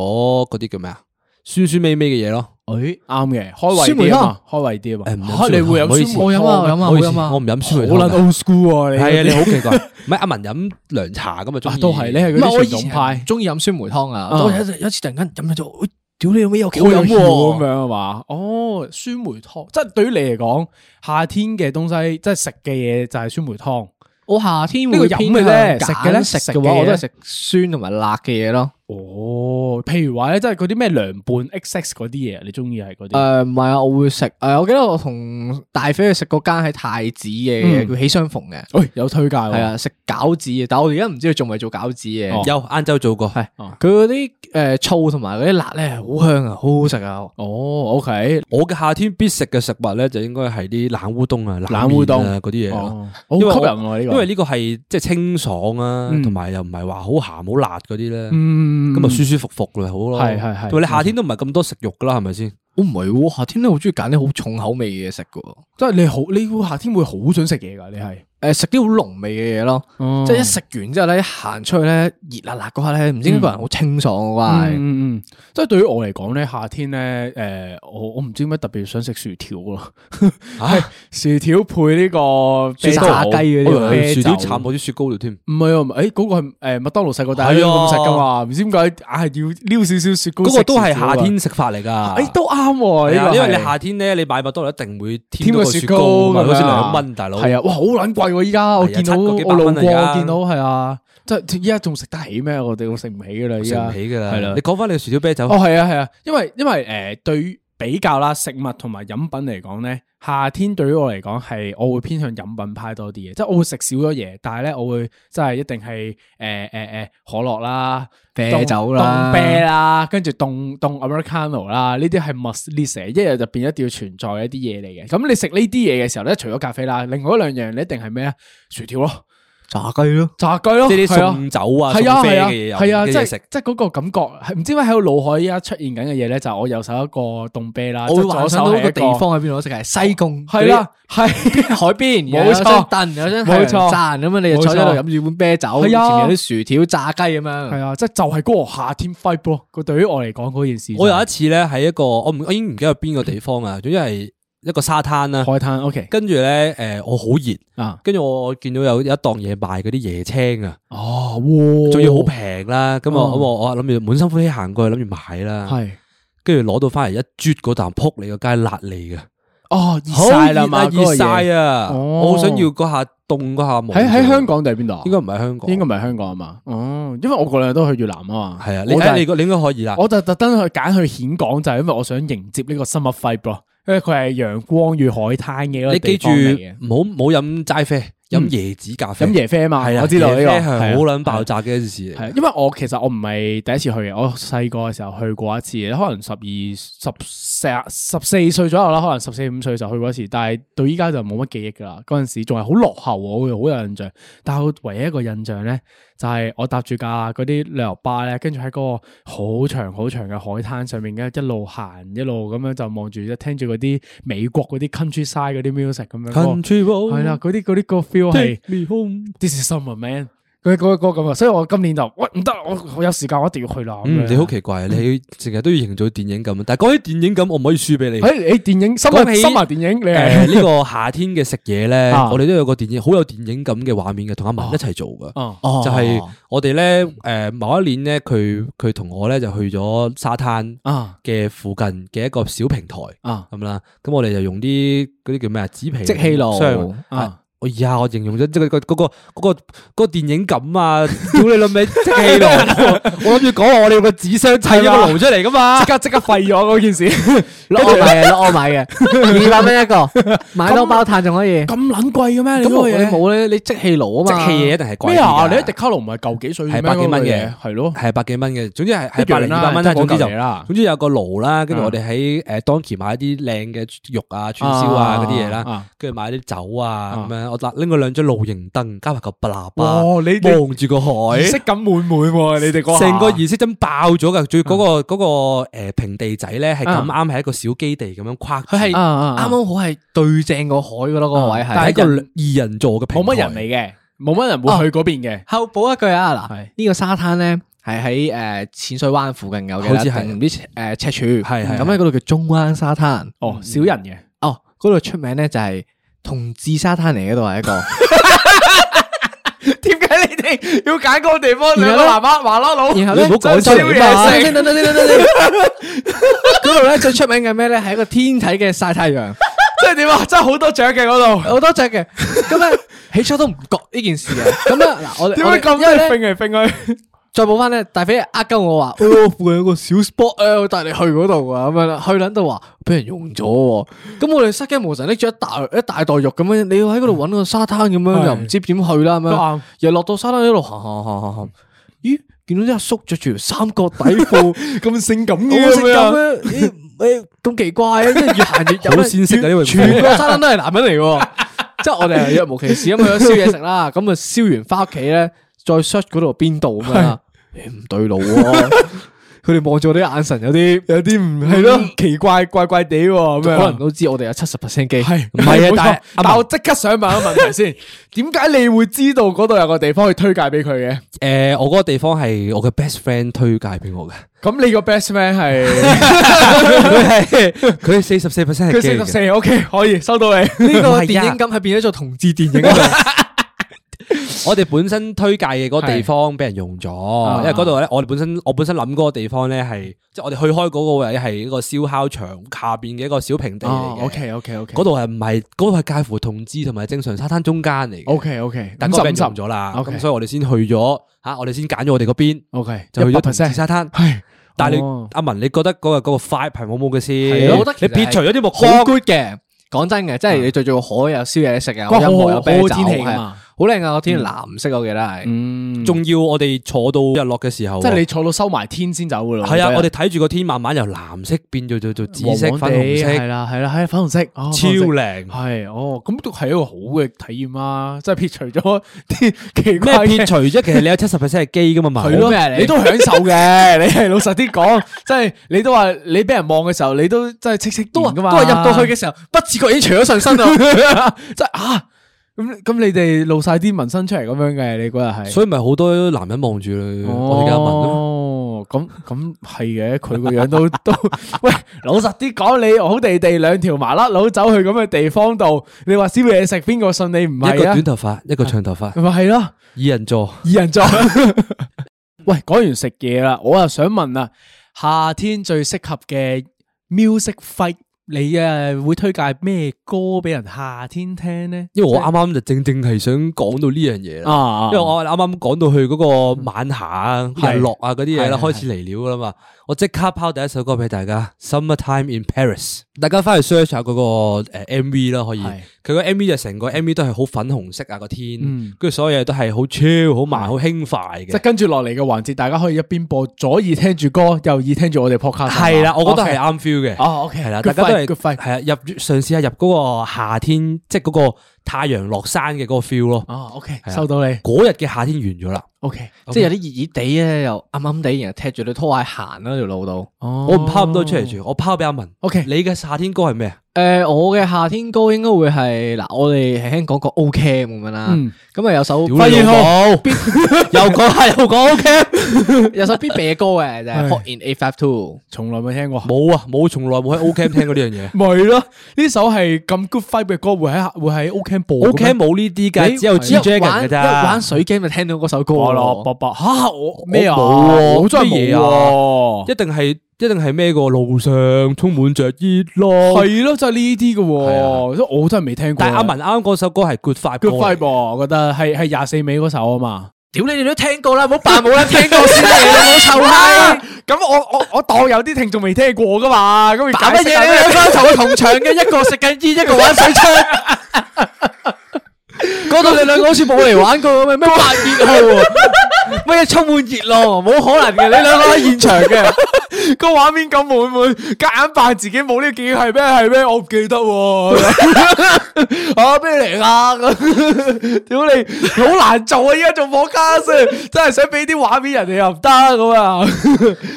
[SPEAKER 3] 嗰啲叫咩啊？酸酸味味嘅嘢咯。
[SPEAKER 1] 啊
[SPEAKER 2] 诶啱嘅，開胃
[SPEAKER 1] 酸梅
[SPEAKER 2] 啲啊
[SPEAKER 1] 湯
[SPEAKER 2] 嘛，開胃啲啊
[SPEAKER 3] 誒唔
[SPEAKER 2] 嘛
[SPEAKER 3] 飲
[SPEAKER 2] 嚇，
[SPEAKER 3] 酸梅
[SPEAKER 2] 你會
[SPEAKER 3] 湯唔好意
[SPEAKER 2] 飲
[SPEAKER 3] 思
[SPEAKER 2] 酸梅
[SPEAKER 1] 我
[SPEAKER 2] 湯
[SPEAKER 1] 飲啊我飲啊
[SPEAKER 3] 唔好意思
[SPEAKER 1] 我飲啊
[SPEAKER 3] 我唔飲
[SPEAKER 2] 好
[SPEAKER 3] 酸梅
[SPEAKER 2] 撚
[SPEAKER 3] 湯㗎。
[SPEAKER 2] old school 喎，你
[SPEAKER 3] 係啊，你好奇怪。 唔係阿文飲涼茶咁啊，中
[SPEAKER 2] 啊
[SPEAKER 3] 意
[SPEAKER 2] 都係你係
[SPEAKER 1] 唔
[SPEAKER 2] 嗰
[SPEAKER 1] 係我
[SPEAKER 2] 啲
[SPEAKER 1] 以
[SPEAKER 2] 傳統
[SPEAKER 1] 前
[SPEAKER 2] 派
[SPEAKER 1] 唔，中意飲酸梅湯啊，
[SPEAKER 2] 嗯
[SPEAKER 1] 我有一次有一次突然間飲咗咗，喂屌你老味有幾
[SPEAKER 2] 好
[SPEAKER 1] 好飲
[SPEAKER 2] 飲喎
[SPEAKER 1] 喎
[SPEAKER 2] 咁！樣啊嘛。哦，酸梅湯，即係對於你嚟講，夏天嘅東西即係食嘅嘢就係酸梅湯。
[SPEAKER 1] 我夏天
[SPEAKER 2] 呢個
[SPEAKER 1] 會
[SPEAKER 2] 飲
[SPEAKER 1] 偏
[SPEAKER 2] 嘅咧
[SPEAKER 1] 向
[SPEAKER 2] 食嘅咧
[SPEAKER 1] 揀
[SPEAKER 2] 食
[SPEAKER 1] 食
[SPEAKER 2] 嘅
[SPEAKER 1] 嘅話，
[SPEAKER 2] 嘢
[SPEAKER 1] 我都係食酸同埋辣嘅嘢咯。
[SPEAKER 2] 哦，譬如話咧，即係嗰啲咩涼拌 XX 嗰啲嘢，你中意係嗰啲？
[SPEAKER 1] 誒唔係啊，我會食誒，我記得我同大飛去食嗰間喺太子嘅
[SPEAKER 2] 嗯
[SPEAKER 1] 叫喜相逢嘅，
[SPEAKER 2] 喂，有推介
[SPEAKER 1] 係
[SPEAKER 2] 喎。
[SPEAKER 1] 啊食餃子嘅，但係我而家唔知佢仲未做餃子嘅。
[SPEAKER 2] 哦
[SPEAKER 3] 有晏晝做過，
[SPEAKER 1] 係佢嗰啲誒醋同埋嗰啲辣咧，好香啊，好好食啊！
[SPEAKER 2] 哦，OK，
[SPEAKER 3] 我嘅夏天必食嘅食物咧，就應該係啲冷烏冬啊、
[SPEAKER 2] 冷烏冬
[SPEAKER 3] 麵啊嗰啲嘢咯。
[SPEAKER 2] 哦，好吸
[SPEAKER 3] 因
[SPEAKER 2] 引
[SPEAKER 3] 為我
[SPEAKER 2] 喎呢個，
[SPEAKER 3] 因為呢個係即係清爽啊
[SPEAKER 2] 嗯，
[SPEAKER 3] 同埋又唔係話好鹹好辣嗰啲咧，
[SPEAKER 2] 嗯
[SPEAKER 3] 咁啊舒舒服服啦，好咯。
[SPEAKER 2] 係係係
[SPEAKER 3] 同埋你夏天都唔係咁多食肉噶啦，係咪先？
[SPEAKER 1] 哦我唔係喎，夏天咧好中意揀啲好重口味嘅嘢食嘅喎，
[SPEAKER 2] 即係你好，你會夏天會好想食嘢㗎，你係。
[SPEAKER 1] 誒食啲好濃味嘅嘢咯，即係一食完之後咧，一行出去咧熱辣辣嗰下咧，唔知點解個人好清爽啊嘅係。
[SPEAKER 2] 嗯嗯嗯，即係對於我嚟講咧，夏天咧，诶、我我唔知點解特別想食薯條 咯，係薯條配呢個
[SPEAKER 1] 薯炸雞嗰啲
[SPEAKER 2] 啤酒哎
[SPEAKER 1] 啊
[SPEAKER 3] 哎薯條
[SPEAKER 2] 啤酒
[SPEAKER 3] 插我啲雪糕度添。
[SPEAKER 2] 唔係啊，唔係，诶、嗰、個係诶麦当勞細個大家
[SPEAKER 3] 係
[SPEAKER 2] 都
[SPEAKER 3] 啊
[SPEAKER 2] 咁食噶嘛，唔知點解硬係要撩少少雪糕。
[SPEAKER 3] 嗰個都係夏，天食法嚟㗎。
[SPEAKER 2] 诶、啊哎都啱喎、
[SPEAKER 3] 係
[SPEAKER 2] 呢
[SPEAKER 3] 啊，
[SPEAKER 2] 個
[SPEAKER 3] 因為
[SPEAKER 2] 係
[SPEAKER 3] 你夏天咧，你買麥當勞一定會
[SPEAKER 2] 添
[SPEAKER 3] 添
[SPEAKER 2] 個
[SPEAKER 3] 個
[SPEAKER 2] 雪
[SPEAKER 3] 雪
[SPEAKER 2] 糕
[SPEAKER 3] 糕，
[SPEAKER 2] 咁
[SPEAKER 3] 咪好似
[SPEAKER 2] 樣啊
[SPEAKER 3] 兩蚊，大佬。
[SPEAKER 2] 係啊，哇，好撚貴喎！依家我
[SPEAKER 3] 係啊
[SPEAKER 2] 見到
[SPEAKER 3] 七個幾百
[SPEAKER 2] 我路過，
[SPEAKER 3] 蚊啊而家
[SPEAKER 2] 見到係啊，即係依家仲食得起咩？我哋我食唔起噶啦，依
[SPEAKER 3] 食
[SPEAKER 2] 家
[SPEAKER 3] 唔起㗎
[SPEAKER 2] 係啦哦
[SPEAKER 3] 啦。你講翻你嘅薯條啤酒
[SPEAKER 2] 哦，，係啊，係啊，因為因為诶、呃，对於比較啦，食物同埋飲品嚟講咧，夏天對於我嚟講係我會偏向飲品派多啲嘅，即係我會食少咗嘢，但係咧我會即係一定係誒誒誒可樂啦、
[SPEAKER 1] 啤酒啦
[SPEAKER 2] 凍啤啦，跟住凍凍 Americano 啦，呢啲係 must list 嚟一日入邊一定要存在嘅一啲嘢嚟嘅。咁你食呢啲嘢嘅時候咧，除咗咖啡啦，另外一兩樣你一定係咩啊？薯條咯，
[SPEAKER 1] 炸雞咯，
[SPEAKER 2] 炸雞咯，
[SPEAKER 3] 即係
[SPEAKER 2] 係
[SPEAKER 3] 啲
[SPEAKER 2] 啊
[SPEAKER 3] 送酒啊、
[SPEAKER 2] 系啊
[SPEAKER 3] 送啤
[SPEAKER 2] 系
[SPEAKER 3] 嘅
[SPEAKER 2] 啊
[SPEAKER 3] 嘢有，
[SPEAKER 2] 係啊，
[SPEAKER 3] 嘅
[SPEAKER 2] 即
[SPEAKER 3] 嘢
[SPEAKER 2] 係
[SPEAKER 3] 食。
[SPEAKER 2] 即係嗰個感覺，係唔知點解喺我腦海依家出現緊嘅嘢咧，就係我右手一個凍啤啦，
[SPEAKER 1] 我會
[SPEAKER 2] 即係
[SPEAKER 1] 幻
[SPEAKER 2] 左
[SPEAKER 1] 想
[SPEAKER 2] 手
[SPEAKER 1] 到
[SPEAKER 2] 係一
[SPEAKER 1] 個地方喺邊度食，係西貢，
[SPEAKER 2] 係啦，係
[SPEAKER 1] 海邊，
[SPEAKER 2] 冇
[SPEAKER 1] 有
[SPEAKER 2] 錯
[SPEAKER 1] 張凳，有張
[SPEAKER 2] 冇
[SPEAKER 1] 冇
[SPEAKER 2] 錯
[SPEAKER 1] 錯站咁樣，你就坐喺度
[SPEAKER 2] 冇錯
[SPEAKER 1] 飲住碗啤酒，
[SPEAKER 2] 係啊
[SPEAKER 1] 前面有啲薯條、炸雞咁
[SPEAKER 2] 係
[SPEAKER 1] 樣。
[SPEAKER 2] 啊，即係就係嗰個夏天 f i b 咯。佢對於我嚟講嗰件事就係，
[SPEAKER 3] 我有一次咧喺一個我唔我已經唔記得邊個地方 啊，總之係一個沙灘啦。
[SPEAKER 2] 海灘 OK
[SPEAKER 3] 跟住咧，诶，我好熱，
[SPEAKER 2] 啊，
[SPEAKER 3] 跟住我見到有有一檔嘢賣嗰啲椰青啊，
[SPEAKER 2] 哦，哇
[SPEAKER 3] 仲要好平啦。咁我
[SPEAKER 2] 哦
[SPEAKER 3] 咁我我諗住滿心歡喜行過去，諗住買啦。
[SPEAKER 2] 係
[SPEAKER 3] 跟住攞到翻嚟一啜嗰啖，扑你個街辣嚟嘅，
[SPEAKER 2] 哦，熱
[SPEAKER 3] 好
[SPEAKER 2] 晒啦
[SPEAKER 3] 熱
[SPEAKER 2] 嘛，
[SPEAKER 3] 啊，
[SPEAKER 2] 嗰個
[SPEAKER 3] 熱
[SPEAKER 2] 嘢
[SPEAKER 3] 晒啊！
[SPEAKER 2] 哦
[SPEAKER 3] 我好想要嗰下凍嗰下冇。
[SPEAKER 2] 喺喺香港定係邊度啊？
[SPEAKER 3] 應該唔係香港，
[SPEAKER 2] 應該唔係香港啊嘛。哦，因為我嗰兩日都去越南啊嘛。
[SPEAKER 3] 係啊。你
[SPEAKER 2] 我就係
[SPEAKER 3] 睇你個你應該可以啦。
[SPEAKER 2] 我就特登去揀去顯港，就係因為我想迎接呢個 summer vibe 咯，因為佢係陽光與海灘嘅一個
[SPEAKER 3] 你
[SPEAKER 2] 地
[SPEAKER 3] 記住，
[SPEAKER 2] 方嚟嘅。
[SPEAKER 3] 唔好唔好飲齋啡，飲
[SPEAKER 2] 嗯
[SPEAKER 3] 椰子咖啡。
[SPEAKER 2] 飲椰啡啊嘛，
[SPEAKER 3] 係啊，
[SPEAKER 2] 我知道呢個
[SPEAKER 3] 椰啡係
[SPEAKER 2] 係啊
[SPEAKER 3] 好撚爆炸嘅一件事嚟
[SPEAKER 2] 係，啊因為我其實我唔係第一次去嘅，我細個嘅時候去過一次，可能十二、十四、十四歲左右啦，可能十四五歲就去過一次，但係到依家就冇乜記憶噶啦。嗰陣時仲係好落後喎，我會好有印象。但係我唯一一個印象咧，就係、我搭住架嗰啲旅遊巴咧，跟住喺嗰個好長好長嘅海灘上面，跟住一路行一路咁樣就望住，一聽住嗰啲美國嗰啲 countryside 嗰啲 music 咁樣嗰個，
[SPEAKER 3] Country road，
[SPEAKER 2] 係啦，嗰啲嗰啲個 feel 係
[SPEAKER 3] take。me home
[SPEAKER 2] This is summer man，佢嗰個咁啊，所以我今年就喂唔得，我我有時間我一定要去啦。咁
[SPEAKER 3] 嗯，
[SPEAKER 2] 樣
[SPEAKER 3] 你好奇怪，你成日都要營造電影咁，但係講起電影咁，我唔可以輸俾你。
[SPEAKER 2] 誒誒電影深
[SPEAKER 3] 講
[SPEAKER 2] 埋
[SPEAKER 3] 起
[SPEAKER 2] 深埋電影，你
[SPEAKER 3] 誒
[SPEAKER 2] 係
[SPEAKER 3] 呢個夏天嘅食嘢咧，
[SPEAKER 2] 啊
[SPEAKER 3] 我哋都有個電影好有電影感嘅畫面嘅，同阿文一齊做噶。
[SPEAKER 2] 哦
[SPEAKER 1] 哦
[SPEAKER 3] 就係我哋咧，誒某一年咧，佢佢同我咧就去咗沙灘
[SPEAKER 2] 啊
[SPEAKER 3] 嘅附近嘅一個小平台
[SPEAKER 2] 啊
[SPEAKER 3] 咁啦，咁我哋就用啲嗰啲叫咩啊紙皮
[SPEAKER 1] 即氣爐
[SPEAKER 3] 箱
[SPEAKER 2] 啊！
[SPEAKER 3] 哎呀，我形容咗即係嗰嗰個嗰個嗰個電影感啊！屌你老味， 即氣爐， 我諗住講話我哋用個紙箱砌咗個爐出嚟噶嘛
[SPEAKER 2] 即。刻即刻廢咗嗰件事，
[SPEAKER 1] 攞我 買嘅，攞我買嘅，二百蚊一 個，買多包炭仲可以。
[SPEAKER 2] 咁撚貴嘅咩？你
[SPEAKER 1] 咁我哋
[SPEAKER 2] 嗰個嘢
[SPEAKER 1] 冇咧，你即氣爐啊嘛，
[SPEAKER 3] 即氣嘢一定係貴啲㗎
[SPEAKER 2] 咩啊？你喺迪卡奴唔係舊幾水
[SPEAKER 3] 係百幾蚊嘅
[SPEAKER 2] 係咯，
[SPEAKER 3] 係百幾蚊嘅，總之係
[SPEAKER 2] 一
[SPEAKER 3] 係
[SPEAKER 2] 樣
[SPEAKER 3] 百
[SPEAKER 2] 啦
[SPEAKER 3] 零啊二百蚊
[SPEAKER 2] 即係嗰
[SPEAKER 3] 啦。總之就
[SPEAKER 2] 嚿嘢啦
[SPEAKER 3] 總之有個爐啦，跟住
[SPEAKER 2] 嗯
[SPEAKER 3] 我哋喺誒 Donkey 買啲靚嘅肉啊、串燒啊嗰啲嘢啦，
[SPEAKER 2] 啊
[SPEAKER 3] 跟住買啲酒啊
[SPEAKER 2] 啊
[SPEAKER 3] 咁樣。我嗱拎咗兩張露營燈，加埋個喇叭，
[SPEAKER 2] 哇！你哋
[SPEAKER 3] 望住個海
[SPEAKER 2] 儀，式感滿滿喎，你哋嗰下
[SPEAKER 3] 成個儀式真爆咗㗎。仲要嗰個嗰個誒平地仔咧，係咁啱係一個小基地咁樣跨住，
[SPEAKER 1] 佢係
[SPEAKER 3] 佢
[SPEAKER 1] 啱
[SPEAKER 2] 啊啊啊
[SPEAKER 1] 啱好係對正個海噶咯，嗰個位係。
[SPEAKER 3] 但係一個二人座嘅平
[SPEAKER 2] 冇
[SPEAKER 3] 台，
[SPEAKER 2] 乜人嚟嘅，冇乜人會去嗰邊嘅。
[SPEAKER 1] 後補一句啊，嗱
[SPEAKER 2] 係，
[SPEAKER 1] 呢個沙灘咧係喺誒淺水灣附近有嘅啦，
[SPEAKER 3] 好似係
[SPEAKER 1] 定唔知誒赤柱，嗯
[SPEAKER 3] 係係
[SPEAKER 1] 咁喺嗰度叫中灣沙灘。
[SPEAKER 2] 哦，少人嘅，
[SPEAKER 1] 哦，嗰度出名咧就係同志沙灘嚟，嗰度係一個。
[SPEAKER 2] 點解你哋要揀嗰個地方
[SPEAKER 1] 兩個男
[SPEAKER 2] 媽麻甩佬
[SPEAKER 1] 然後咧，
[SPEAKER 3] 你唔好講出嚟
[SPEAKER 2] 啊
[SPEAKER 3] 嘛
[SPEAKER 1] 真係等等等 等等等嗰度咧最出名嘅咩咧？係一個天體嘅曬太陽，
[SPEAKER 2] 即係點啊？真係好多雀嘅嗰度。
[SPEAKER 1] 好多隻嘅。咁咧起初都唔覺呢件事嘅。咁啊，嗱，我哋
[SPEAKER 2] 點解
[SPEAKER 1] 因
[SPEAKER 2] 咁
[SPEAKER 1] 為
[SPEAKER 2] 多
[SPEAKER 1] 咧
[SPEAKER 2] 揈嚟揈去？
[SPEAKER 1] 再補翻咧，大肥呃鳩我 話，哦，附近有個小 spot 啊，我帶你去嗰度啊，咁樣啦，去撚到話俾人用咗喎，咁我哋失驚無神拎住一大一大袋肉咁樣，你要喺嗰度揾個沙灘咁樣，
[SPEAKER 2] 係
[SPEAKER 1] 又唔知點去啦咁
[SPEAKER 2] 都
[SPEAKER 1] 樣
[SPEAKER 2] 啱，
[SPEAKER 1] 又落到沙灘一路行行行行行，咦，見到啲阿叔着住條三角底褲，
[SPEAKER 2] 咁性感啊
[SPEAKER 1] 我食
[SPEAKER 2] 咁
[SPEAKER 1] 咁
[SPEAKER 2] 樣
[SPEAKER 1] 樣，咦， 誒咁奇怪啊，即係越 行越有
[SPEAKER 3] 好鮮色啊呢位
[SPEAKER 1] 全個沙灘都係男人嚟喎，即係我哋係若無其事咁樣燒嘢食啦，咁啊燒完翻屋企咧，再 search 嗰度邊度咁樣啦，誒唔對路喎，佢哋望住我啲眼神有啲嗯
[SPEAKER 2] 有啲唔係咯，奇怪怪怪地喎咁
[SPEAKER 1] 可
[SPEAKER 2] 樣。
[SPEAKER 1] 能都知我哋有七十 percent 機，
[SPEAKER 2] 係
[SPEAKER 1] 唔係
[SPEAKER 2] 冇錯
[SPEAKER 1] 啊？但
[SPEAKER 2] 但
[SPEAKER 1] 係
[SPEAKER 2] 我即刻想問一個問題 先，點解你會知道嗰度有個地方去推介俾佢嘅？
[SPEAKER 3] 誒，呃我嗰個地方係我嘅 best friend 推介俾我嘅。
[SPEAKER 2] 咁你個 best man 係
[SPEAKER 3] 佢係佢四十四 percent
[SPEAKER 2] 佢
[SPEAKER 3] 係
[SPEAKER 2] 四
[SPEAKER 3] 基
[SPEAKER 2] 十
[SPEAKER 3] 嘅。
[SPEAKER 2] 四，OK，可以收到 你。
[SPEAKER 1] 呢
[SPEAKER 3] 唔
[SPEAKER 1] 個
[SPEAKER 3] 係啊
[SPEAKER 1] 電影感係變咗做同志電影啊！
[SPEAKER 3] 我哋本身推介嘅嗰個地方俾人用咗，因為嗰度咧，我哋本身我本身諗嗰個地方咧係，即係我哋去開嗰個位係一個燒烤場下邊嘅一個小平地嚟嘅。
[SPEAKER 2] 哦 OK OK
[SPEAKER 3] 嗰度係唔係嗰度係介乎同志同埋正常沙灘中間嚟嘅。
[SPEAKER 2] OK OK，
[SPEAKER 3] 但
[SPEAKER 2] 五
[SPEAKER 3] 嗰
[SPEAKER 2] 十
[SPEAKER 3] 個俾
[SPEAKER 2] 五
[SPEAKER 3] 人用
[SPEAKER 2] 十
[SPEAKER 3] 咗啦，
[SPEAKER 2] OK
[SPEAKER 3] 咁所以我哋先去咗吓，我哋先揀咗我哋嗰邊，
[SPEAKER 2] OK，
[SPEAKER 3] 就去咗同志
[SPEAKER 2] percent
[SPEAKER 3] 沙灘。
[SPEAKER 2] 係。
[SPEAKER 3] 但系你
[SPEAKER 2] 哦
[SPEAKER 3] 阿文，你覺得嗰個嗰個 five 係冇冇嘅先？
[SPEAKER 1] 係我覺得其實
[SPEAKER 3] 你撇除咗啲木
[SPEAKER 1] 好
[SPEAKER 3] 框，
[SPEAKER 1] good 嘅。 講真嘅，即係你最最好有宵夜食啊，有
[SPEAKER 2] 哇
[SPEAKER 1] 音
[SPEAKER 2] 好好
[SPEAKER 1] 樂有啤酒，
[SPEAKER 2] 好好天氣啊
[SPEAKER 1] 係
[SPEAKER 2] 嘛
[SPEAKER 1] 好靚啊！個天藍色我記得係，
[SPEAKER 2] 嗯，仲
[SPEAKER 3] 仲要我哋坐到日落嘅時候喎，
[SPEAKER 2] 即係你坐到收埋天先走噶咯。
[SPEAKER 3] 係啊！我哋睇住個天慢慢由藍色變做做做紫色、粉紅
[SPEAKER 2] 系
[SPEAKER 3] 色，
[SPEAKER 2] 啦系啦，系粉紅色，超
[SPEAKER 3] 超靚。
[SPEAKER 2] 系哦，咁都係一個好嘅體驗啊！即係撇除咗啲奇
[SPEAKER 3] 咩
[SPEAKER 2] 怪
[SPEAKER 3] 撇
[SPEAKER 2] 嘅。
[SPEAKER 3] 除啫？其實你有七十 percent 係基噶嘛，
[SPEAKER 2] 系
[SPEAKER 3] 文
[SPEAKER 2] 咯
[SPEAKER 1] 咩啊，你
[SPEAKER 2] 你都享受嘅， 你係老實啲講，即係你都話你俾人望嘅時候，你都真係戚戚都
[SPEAKER 1] 都
[SPEAKER 2] 噶嘛，
[SPEAKER 1] 都係入到去嘅時候，不自覺已經除咗上身 啦。
[SPEAKER 2] 即係啊，咁咁你哋露晒啲紋身出嚟咁樣嘅，你嗰日係，
[SPEAKER 3] 所以咪好多男人望住你，我哋而家文啊咯。
[SPEAKER 2] 哦，咁咁係嘅，佢個樣都都， 喂，老實啲講，你好地地兩條麻甩佬走去咁嘅地方度，你話燒嘢食，邊個信你唔
[SPEAKER 3] 一個
[SPEAKER 2] 係啊
[SPEAKER 3] 短？頭髮，一個長 頭髮，
[SPEAKER 2] 咪係咯。
[SPEAKER 3] 二人座。
[SPEAKER 2] 二人座。 喂，講完食嘢啦，我又想問啊，夏天最適合嘅 music fight，你啊會推介咩歌俾人夏天聽呢？
[SPEAKER 3] 因為我啱啱就正正係想講到呢樣嘢啦。
[SPEAKER 2] 啊，
[SPEAKER 3] 因為我啱啱講到去嗰個晚霞啊、
[SPEAKER 2] 係
[SPEAKER 3] 日落啊嗰啲嘢啦，
[SPEAKER 2] 係
[SPEAKER 3] 開始嚟料噶啦嘛，我即刻拋第一首歌俾大家《Summertime in Paris》，大家翻去 search 下嗰個
[SPEAKER 2] 呃
[SPEAKER 3] 诶 MV 啦，可以
[SPEAKER 2] 係
[SPEAKER 3] 佢個 MV 就成個 MV 都係好粉紅色啊個天
[SPEAKER 2] 嗯，
[SPEAKER 3] 跟住所有嘢都係好超、好慢、好輕快
[SPEAKER 2] 即係
[SPEAKER 3] 嘅。
[SPEAKER 2] 跟住落嚟嘅環節，大家可以一邊播左耳聽住歌，右耳聽住我哋 podcast 啊係嘛。
[SPEAKER 3] 係啦，我覺得係
[SPEAKER 2] OK
[SPEAKER 3] 啱 feel 嘅。
[SPEAKER 2] 哦，OK，
[SPEAKER 3] 系啦，大
[SPEAKER 2] good
[SPEAKER 3] 家都係
[SPEAKER 2] fight，good fight
[SPEAKER 3] 係啊，入嘗試下入嗰個夏天，即係嗰個太陽落山嘅嗰個 feel 咯。
[SPEAKER 2] 哦，OK，
[SPEAKER 3] 係啊
[SPEAKER 2] 收到你
[SPEAKER 3] 嗰日嘅夏天完咗啦，
[SPEAKER 2] ，OK。
[SPEAKER 1] 即係有啲熱熱地咧，又暗暗地，然後踢住對拖鞋行啦條路度。
[SPEAKER 3] 我
[SPEAKER 1] 哦
[SPEAKER 3] 唔拋咁多出嚟住，我拋俾阿文。
[SPEAKER 2] OK
[SPEAKER 3] 你嘅夏天歌係咩啊？
[SPEAKER 1] 诶，我嘅夏天歌應該會係嗱，我哋輕輕講個 O K 咁樣啦
[SPEAKER 2] 嗯。
[SPEAKER 1] 咁啊有首
[SPEAKER 3] 屌你 老母，
[SPEAKER 1] 又講下又講 O K，有首必備嘅歌嘅就係 Hot in A Five Two。
[SPEAKER 2] 從來未聽過。
[SPEAKER 3] 冇啊，冇，從來冇喺 O Cam 聽過呢樣嘢。
[SPEAKER 2] 咪咯，呢首係咁 good fight 嘅歌，會喺會喺 O K 播嘅
[SPEAKER 3] O
[SPEAKER 2] 咩。
[SPEAKER 3] Cam 冇呢啲
[SPEAKER 1] 你
[SPEAKER 3] 㗎，只有
[SPEAKER 1] 一
[SPEAKER 3] G Dragon
[SPEAKER 1] 玩
[SPEAKER 3] 㗎
[SPEAKER 1] 一
[SPEAKER 3] 咋
[SPEAKER 1] 玩。水 game 就聽到嗰首歌
[SPEAKER 2] 我咯，
[SPEAKER 1] 咯。
[SPEAKER 2] 伯伯吓我咩啊？
[SPEAKER 3] 我冇喎
[SPEAKER 2] 我真係
[SPEAKER 3] 咩嘢啊
[SPEAKER 2] 冇
[SPEAKER 3] 一定係一定係咩個路上充滿着熱
[SPEAKER 2] 喎，
[SPEAKER 3] 浪。
[SPEAKER 2] 系咯，就係呢啲嘅喎，所以我真係未聽過。
[SPEAKER 3] 但係阿文啱啱嗰首歌係 Good Five 歌
[SPEAKER 2] good
[SPEAKER 3] 嚟
[SPEAKER 2] five，喎我覺得係係廿四尾嗰首啊嘛。
[SPEAKER 1] 屌你哋都聽過啦，唔好扮冇 啦，聽過先啦，你老臭
[SPEAKER 2] 啊
[SPEAKER 1] 閪！
[SPEAKER 2] 咁我我我当有啲聽眾未聽過噶嘛，咁
[SPEAKER 1] 搞乜嘢咧？兩班同佢同場嘅，一個食緊煙，一個玩水槍。嗰度你兩個好似冇嚟玩過咁 樣，咩八熱號啊？乜嘢充滿熱浪啊？冇可能嘅，你兩個喺現場嘅。
[SPEAKER 2] 個畫面咁滿滿，夾硬扮自己冇呢個記憶係咩係咩？我唔記得喎。 啊咩嚟啊？ 咁屌你，好難做啊！依家做 podcast，真係想俾啲畫面人哋又唔得咁啊！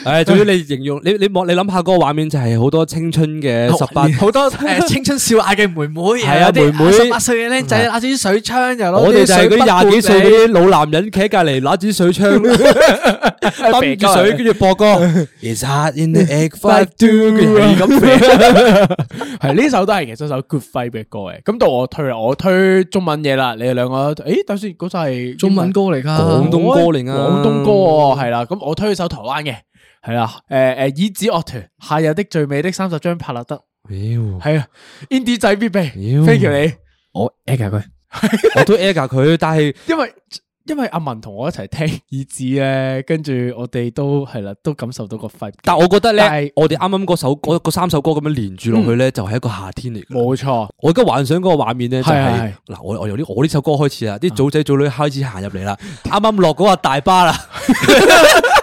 [SPEAKER 3] 唉，總之你形容你你望你諗下嗰個畫面就係好多青春嘅十 八。
[SPEAKER 1] 好多誒青春少艾嘅妹妹，
[SPEAKER 3] 係啊
[SPEAKER 1] 有啲
[SPEAKER 3] 妹妹
[SPEAKER 1] 十八歲嘅僆仔拿住啲水槍，又攞
[SPEAKER 3] 我哋就係
[SPEAKER 1] 係
[SPEAKER 3] 嗰啲廿幾歲嗰啲老男人企喺隔離拿住水 槍，泵
[SPEAKER 1] 啊
[SPEAKER 3] 住水，跟住播歌。Is hot in the egg five two，跟住係咁
[SPEAKER 2] 系呢首都係其中一首 good vibe 嘅歌嚟。咁到我推啦，我推中文嘢啦。你哋兩個，诶，等先，嗰首係
[SPEAKER 1] 中文歌嚟
[SPEAKER 3] 廣
[SPEAKER 1] 㗎。
[SPEAKER 3] 東歌嚟啊
[SPEAKER 2] 廣東歌喎，係啦。咁我推首台灣嘅，係啦，诶诶，椅子樂團《夏日的最美的三十張拍立得》，
[SPEAKER 3] 樣。
[SPEAKER 2] 係啊，indie 仔必
[SPEAKER 3] 妖
[SPEAKER 2] 備，飛條你，
[SPEAKER 1] 我 at 佢，
[SPEAKER 3] 我都 a i 佢，但係
[SPEAKER 2] 因為因為阿文同我一齊聽椅子咧，跟住我哋都係啦，都感受到個 vibe。
[SPEAKER 3] 但我覺得
[SPEAKER 2] 但係
[SPEAKER 3] 咧，我哋啱啱嗰首嗰嗰三首歌咁樣連住落去咧，就係一個夏天嚟㗎。
[SPEAKER 2] 冇錯，
[SPEAKER 3] 我而家幻想嗰個畫面咧，就
[SPEAKER 2] 係係啊
[SPEAKER 3] 係嗱，我我由呢我呢首歌開始啦，啊啲組仔組女開始行入嚟啦，啱啱落嗰個大 巴啦，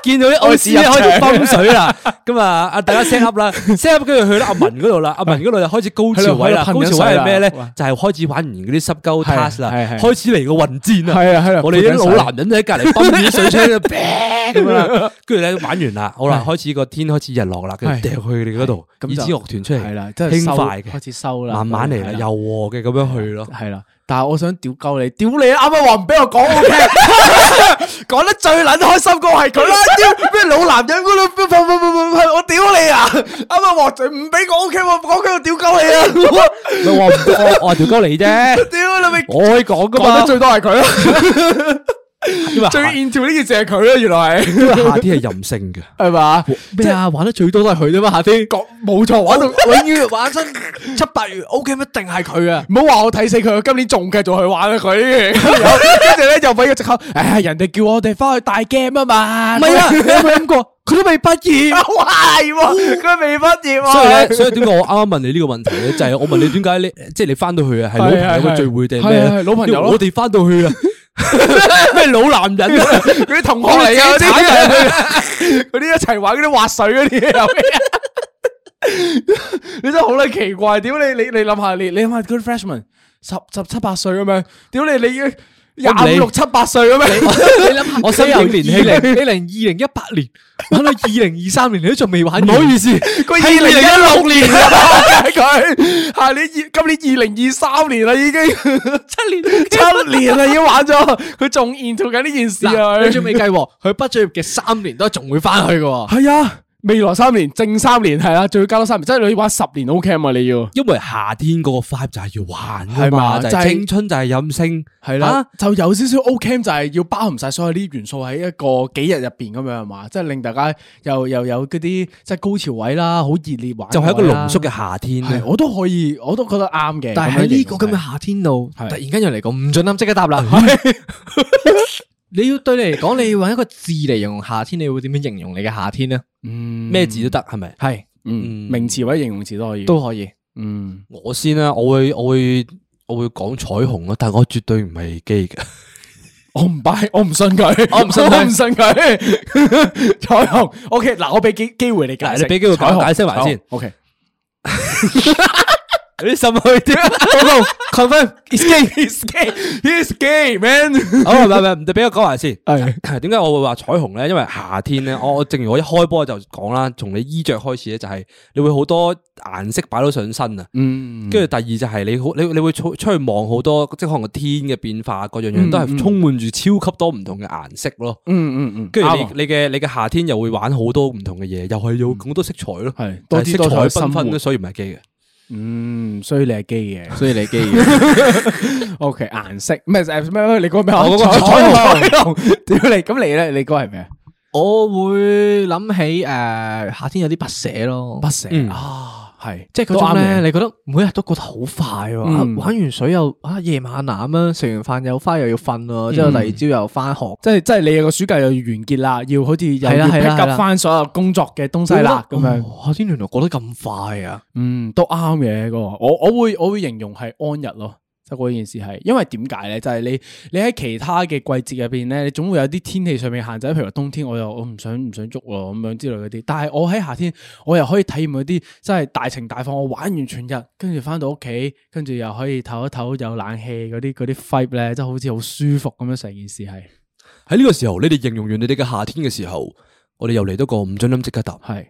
[SPEAKER 3] 見到啲奧斯咧開始泵水啦，咁啊啊大家 set up 啦，set up 跟住去到阿文嗰度啦，阿文嗰度就開始高潮位啦，
[SPEAKER 2] 啊喺度喺度噴緊
[SPEAKER 3] 高潮位係咩咧
[SPEAKER 2] 水啦？
[SPEAKER 3] 就係開始玩完嗰啲濕鳩 task 啦
[SPEAKER 2] 係係，係
[SPEAKER 3] 開始嚟個混戰啦，
[SPEAKER 2] 係啊係啊
[SPEAKER 3] 我哋啲老男人就喺隔離泵啲水槍就咁樣啦， 跟住咧玩完啦，好啦，開始個天開始日落啦，跟住
[SPEAKER 2] 係
[SPEAKER 3] 掉去你嗰度，
[SPEAKER 2] 咁
[SPEAKER 3] 以
[SPEAKER 2] 就
[SPEAKER 3] 支樂團出嚟，
[SPEAKER 2] 係啦，即係
[SPEAKER 3] 輕
[SPEAKER 2] 收
[SPEAKER 3] 快嘅。
[SPEAKER 2] 開始收啦，
[SPEAKER 3] 慢慢嚟
[SPEAKER 2] 係
[SPEAKER 3] 啦，柔和嘅咁樣去 咯。
[SPEAKER 2] 系啦，但系我想屌鸠你，屌你啊啱啱話唔俾我講 O K，講
[SPEAKER 3] 啊
[SPEAKER 2] 得最撚開心嗰個係佢 啦，屌咩老男人 嗰度，我屌你啊！啱啱話嘴唔俾我 O K，我講佢我屌 鳩你啊！
[SPEAKER 3] 我話唔我我係屌鳩你啫，
[SPEAKER 2] 屌你咪
[SPEAKER 3] 我可以講噶
[SPEAKER 2] 講得
[SPEAKER 3] 嘛。
[SPEAKER 2] 最多係佢啦，
[SPEAKER 3] 因為
[SPEAKER 2] 最
[SPEAKER 3] 夏
[SPEAKER 2] into 呢件事係佢啊啦，原來係
[SPEAKER 3] 因為夏天係任性嘅，
[SPEAKER 2] 係嘛？
[SPEAKER 1] 咩啊？玩得最多都係佢啫嘛，夏天。
[SPEAKER 2] 講冇錯，玩到
[SPEAKER 1] 永遠玩身 七八月 O K，一定係佢 啊！
[SPEAKER 2] 唔好話我睇死佢，今年仲繼續去玩啦 佢，跟住咧又俾個藉口，唉人哋叫我哋翻去大 game 啊嘛，
[SPEAKER 1] 唔係啊，你有冇諗過佢都未畢業，
[SPEAKER 8] 系喎，佢未毕业
[SPEAKER 3] 所以
[SPEAKER 8] 啊！
[SPEAKER 3] 咧，所以點解我啱啱問你呢個問題 咧，就係我問你點解你即係你翻到去啊，係老朋友嘅聚會定係咩
[SPEAKER 2] 係係
[SPEAKER 3] 呢？
[SPEAKER 2] 係老朋友咯
[SPEAKER 3] 因為我哋翻到去 啊， 咩老男人啊，
[SPEAKER 8] 佢啲同學嚟噶，嗰 啲嗰啲一齊玩嗰啲滑水嗰啲有咩啊？
[SPEAKER 2] 你真係好撚奇怪，屌你你你諗下，你你諗下嗰啲 freshman 十十七八歲咁樣，屌你你
[SPEAKER 3] 我唔理
[SPEAKER 2] 廿五六七八歲咁樣，
[SPEAKER 1] 你諗下，
[SPEAKER 3] 我身有啊年輕
[SPEAKER 1] 你零二零一八年 玩到二零二三年，你都仲未玩完。唔好意思，
[SPEAKER 8] 佢二零一六年啊， 佢下年二今年二零二三年啦，已經七年七年啦，已經玩咗，佢仲 into 緊呢件事啊！
[SPEAKER 1] 嗱，你仲未計喎，佢畢咗業嘅三年都仲會翻去嘅喎。
[SPEAKER 2] 係啊，未來三年正三年係啦，仲要加多三年，即係你要玩十年 O K 啊嘛，你要
[SPEAKER 3] 因為夏天嗰個 vibe 就係要玩
[SPEAKER 2] 係
[SPEAKER 3] 㗎
[SPEAKER 2] 嘛
[SPEAKER 3] 嘛，就
[SPEAKER 2] 就係
[SPEAKER 3] 係青春就係任性，
[SPEAKER 2] 係啦，啊就有少少 O K 就係要包含晒所有呢啲元素喺一個幾日入邊咁樣係嘛，即係令大家又又有嗰啲即係高潮位啦，好熱烈玩嘅
[SPEAKER 3] 就係一個
[SPEAKER 2] 位啦
[SPEAKER 3] 濃縮嘅夏天。啊
[SPEAKER 2] 係我都可以，我都覺得啱嘅。
[SPEAKER 1] 但係喺呢個咁
[SPEAKER 2] 樣形容
[SPEAKER 1] 嘅夏天度，突
[SPEAKER 2] 係
[SPEAKER 1] 然間又嚟個唔准諗，即刻答啦。 你要對你嚟講，你要揾一個字嚟形容夏天，你會點樣形容你嘅夏天呢？
[SPEAKER 2] 嗯
[SPEAKER 3] 咩字都得係咪？
[SPEAKER 1] 係
[SPEAKER 2] 嗯
[SPEAKER 3] 嗯
[SPEAKER 2] 名詞或者形容詞都可以。
[SPEAKER 1] 都可以。
[SPEAKER 2] 嗯，
[SPEAKER 3] 我先啦，我會我會我會講彩虹咯，但係我絕對唔係基 嘅。
[SPEAKER 2] 我唔 buy，我唔信佢， 我唔信，我唔信佢。彩虹，OK，嗱，我俾機機會你解
[SPEAKER 3] 嗱
[SPEAKER 2] 釋，
[SPEAKER 3] 你俾機會
[SPEAKER 2] 彩虹
[SPEAKER 3] 解釋埋先。
[SPEAKER 2] OK，
[SPEAKER 3] 有啲心虛 啲，
[SPEAKER 1] Oh,
[SPEAKER 2] confirm，is gay，is gay，is gay，man。
[SPEAKER 3] 好唔係唔係唔，俾我講埋先。
[SPEAKER 2] 係
[SPEAKER 3] 點解我會話彩虹咧？因為夏天咧，我我正如我一開波就講啦，從你衣着開始咧，就係你會好多顏色擺到上身啊。
[SPEAKER 2] 嗯
[SPEAKER 3] 跟住第二就係你好，你你會出出去望好多，即係可能個天嘅變化，各樣
[SPEAKER 2] 嗯
[SPEAKER 3] 樣都係充滿住超級多唔同嘅顏色咯。
[SPEAKER 2] 嗯嗯嗯，
[SPEAKER 3] 跟 住
[SPEAKER 2] 啱啊嗯
[SPEAKER 3] 你你嘅你嘅夏天又會玩好多唔同嘅嘢，又係有好多色彩咯，
[SPEAKER 2] 係多
[SPEAKER 3] 但
[SPEAKER 2] 啲
[SPEAKER 3] 係
[SPEAKER 2] 多彩
[SPEAKER 3] 色彩
[SPEAKER 2] 生
[SPEAKER 3] 繽紛
[SPEAKER 2] 活
[SPEAKER 3] 咯，所以唔係基嘅。
[SPEAKER 2] 嗯，所以你係基嘅。
[SPEAKER 1] 所以你基嘅
[SPEAKER 2] OK，顏色唔係誒咩咩？你講咩話？
[SPEAKER 3] 我嗰個
[SPEAKER 2] 彩彩虹，屌你！咁你咧？你嗰個係咩啊？
[SPEAKER 1] 我會諗起誒夏天有啲不捨咯，
[SPEAKER 2] 不捨
[SPEAKER 3] 嗯
[SPEAKER 2] 啊，係
[SPEAKER 1] 即係嗰
[SPEAKER 2] 都啱
[SPEAKER 1] 種咧，
[SPEAKER 2] 嘅
[SPEAKER 1] 你覺得每日都過得好快喎、啊
[SPEAKER 2] 嗯
[SPEAKER 1] 玩完水又啊夜晚啊咁樣，食完飯又翻又要瞓咯、之後第二朝又翻學，
[SPEAKER 2] 即係即係你個暑假又要完結啦，要好似又
[SPEAKER 1] 係
[SPEAKER 2] 要
[SPEAKER 1] 啦係
[SPEAKER 2] pick
[SPEAKER 1] 啦係
[SPEAKER 2] up
[SPEAKER 1] 啦
[SPEAKER 2] 翻所有工作嘅東西啦，咁樣
[SPEAKER 1] 哦夏天原來過得咁快啊！
[SPEAKER 2] 嗯都啱嘅嗰個。我我會我會形容係安逸咯。即係嗰件事係，因為點解咧？就係、你你喺其他嘅季節入邊咧，你總會有啲天氣上面限制，譬如話冬天我又我唔想唔想喐喎咁樣之類嗰啲。但係我喺夏天，我又可以體驗嗰啲真係大情大放，我玩完全日，跟住翻到屋企，跟住又可以唞一唞，有冷氣嗰啲嗰啲 f i b e 咧，真係好似好舒服咁樣成件事係
[SPEAKER 3] 喺呢個時候，你哋形容完你哋嘅夏天嘅時候，我哋又嚟到個唔准諗即刻答。
[SPEAKER 2] 係。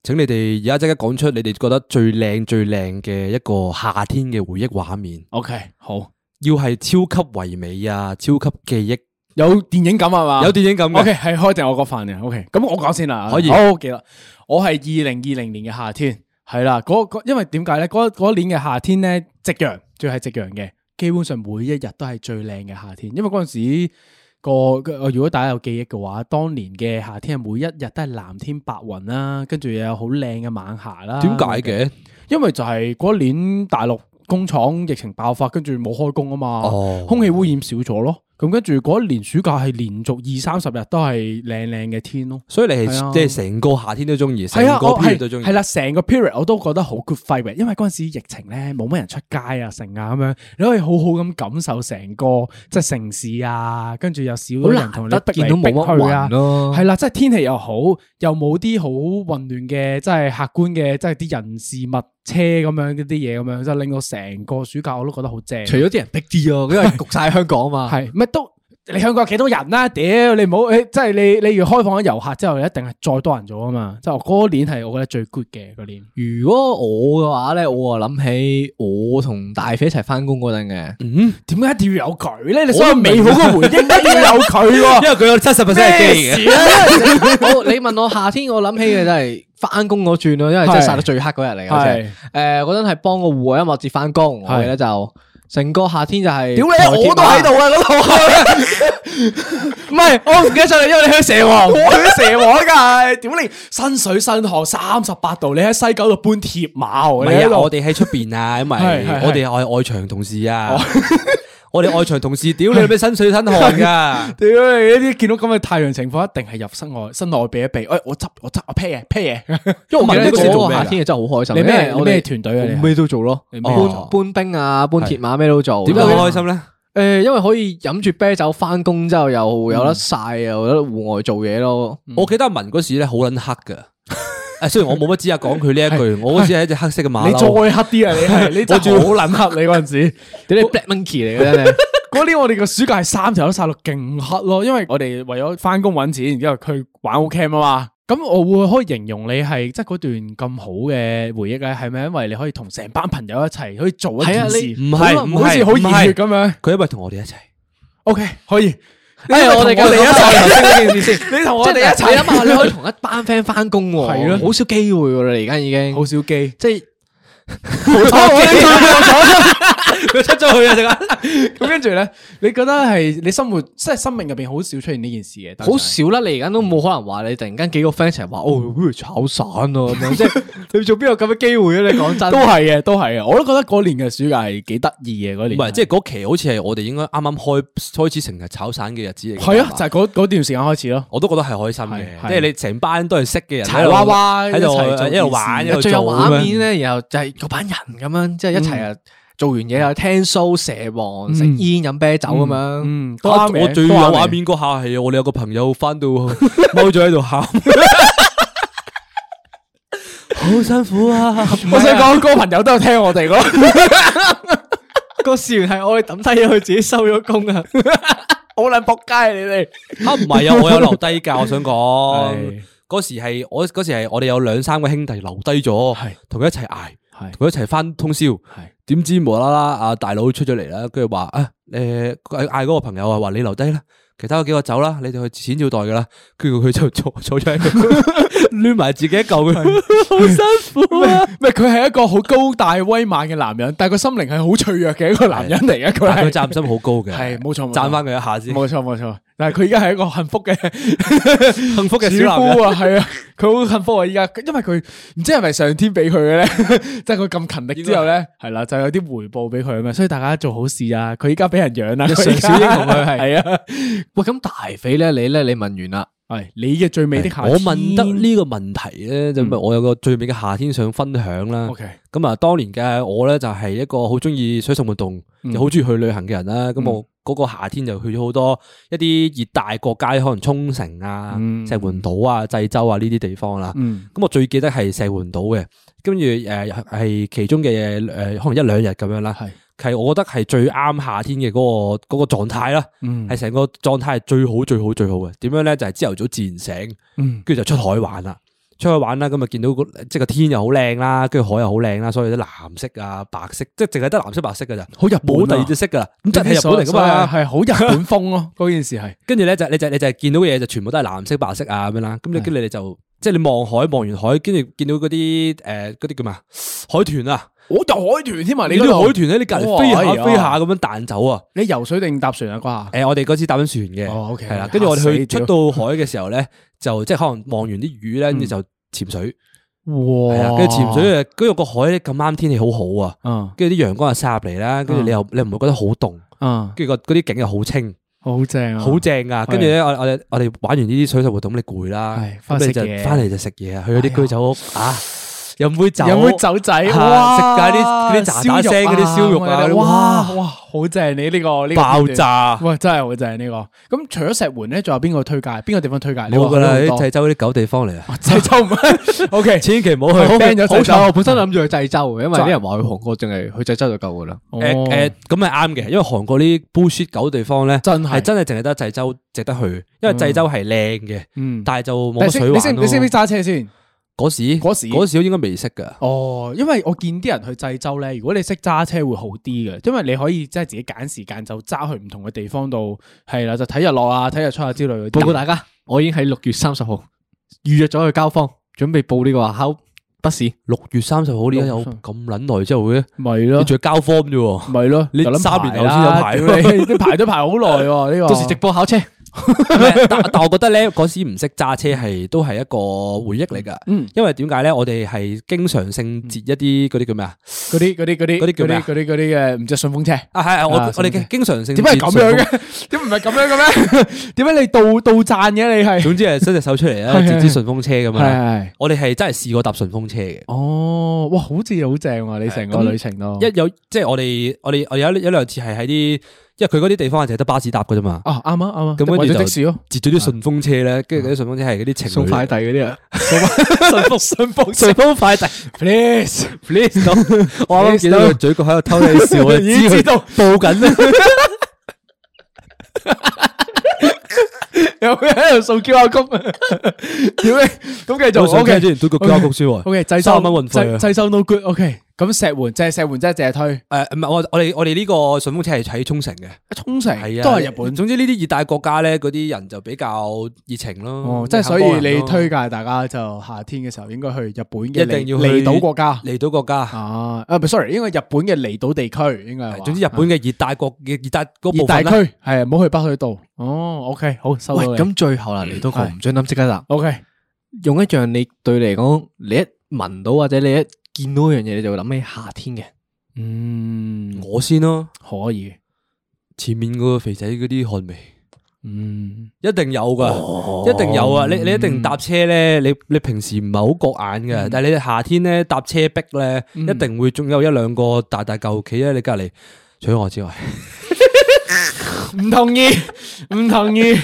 [SPEAKER 3] 請你哋而家即刻講出你哋覺得最靚最靚嘅一個夏天嘅回憶畫面，
[SPEAKER 2] OK，好
[SPEAKER 3] 要係超級唯美啊，超級記憶，
[SPEAKER 2] 有電影感係嘛？
[SPEAKER 3] 有電影感嘅。
[SPEAKER 2] 啊 OK 係開定我個飯嘅。OK，咁我講先啦。
[SPEAKER 3] 可以
[SPEAKER 2] 好記啦。我係二零二零年嘅夏天，係啦。嗰嗰因為點解咧？嗰嗰年嘅夏天咧，夕陽，最係夕陽嘅，基本上每一日都係最靚嘅夏天。因為嗰陣時個個如果大家有記憶嘅話，當年嘅夏天係每一日都係藍天白雲啦，跟住又有好靚嘅晚霞啦。
[SPEAKER 3] 點解
[SPEAKER 2] 啊
[SPEAKER 3] 嘅？
[SPEAKER 2] 因為就係嗰年大陸工廠疫情爆發，跟住冇開工啊嘛，
[SPEAKER 3] 哦
[SPEAKER 2] 空氣污染少咗咯。咁跟住嗰一年暑假係連續二三十日都係靚靚嘅天咯。
[SPEAKER 3] 所以你
[SPEAKER 2] 係啊
[SPEAKER 3] 係即係成個夏天都中意，成
[SPEAKER 2] 係啊，
[SPEAKER 3] 個
[SPEAKER 2] 我
[SPEAKER 3] period
[SPEAKER 2] 係
[SPEAKER 3] 都中意。
[SPEAKER 2] 係啦，成個 period 我都覺得好 good vibe 嘅，因為嗰陣時疫情咧冇乜人出街啊、成啊咁樣，你可以好好咁感受成個即係城市啊，跟住又少咗人同你
[SPEAKER 1] 得
[SPEAKER 2] 逼
[SPEAKER 1] 見到
[SPEAKER 2] 嚟
[SPEAKER 1] 冇
[SPEAKER 2] 逼
[SPEAKER 1] 乜
[SPEAKER 2] 去
[SPEAKER 1] 雲。
[SPEAKER 2] 啊
[SPEAKER 1] 咯，
[SPEAKER 2] 係啦，即係天氣又好，又冇啲好混亂嘅，即係客觀嘅，即係啲人事物車咁樣嗰啲嘢咁樣，就令到成個暑假我都覺得好正。
[SPEAKER 1] 除咗啲人逼啲咯，因為焗晒香港嘛。
[SPEAKER 2] 係咪都你香港有幾多人啦、啊屌你唔好，誒即係你你如果開放咗遊客之後，一定係再多人咗啊嘛。即係我嗰年係我覺得最 good 嘅嗰年。
[SPEAKER 1] 如果我嘅話咧，我啊諗起我同大肥一齊翻工嗰陣嘅，
[SPEAKER 3] 嗯，
[SPEAKER 2] 點解一定要有佢咧？你所有美好嘅回憶一定要
[SPEAKER 1] 哎
[SPEAKER 2] 有佢
[SPEAKER 3] 因
[SPEAKER 2] 喎。
[SPEAKER 3] 為佢有七十 percent 係基嘅。
[SPEAKER 1] 啊我你問我夏天，我諗起嘅真係翻工嗰轉咯，因為真係
[SPEAKER 2] 係
[SPEAKER 1] 晒得最黑嗰日嚟嘅。真係
[SPEAKER 2] 係，
[SPEAKER 1] 诶，嗰陣係幫個户外音樂節翻工，我
[SPEAKER 2] 係
[SPEAKER 1] 哋咧就成個夏天就係
[SPEAKER 2] 屌
[SPEAKER 1] 台
[SPEAKER 2] 你，
[SPEAKER 1] 鐵
[SPEAKER 2] 我都喺度啊！嗰度 唔係，我唔記得咗你，因為你去蛇 王，我去蛇王㗎。屌你，身水身汗三十八度，你喺西九度搬鐵馬
[SPEAKER 3] 唔
[SPEAKER 2] 喎，你
[SPEAKER 3] 係
[SPEAKER 2] 喺
[SPEAKER 3] 啊，我
[SPEAKER 2] 度
[SPEAKER 3] 哋喺出邊啊，因為
[SPEAKER 2] 係係係，
[SPEAKER 3] 我哋係外場同事啊。 我哋外場同事，屌你咩身水身汗噶
[SPEAKER 2] 屌你！呢啲見到咁嘅太陽情況，一定係入室外，室內避一避。哎，我執我執我 pair 嘢 pair 嘢，
[SPEAKER 1] 因為我
[SPEAKER 3] 我
[SPEAKER 1] 記
[SPEAKER 3] 問
[SPEAKER 1] 得
[SPEAKER 3] 你嗰時
[SPEAKER 1] 嗰
[SPEAKER 3] 做
[SPEAKER 1] 個
[SPEAKER 3] 咩
[SPEAKER 1] 夏
[SPEAKER 3] 㗎
[SPEAKER 1] 天嘅真係好開心。
[SPEAKER 2] 你咩
[SPEAKER 1] 因為我哋
[SPEAKER 2] 你咩團隊啊你係
[SPEAKER 1] 咩都做咯，
[SPEAKER 2] 你
[SPEAKER 1] 搬
[SPEAKER 2] 咩都做
[SPEAKER 1] 搬冰啊，搬鐵馬咩都做。
[SPEAKER 3] 點解
[SPEAKER 1] 因為
[SPEAKER 3] 好開心咧？
[SPEAKER 1] 诶，因為可以飲住啤酒翻工之後又有得晒，又有得户外做嘢咯。
[SPEAKER 2] 嗯
[SPEAKER 3] 我記得阿文嗰時咧好撚黑噶。誒，雖然我冇乜資格講佢呢一句，我嗰時係一隻黑色嘅馬
[SPEAKER 2] 你再
[SPEAKER 3] 騮。
[SPEAKER 2] 黑啲啊！你係你真係好撚黑，你嗰陣時。
[SPEAKER 1] 屌你 black monkey 嚟嘅 真係。
[SPEAKER 2] 嗰年我哋個暑假係三條都晒到勁黑咯，因為我哋為咗翻工揾錢，然之後佢玩 O Cam 啊嘛。咁我會可以形容你係即係嗰段咁好嘅回憶咧，係咪因為你可以同成班朋友一齊可以做一
[SPEAKER 1] 係啊
[SPEAKER 2] 件事？
[SPEAKER 1] 你
[SPEAKER 3] 唔係唔係
[SPEAKER 2] 好似好熱血
[SPEAKER 3] 唔係
[SPEAKER 2] 咁樣。
[SPEAKER 3] 佢因為同我哋一齊，
[SPEAKER 2] O K，可以。
[SPEAKER 1] 哎呀，我哋
[SPEAKER 2] 我哋一齊
[SPEAKER 1] 頭先嗰件事先，
[SPEAKER 2] 你同
[SPEAKER 1] 即係你諗下，你可以同一班 friend 翻工喎，
[SPEAKER 2] 係咯
[SPEAKER 1] 好少機會㗎啦，而家已經
[SPEAKER 2] 好少機。
[SPEAKER 1] 即係
[SPEAKER 3] 佢出咗去啊！陣間
[SPEAKER 2] 咁跟住咧，你覺得係你生活即係生命入邊好少出現呢件事嘅，但係
[SPEAKER 1] 好少啦。你而家都冇可能話你突然間幾個 friend 一齊話，哦，不如炒散啊咁 樣，即係你仲邊有咁嘅機會啊？你講真，
[SPEAKER 2] 都係嘅，都係嘅。我都覺得嗰年嘅暑假係幾得意嘅嗰
[SPEAKER 3] 唔
[SPEAKER 2] 年。
[SPEAKER 3] 係，即係嗰期好似係我哋應該啱啱開開始成日炒散嘅日子嚟㗎。
[SPEAKER 2] 係啊，
[SPEAKER 3] 嘛
[SPEAKER 2] 就係嗰嗰段時間開始咯。
[SPEAKER 3] 我都覺得係開心
[SPEAKER 2] 係
[SPEAKER 3] 嘅，
[SPEAKER 2] 係
[SPEAKER 3] 即係你成班都係識嘅人，
[SPEAKER 2] 柴娃娃
[SPEAKER 3] 喺度呃
[SPEAKER 2] 一齊做
[SPEAKER 3] 喺度一路玩，一
[SPEAKER 2] 件
[SPEAKER 3] 路
[SPEAKER 1] 最
[SPEAKER 3] 做
[SPEAKER 1] 有畫
[SPEAKER 3] 咁
[SPEAKER 1] 面
[SPEAKER 3] 樣。
[SPEAKER 1] 咧，然後就係嗰班人咁樣，即係一齊啊做完嘢又聽 show 蛇王食煙飲啤酒咁樣。
[SPEAKER 2] 嗯，都
[SPEAKER 3] 啊
[SPEAKER 2] 啱嘅
[SPEAKER 3] 我最
[SPEAKER 2] 都
[SPEAKER 3] 有
[SPEAKER 2] 啱
[SPEAKER 3] 畫
[SPEAKER 2] 嘅
[SPEAKER 3] 面嗰下係我哋有個朋友翻到踎咗喺度喊，好辛苦啊！
[SPEAKER 2] 我想講嗰個朋友都有聽我哋咯，
[SPEAKER 1] 個事源係我哋抌低咗佢自己收咗工 啊！
[SPEAKER 2] 好撚仆街你哋。
[SPEAKER 3] 啊，唔 係啊，我有留低㗎，我想
[SPEAKER 2] 係
[SPEAKER 3] 講嗰時係我嗰時係我哋有兩三個兄弟留低咗，同佢一齊捱，
[SPEAKER 2] 係
[SPEAKER 3] 同佢一齊翻通宵。點知無啦啦啊大佬出咗嚟啦，跟住話啊誒嗌嗰個朋友啊話你留低啦，其他嗰幾個走啦，你哋去錢要袋噶啦。跟住佢就坐 坐咗喺度，攣埋自己一嚿佢。啊
[SPEAKER 2] 咩？佢係一個好高大威猛嘅男人，但係個心靈係好脆弱嘅一個男人嚟嘅。佢
[SPEAKER 3] 但佢
[SPEAKER 2] 係
[SPEAKER 3] 責任心好高嘅，
[SPEAKER 2] 係冇錯冇錯
[SPEAKER 3] 讚翻佢一下先。
[SPEAKER 2] 冇錯冇錯，但係佢而家係一個幸福嘅幸
[SPEAKER 3] 福嘅小男人
[SPEAKER 2] 啊，係啊，佢好幸福啊！依家因為佢唔知係咪上天俾佢 嘅咧，即係佢咁勤力之後咧，係啦，就有啲回報俾佢啊嘛，所以大家做好事啊！佢依家俾人養啦，
[SPEAKER 1] 常小英雄佢係
[SPEAKER 2] 係啊，
[SPEAKER 1] 喂，咁大肥咧，你咧，你問完啦，
[SPEAKER 2] 係你嘅最美的夏天。嗯
[SPEAKER 3] 我問得呢個問題咧，就咪我有個最美嘅夏天想分享啦。
[SPEAKER 2] OK
[SPEAKER 3] 咁啊，當年嘅我咧就係一個好中意水上活動，
[SPEAKER 2] 嗯
[SPEAKER 3] 又好中意去旅行嘅人啦。咁我嗰個夏天就去咗好多一啲熱帶國家，可能沖繩啊、
[SPEAKER 2] 嗯
[SPEAKER 3] 石垣島啊、濟州啊呢啲地方啦。
[SPEAKER 2] 嗯
[SPEAKER 3] 咁我最記得係石垣島嘅，跟住誒係其中嘅誒、可能一兩日咁樣啦。
[SPEAKER 2] 係
[SPEAKER 3] 係我覺得係最啱夏天嘅嗰、個嗰、個狀態啦，
[SPEAKER 2] 嗯
[SPEAKER 3] 係成、個狀態係最好最好最好嘅。點樣咧？就係朝頭早自然醒。
[SPEAKER 2] 嗯
[SPEAKER 3] 跟住就出海玩啦。出去玩啦，咁啊見到個即係個天又好靚啦，跟住海又好靚啦，所以啲藍色啊、白色，即係淨係得藍色、白色噶咋，
[SPEAKER 2] 好日本啊
[SPEAKER 3] 冇第二隻色噶啦，咁真係日本嚟噶嘛。
[SPEAKER 2] 係好日本風 咯，嗰件事係
[SPEAKER 3] 跟住咧就你就你就見到嘅嘢就全部都係藍色、白色啊咁樣啦。咁你跟住你就即係你望海，望完海，跟住見到嗰啲誒嗰啲叫咩啊海豚啊，
[SPEAKER 2] 我就海豚添啊！
[SPEAKER 3] 你
[SPEAKER 2] 嗰
[SPEAKER 3] 啲
[SPEAKER 2] 度
[SPEAKER 3] 海豚喺你隔離
[SPEAKER 2] 哇
[SPEAKER 3] 飛
[SPEAKER 2] 哎呀
[SPEAKER 3] 下飛下咁樣彈走啊！呃
[SPEAKER 2] 你游水定搭船啊？嗰下
[SPEAKER 3] 誒，我哋嗰次搭緊船嘅，
[SPEAKER 2] 哦，OK，
[SPEAKER 3] 係啦，跟住我哋去
[SPEAKER 2] 嚇
[SPEAKER 3] 出
[SPEAKER 2] 死
[SPEAKER 3] 到海嘅時候咧，就即係可能望完啲魚咧，跟住就潛水。
[SPEAKER 2] 嗯
[SPEAKER 3] 係啊，
[SPEAKER 2] 哇
[SPEAKER 3] 跟住潛水啊，跟住個海咧咁啱天氣好好啊，
[SPEAKER 2] 啊
[SPEAKER 3] 跟住啲陽光又曬入嚟啦，跟住你又你唔會覺得好凍，
[SPEAKER 2] 啊，
[SPEAKER 3] 跟住個嗰啲景又好清，
[SPEAKER 2] 好正啊，
[SPEAKER 3] 好正啊！跟住咧，我我哋我哋玩完呢啲水上活動，咁你攰啦
[SPEAKER 2] 係，翻
[SPEAKER 3] 咁
[SPEAKER 2] 去
[SPEAKER 3] 你
[SPEAKER 2] 食
[SPEAKER 3] 就
[SPEAKER 2] 嘢
[SPEAKER 3] 翻嚟就食嘢啊，去嗰啲居酒屋啊，飲杯酒，
[SPEAKER 2] 有冇酒仔？
[SPEAKER 3] 啊
[SPEAKER 2] 哇！
[SPEAKER 3] 食晒啲嗰啲喳喳聲嗰啲燒肉啊，
[SPEAKER 2] 哇
[SPEAKER 3] 哇，
[SPEAKER 2] 哇，好正！你呢個呢個
[SPEAKER 3] 爆
[SPEAKER 2] 片段，
[SPEAKER 3] 炸！
[SPEAKER 2] 哇，真係好正呢個。咁除咗石門咧，仲有邊個推介？邊個地方推介？你
[SPEAKER 3] 冇噶啦，
[SPEAKER 2] 話去
[SPEAKER 3] 啲
[SPEAKER 2] 好多
[SPEAKER 3] 濟州啲狗地方嚟啊，
[SPEAKER 2] 濟州唔 係？OK，
[SPEAKER 3] 千祈唔好去。
[SPEAKER 2] 好 ban 咗
[SPEAKER 1] 好彩
[SPEAKER 2] 濟
[SPEAKER 1] 我
[SPEAKER 2] 州。哦
[SPEAKER 1] 本身諗住去濟州嘅，因為啲人話去韓國淨係去濟州就夠㗎啦。
[SPEAKER 3] 誒
[SPEAKER 2] 哦
[SPEAKER 3] 誒，咁係啱嘅，因為韓國呢啲 bullshit 狗地方咧，
[SPEAKER 2] 真係
[SPEAKER 3] 係真係淨係得濟州值得去，因為濟州係靚嘅，
[SPEAKER 2] 嗯
[SPEAKER 3] 但係就冇
[SPEAKER 2] 你
[SPEAKER 3] 乜
[SPEAKER 2] 識
[SPEAKER 3] 水
[SPEAKER 2] 你識
[SPEAKER 3] 玩咯
[SPEAKER 2] 你識唔識揸車先？
[SPEAKER 3] 嗰時
[SPEAKER 2] 嗰時
[SPEAKER 3] 嗰時應該未識㗎，
[SPEAKER 2] 哦，因為我見啲人去濟州咧，如果你識揸車會好啲嘅，因為你可以即係自己揀時間就揸去唔同嘅地方度，係啦，就睇日落啊、睇日出啊之類嗰
[SPEAKER 1] 報告
[SPEAKER 2] 啲。
[SPEAKER 1] 大家，我已經喺六月三十號預約咗去交方，準備報呢個考筆試。
[SPEAKER 3] 六月三十號呢家有
[SPEAKER 2] 六月三
[SPEAKER 3] 咁撚耐之後嘅，
[SPEAKER 2] 咪
[SPEAKER 3] 你
[SPEAKER 2] 咯，
[SPEAKER 3] 仲要交 form 啫喎。
[SPEAKER 2] 咪咯，
[SPEAKER 3] 你
[SPEAKER 2] 就諗
[SPEAKER 3] 三
[SPEAKER 2] 排
[SPEAKER 3] 年後
[SPEAKER 2] 啦
[SPEAKER 3] 先有排
[SPEAKER 2] 屌你你排都排好耐喎呢個。
[SPEAKER 1] 到時直播考車，
[SPEAKER 3] 但但我覺得咧，嗰時唔識揸車係都係一個回憶嚟噶。
[SPEAKER 2] 嗯
[SPEAKER 3] 因為點解咧？我哋係經常性截一啲嗰啲叫咩啊？
[SPEAKER 2] 嗰啲嗰啲嗰啲
[SPEAKER 3] 嗰啲叫咩啊
[SPEAKER 2] 嗰啲嗰啲嘅唔知順風車，
[SPEAKER 3] 啊係係我
[SPEAKER 2] 啊
[SPEAKER 3] 我哋經常性
[SPEAKER 2] 點解係
[SPEAKER 3] 截
[SPEAKER 2] 咁樣
[SPEAKER 3] 順豐？
[SPEAKER 2] 嘅？ 點唔係咁樣嘅咩？ 點解你倒倒讚嘅你係？
[SPEAKER 3] 總之係伸隻手出嚟啦，
[SPEAKER 2] 係
[SPEAKER 3] 截支順風車咁樣啦。
[SPEAKER 2] 係
[SPEAKER 3] 我哋係真係試過搭順風車嘅。
[SPEAKER 2] 哦，哇，好似好正喎！你成個旅程咯，
[SPEAKER 3] 一有即係我哋我哋我哋有一有兩次係喺啲，因為佢嗰啲地方係淨係得巴士搭嘅啫嘛。
[SPEAKER 2] 啊啱啊啱啊，
[SPEAKER 3] 咁跟
[SPEAKER 2] 或
[SPEAKER 3] 住
[SPEAKER 2] 者
[SPEAKER 3] 就
[SPEAKER 2] 的士咯，啊
[SPEAKER 3] 截咗啲順風車咧，跟住嗰啲順風車係嗰啲情侶
[SPEAKER 1] 送快遞嗰啲啊，
[SPEAKER 3] 順 豐順豐順豐 快遞，please please 我啱啱見到佢嘴角喺度偷你笑，我就
[SPEAKER 2] 已經知
[SPEAKER 3] 道報緊啦。
[SPEAKER 2] 有咩喺度掃 QR code？點 咧？咁繼
[SPEAKER 3] 早
[SPEAKER 2] 續
[SPEAKER 3] 上
[SPEAKER 2] OK
[SPEAKER 3] 聽之前都個 QR 公司喎。
[SPEAKER 2] OK，制收
[SPEAKER 3] 三蚊運費啊
[SPEAKER 2] 制制收 no good，OK。咁石門，即係石門，即係借推。
[SPEAKER 3] 誒唔係我我哋我哋呢個順風車係喺沖繩嘅，
[SPEAKER 2] 沖繩
[SPEAKER 3] 係啊，
[SPEAKER 2] 都係日本。
[SPEAKER 3] 總之呢啲熱帶國家咧，嗰啲人就比較熱情咯。
[SPEAKER 2] 哦，即係所以你推介大家就夏天嘅時候應該去日本嘅
[SPEAKER 3] 一定要去
[SPEAKER 2] 離離島國家
[SPEAKER 3] 嚟到國家，
[SPEAKER 2] 啊，啊唔係 sorry，應該日本嘅離島地區應該係話。
[SPEAKER 3] 總之日本嘅熱帶國嘅熱帶嗰
[SPEAKER 2] 熱
[SPEAKER 3] 部
[SPEAKER 2] 帶
[SPEAKER 3] 分
[SPEAKER 2] 區
[SPEAKER 3] 啦
[SPEAKER 2] 係唔好去北海道。哦，OK，好收
[SPEAKER 1] 喂，
[SPEAKER 2] 到你。
[SPEAKER 1] 咁最後啦，嚟到我唔准諗即刻答，
[SPEAKER 2] OK，
[SPEAKER 1] 用一樣你對你嚟講，你一聞到或者你一見到一樣嘢，你就會諗起夏天嘅。
[SPEAKER 2] 嗯，
[SPEAKER 3] 我先咯，
[SPEAKER 2] 可以。
[SPEAKER 3] 前面個肥仔嗰啲汗味。
[SPEAKER 2] 嗯，哦
[SPEAKER 3] 一定有噶，一定有啊！你你一定搭車咧，你你平時唔係好覺眼
[SPEAKER 2] 嗯
[SPEAKER 3] 嘅，但係你夏天咧搭車逼咧，一定會仲有一兩個大大嚿企喺你隔離，除咗我之外，
[SPEAKER 2] 唔同意，唔同 意。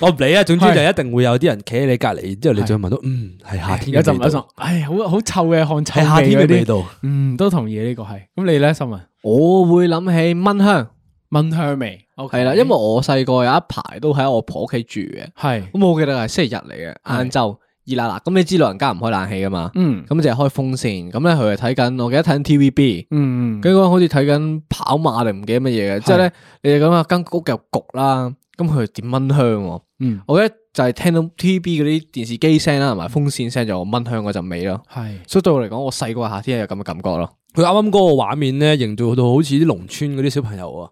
[SPEAKER 3] 我唔理啊。總之
[SPEAKER 2] 係
[SPEAKER 3] 就一定會有啲人企喺你隔離，之後你就會聞到，嗯，係夏天
[SPEAKER 2] 有陣
[SPEAKER 3] 嘅
[SPEAKER 2] 有
[SPEAKER 3] 味
[SPEAKER 2] 陣
[SPEAKER 3] 道，，
[SPEAKER 2] 唉，好好臭嘅汗臭
[SPEAKER 3] 係夏天
[SPEAKER 2] 嗰
[SPEAKER 3] 嘅
[SPEAKER 2] 啲
[SPEAKER 3] 味。道。
[SPEAKER 2] 嗯，都同意呢個係。咁你咧，新聞
[SPEAKER 1] 我會諗起蚊香，
[SPEAKER 2] 蚊香味。
[SPEAKER 1] 係啦，因為我細個有一排都喺我婆屋企住嘅，
[SPEAKER 2] 係，
[SPEAKER 1] 咁我記得係星期日嚟嘅，晏晝熱辣辣，咁你知老人家唔開冷氣噶嘛，
[SPEAKER 2] 嗯
[SPEAKER 1] 咁就係開風扇，咁咧佢係睇緊，我記得睇緊 TVB。
[SPEAKER 2] 嗯，
[SPEAKER 1] 佢嗰個好似睇緊跑馬定唔記得乜嘢嘅，之後咧你哋咁啊間屋又焗啦，咁佢點蚊香喎？
[SPEAKER 2] 嗯，
[SPEAKER 1] 我覺得就係聽到 TVB 嗰啲電視機聲啊啦，同埋風扇聲就有蚊香嗰陣味咯。
[SPEAKER 2] 係。
[SPEAKER 1] 所以對我嚟講，我細個嘅夏天係有咁嘅感覺咯。
[SPEAKER 3] 佢啱啱嗰個畫面咧，營造到好似啲農村嗰啲小朋友啊，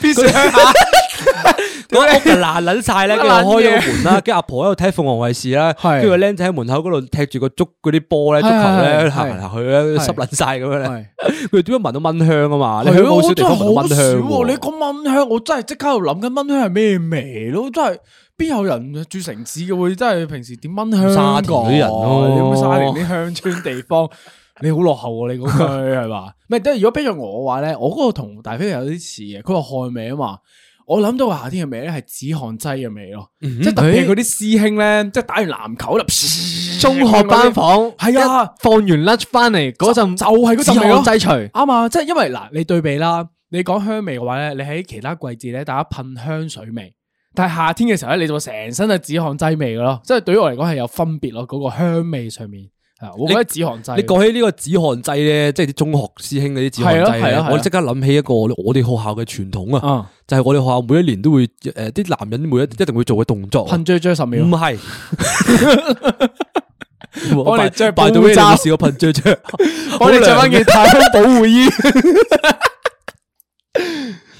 [SPEAKER 2] 必 須
[SPEAKER 3] 嗰屋就爛撚 晒咧，跟住開咗個門啦，跟住阿婆喺度睇鳳凰衛視啦，
[SPEAKER 2] 係
[SPEAKER 3] 跟住個僆仔喺門口嗰度踢住個足嗰啲波咧，足球
[SPEAKER 2] 係係
[SPEAKER 3] 咧
[SPEAKER 2] 係
[SPEAKER 3] 行嚟行去咧，濕撚晒咁樣咧。
[SPEAKER 2] 係
[SPEAKER 3] 佢哋點解聞到蚊香啊嘛？你
[SPEAKER 2] 係
[SPEAKER 3] 去
[SPEAKER 2] 啊
[SPEAKER 3] 好少
[SPEAKER 2] 我
[SPEAKER 3] 地
[SPEAKER 2] 真
[SPEAKER 3] 方
[SPEAKER 2] 係
[SPEAKER 3] 聞到
[SPEAKER 2] 好
[SPEAKER 3] 蚊
[SPEAKER 2] 少
[SPEAKER 3] 香
[SPEAKER 2] 喎！你
[SPEAKER 3] 喎。
[SPEAKER 2] 講蚊香，我真係即刻喺度諗緊蚊香係咩味咯，真係邊有人住城市嘅會真係平時點蚊香㗎？
[SPEAKER 3] 沙田嗰啲人咯
[SPEAKER 2] 你咁沙田啲鄉村地方，你好落後喎！你嗰句係 嘛？唔係，但係如果俾咗我嘅話咧，我嗰個同大飛有啲似嘅，佢話汗味啊嘛。我諗到夏天嘅味咧係止汗劑嘅味咯，
[SPEAKER 3] 嗯
[SPEAKER 2] 即係特別係嗰啲師兄咧，即係打完籃球啦，
[SPEAKER 1] 中學班房
[SPEAKER 2] 係啊
[SPEAKER 1] 一放完 lunch 翻嚟嗰陣
[SPEAKER 2] 就係嗰
[SPEAKER 1] 止
[SPEAKER 2] 陣味咯
[SPEAKER 1] 汗劑除，
[SPEAKER 2] 啱啊！即係因為嗱，你對比啦，你講香味嘅話咧，你喺其他季節咧，大家噴香水味，但係夏天嘅時候咧，你就會成身係止汗劑味嘅咯。即係對於我嚟講係有分別咯，嗰、個香味上面啊，我覺得止汗劑。啊
[SPEAKER 3] 你講起呢個止汗劑咧，即係啲中學師兄嗰啲止汗劑
[SPEAKER 2] 係啊係啊係
[SPEAKER 3] 咧
[SPEAKER 2] 啊，
[SPEAKER 3] 我即刻諗起一個我哋學校嘅傳統啊，
[SPEAKER 2] 啊，嗯
[SPEAKER 3] 就係我哋學校每一年都會誒啲男人每一一定會做嘅動作啊。
[SPEAKER 2] 噴追追十秒
[SPEAKER 3] 唔，係，
[SPEAKER 2] 我哋着
[SPEAKER 3] 拜到
[SPEAKER 2] 布
[SPEAKER 3] 咩？
[SPEAKER 2] 罩
[SPEAKER 3] 你試過噴雀雀？
[SPEAKER 2] 我哋着
[SPEAKER 3] 好
[SPEAKER 2] 翻
[SPEAKER 3] 涼嘅
[SPEAKER 2] 件太空保護衣。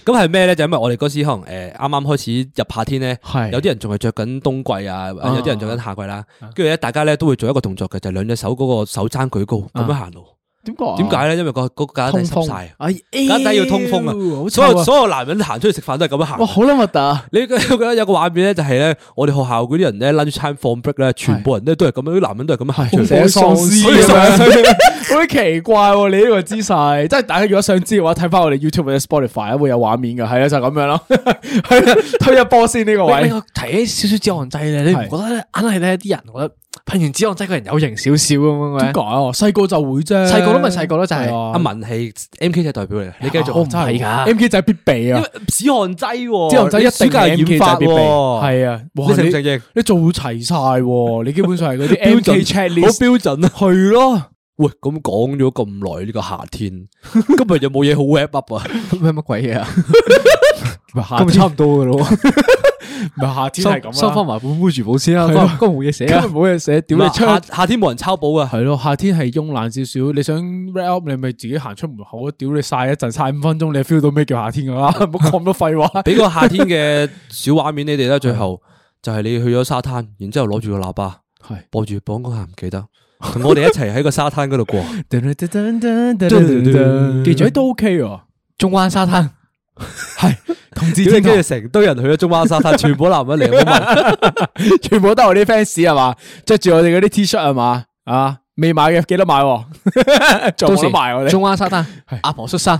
[SPEAKER 3] 咁係咩咧？就因為我哋嗰時可能誒啱啱開始入夏天咧，
[SPEAKER 2] 係啊
[SPEAKER 3] 有啲人仲係着緊冬季啊，有啲人着緊夏季啦。跟住咧，大家咧都會做一個動作嘅，就係兩隻手嗰個手踭舉高咁樣行路。
[SPEAKER 2] 點講啊？
[SPEAKER 3] 點解咧？因為個嗰個架底
[SPEAKER 2] 通風
[SPEAKER 3] 濕晒，啊
[SPEAKER 2] 哎？
[SPEAKER 3] 架底要通
[SPEAKER 2] 哎
[SPEAKER 3] 風
[SPEAKER 2] 呦
[SPEAKER 3] 啊！所
[SPEAKER 2] 好臭
[SPEAKER 3] 有
[SPEAKER 2] 啊
[SPEAKER 3] 所有男人行出去食飯都係咁樣
[SPEAKER 2] 哇，
[SPEAKER 3] 行。
[SPEAKER 2] 好啦，核突啊！
[SPEAKER 3] 你覺得有個畫面咧，就係咧，我哋學校嗰啲人咧，lunch time 放 break 咧，全部人咧都係咁樣，啲男人都係咁樣行出
[SPEAKER 2] 成
[SPEAKER 3] 嚟。
[SPEAKER 2] 日喪屍咁
[SPEAKER 3] 好似
[SPEAKER 2] 樣， 好奇怪喎！你呢個姿勢，即係大家如果想知嘅話，睇翻我哋 YouTube 或者 Spotify 啊會有畫面嘅，係啦，就咁樣咯。 係啦，推一波先呢個
[SPEAKER 1] 喂，
[SPEAKER 2] 位啊
[SPEAKER 1] 你，我提起少少止汗劑咧，你唔
[SPEAKER 2] 係
[SPEAKER 1] 覺得咧硬係咧啲人覺得噴完止汗劑個人有型少少咁樣
[SPEAKER 2] 點
[SPEAKER 1] 嘅？
[SPEAKER 2] 解啊？細個就會啫，啊
[SPEAKER 1] 細個都咪細個咯就係
[SPEAKER 3] 阿文係 M K 仔代表嚟嘅，你繼續。
[SPEAKER 1] 我唔係㗎。哦
[SPEAKER 2] M K 仔必備
[SPEAKER 3] 因
[SPEAKER 2] 啊
[SPEAKER 3] 為止汗劑喎，
[SPEAKER 2] 之後就一定
[SPEAKER 3] 你暑假染
[SPEAKER 2] M K
[SPEAKER 3] 髮
[SPEAKER 2] 仔必備，
[SPEAKER 3] 喎，
[SPEAKER 2] 係啊，哇
[SPEAKER 3] 你承唔
[SPEAKER 2] 你
[SPEAKER 3] 承認？
[SPEAKER 2] 你做齊晒喎，你基本上係 嗰啲 M
[SPEAKER 3] 標
[SPEAKER 2] K
[SPEAKER 3] 準
[SPEAKER 2] checklist，
[SPEAKER 3] 好標準啊！
[SPEAKER 2] 係咯，
[SPEAKER 3] 喂，咁講咗 咁耐呢個夏天，今日有冇嘢好 wrap up 啊？
[SPEAKER 1] 咩乜鬼嘢啊？咁咪差唔多噶咯，
[SPEAKER 2] 咪夏天
[SPEAKER 1] 收
[SPEAKER 2] 係咁啦
[SPEAKER 1] 收翻埋本 Muji 保先啦，
[SPEAKER 2] 係咯
[SPEAKER 1] 嗰個冇嘢寫
[SPEAKER 2] 今日
[SPEAKER 1] 啊，
[SPEAKER 2] 冇嘢寫，屌你出
[SPEAKER 3] 夏夏天冇人抄簿啊，
[SPEAKER 2] 系咯，夏天係慵懶少少，你想 wrap up 你咪自己行出門口，啊屌你晒一陣，晒五分鐘，你就 feel 到咩叫夏天噶啦，唔好講咁多廢話。
[SPEAKER 3] 俾個夏天嘅小畫面你哋啦，最後就係你去咗沙灘，然之后攞住個喇叭，
[SPEAKER 2] 係
[SPEAKER 3] 播住播歌下唔記得，同我哋一齊喺個沙灘嗰 度過。
[SPEAKER 2] 記住都 OK 喎，
[SPEAKER 1] 中灣沙灘
[SPEAKER 2] 同志
[SPEAKER 3] 屌你
[SPEAKER 2] 天
[SPEAKER 3] 跟住成堆人去咗中灣沙灘，全部男人嚟，我 問
[SPEAKER 2] 全部都係我啲 fans 係嘛，着住我哋嗰啲 T 恤係嘛，啊未買嘅記得買喎，仲
[SPEAKER 1] 到
[SPEAKER 2] 冇
[SPEAKER 1] 時
[SPEAKER 2] 得賣我哋。
[SPEAKER 1] 中灣沙灘阿婆恤衫，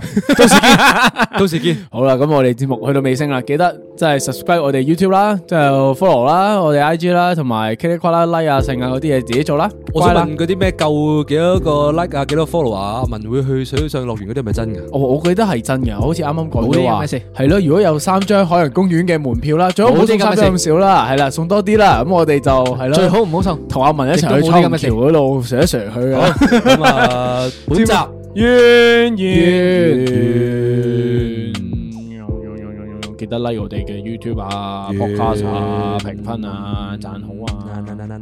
[SPEAKER 3] 到時見。
[SPEAKER 2] 好啦，咁我哋節目去到尾聲啦，記得即係 subscribe 我哋 YouTube 啦，就 follow 啦，我哋 IG 啦，同埋 k i t 啦、like 啊、剩啊嗰啲嘢自己做啦。
[SPEAKER 3] 我
[SPEAKER 2] 乖
[SPEAKER 3] 想
[SPEAKER 2] 啦
[SPEAKER 3] 問嗰啲咩夠幾多個 like 啊，幾多 follow 啊？阿文會去水上樂園嗰啲係咪真嘅？
[SPEAKER 2] 我我記得係真嘅，好似啱啱
[SPEAKER 1] 冇
[SPEAKER 2] 講
[SPEAKER 1] 啲
[SPEAKER 2] 咗
[SPEAKER 1] 咁
[SPEAKER 2] 話
[SPEAKER 1] 嘅事
[SPEAKER 2] 係咯。如果有三張海洋公園嘅門票啦，最好唔好
[SPEAKER 1] 冇啲
[SPEAKER 2] 送
[SPEAKER 1] 咁嘅
[SPEAKER 2] 三
[SPEAKER 1] 事
[SPEAKER 2] 張咁少啦，係啦，送多啲啦。咁我哋就係咯，
[SPEAKER 1] 最好唔好送。
[SPEAKER 2] 同阿文一齊
[SPEAKER 1] 亦
[SPEAKER 2] 去
[SPEAKER 1] 都冇啲咁
[SPEAKER 2] 彩虹
[SPEAKER 1] 嘅事
[SPEAKER 2] 橋嗰度上一上去啊。
[SPEAKER 3] 咁啊，本集
[SPEAKER 2] 完完，記得 like 我哋嘅 YouTube 啊、Podcast 啊、評分啊、讚好啊。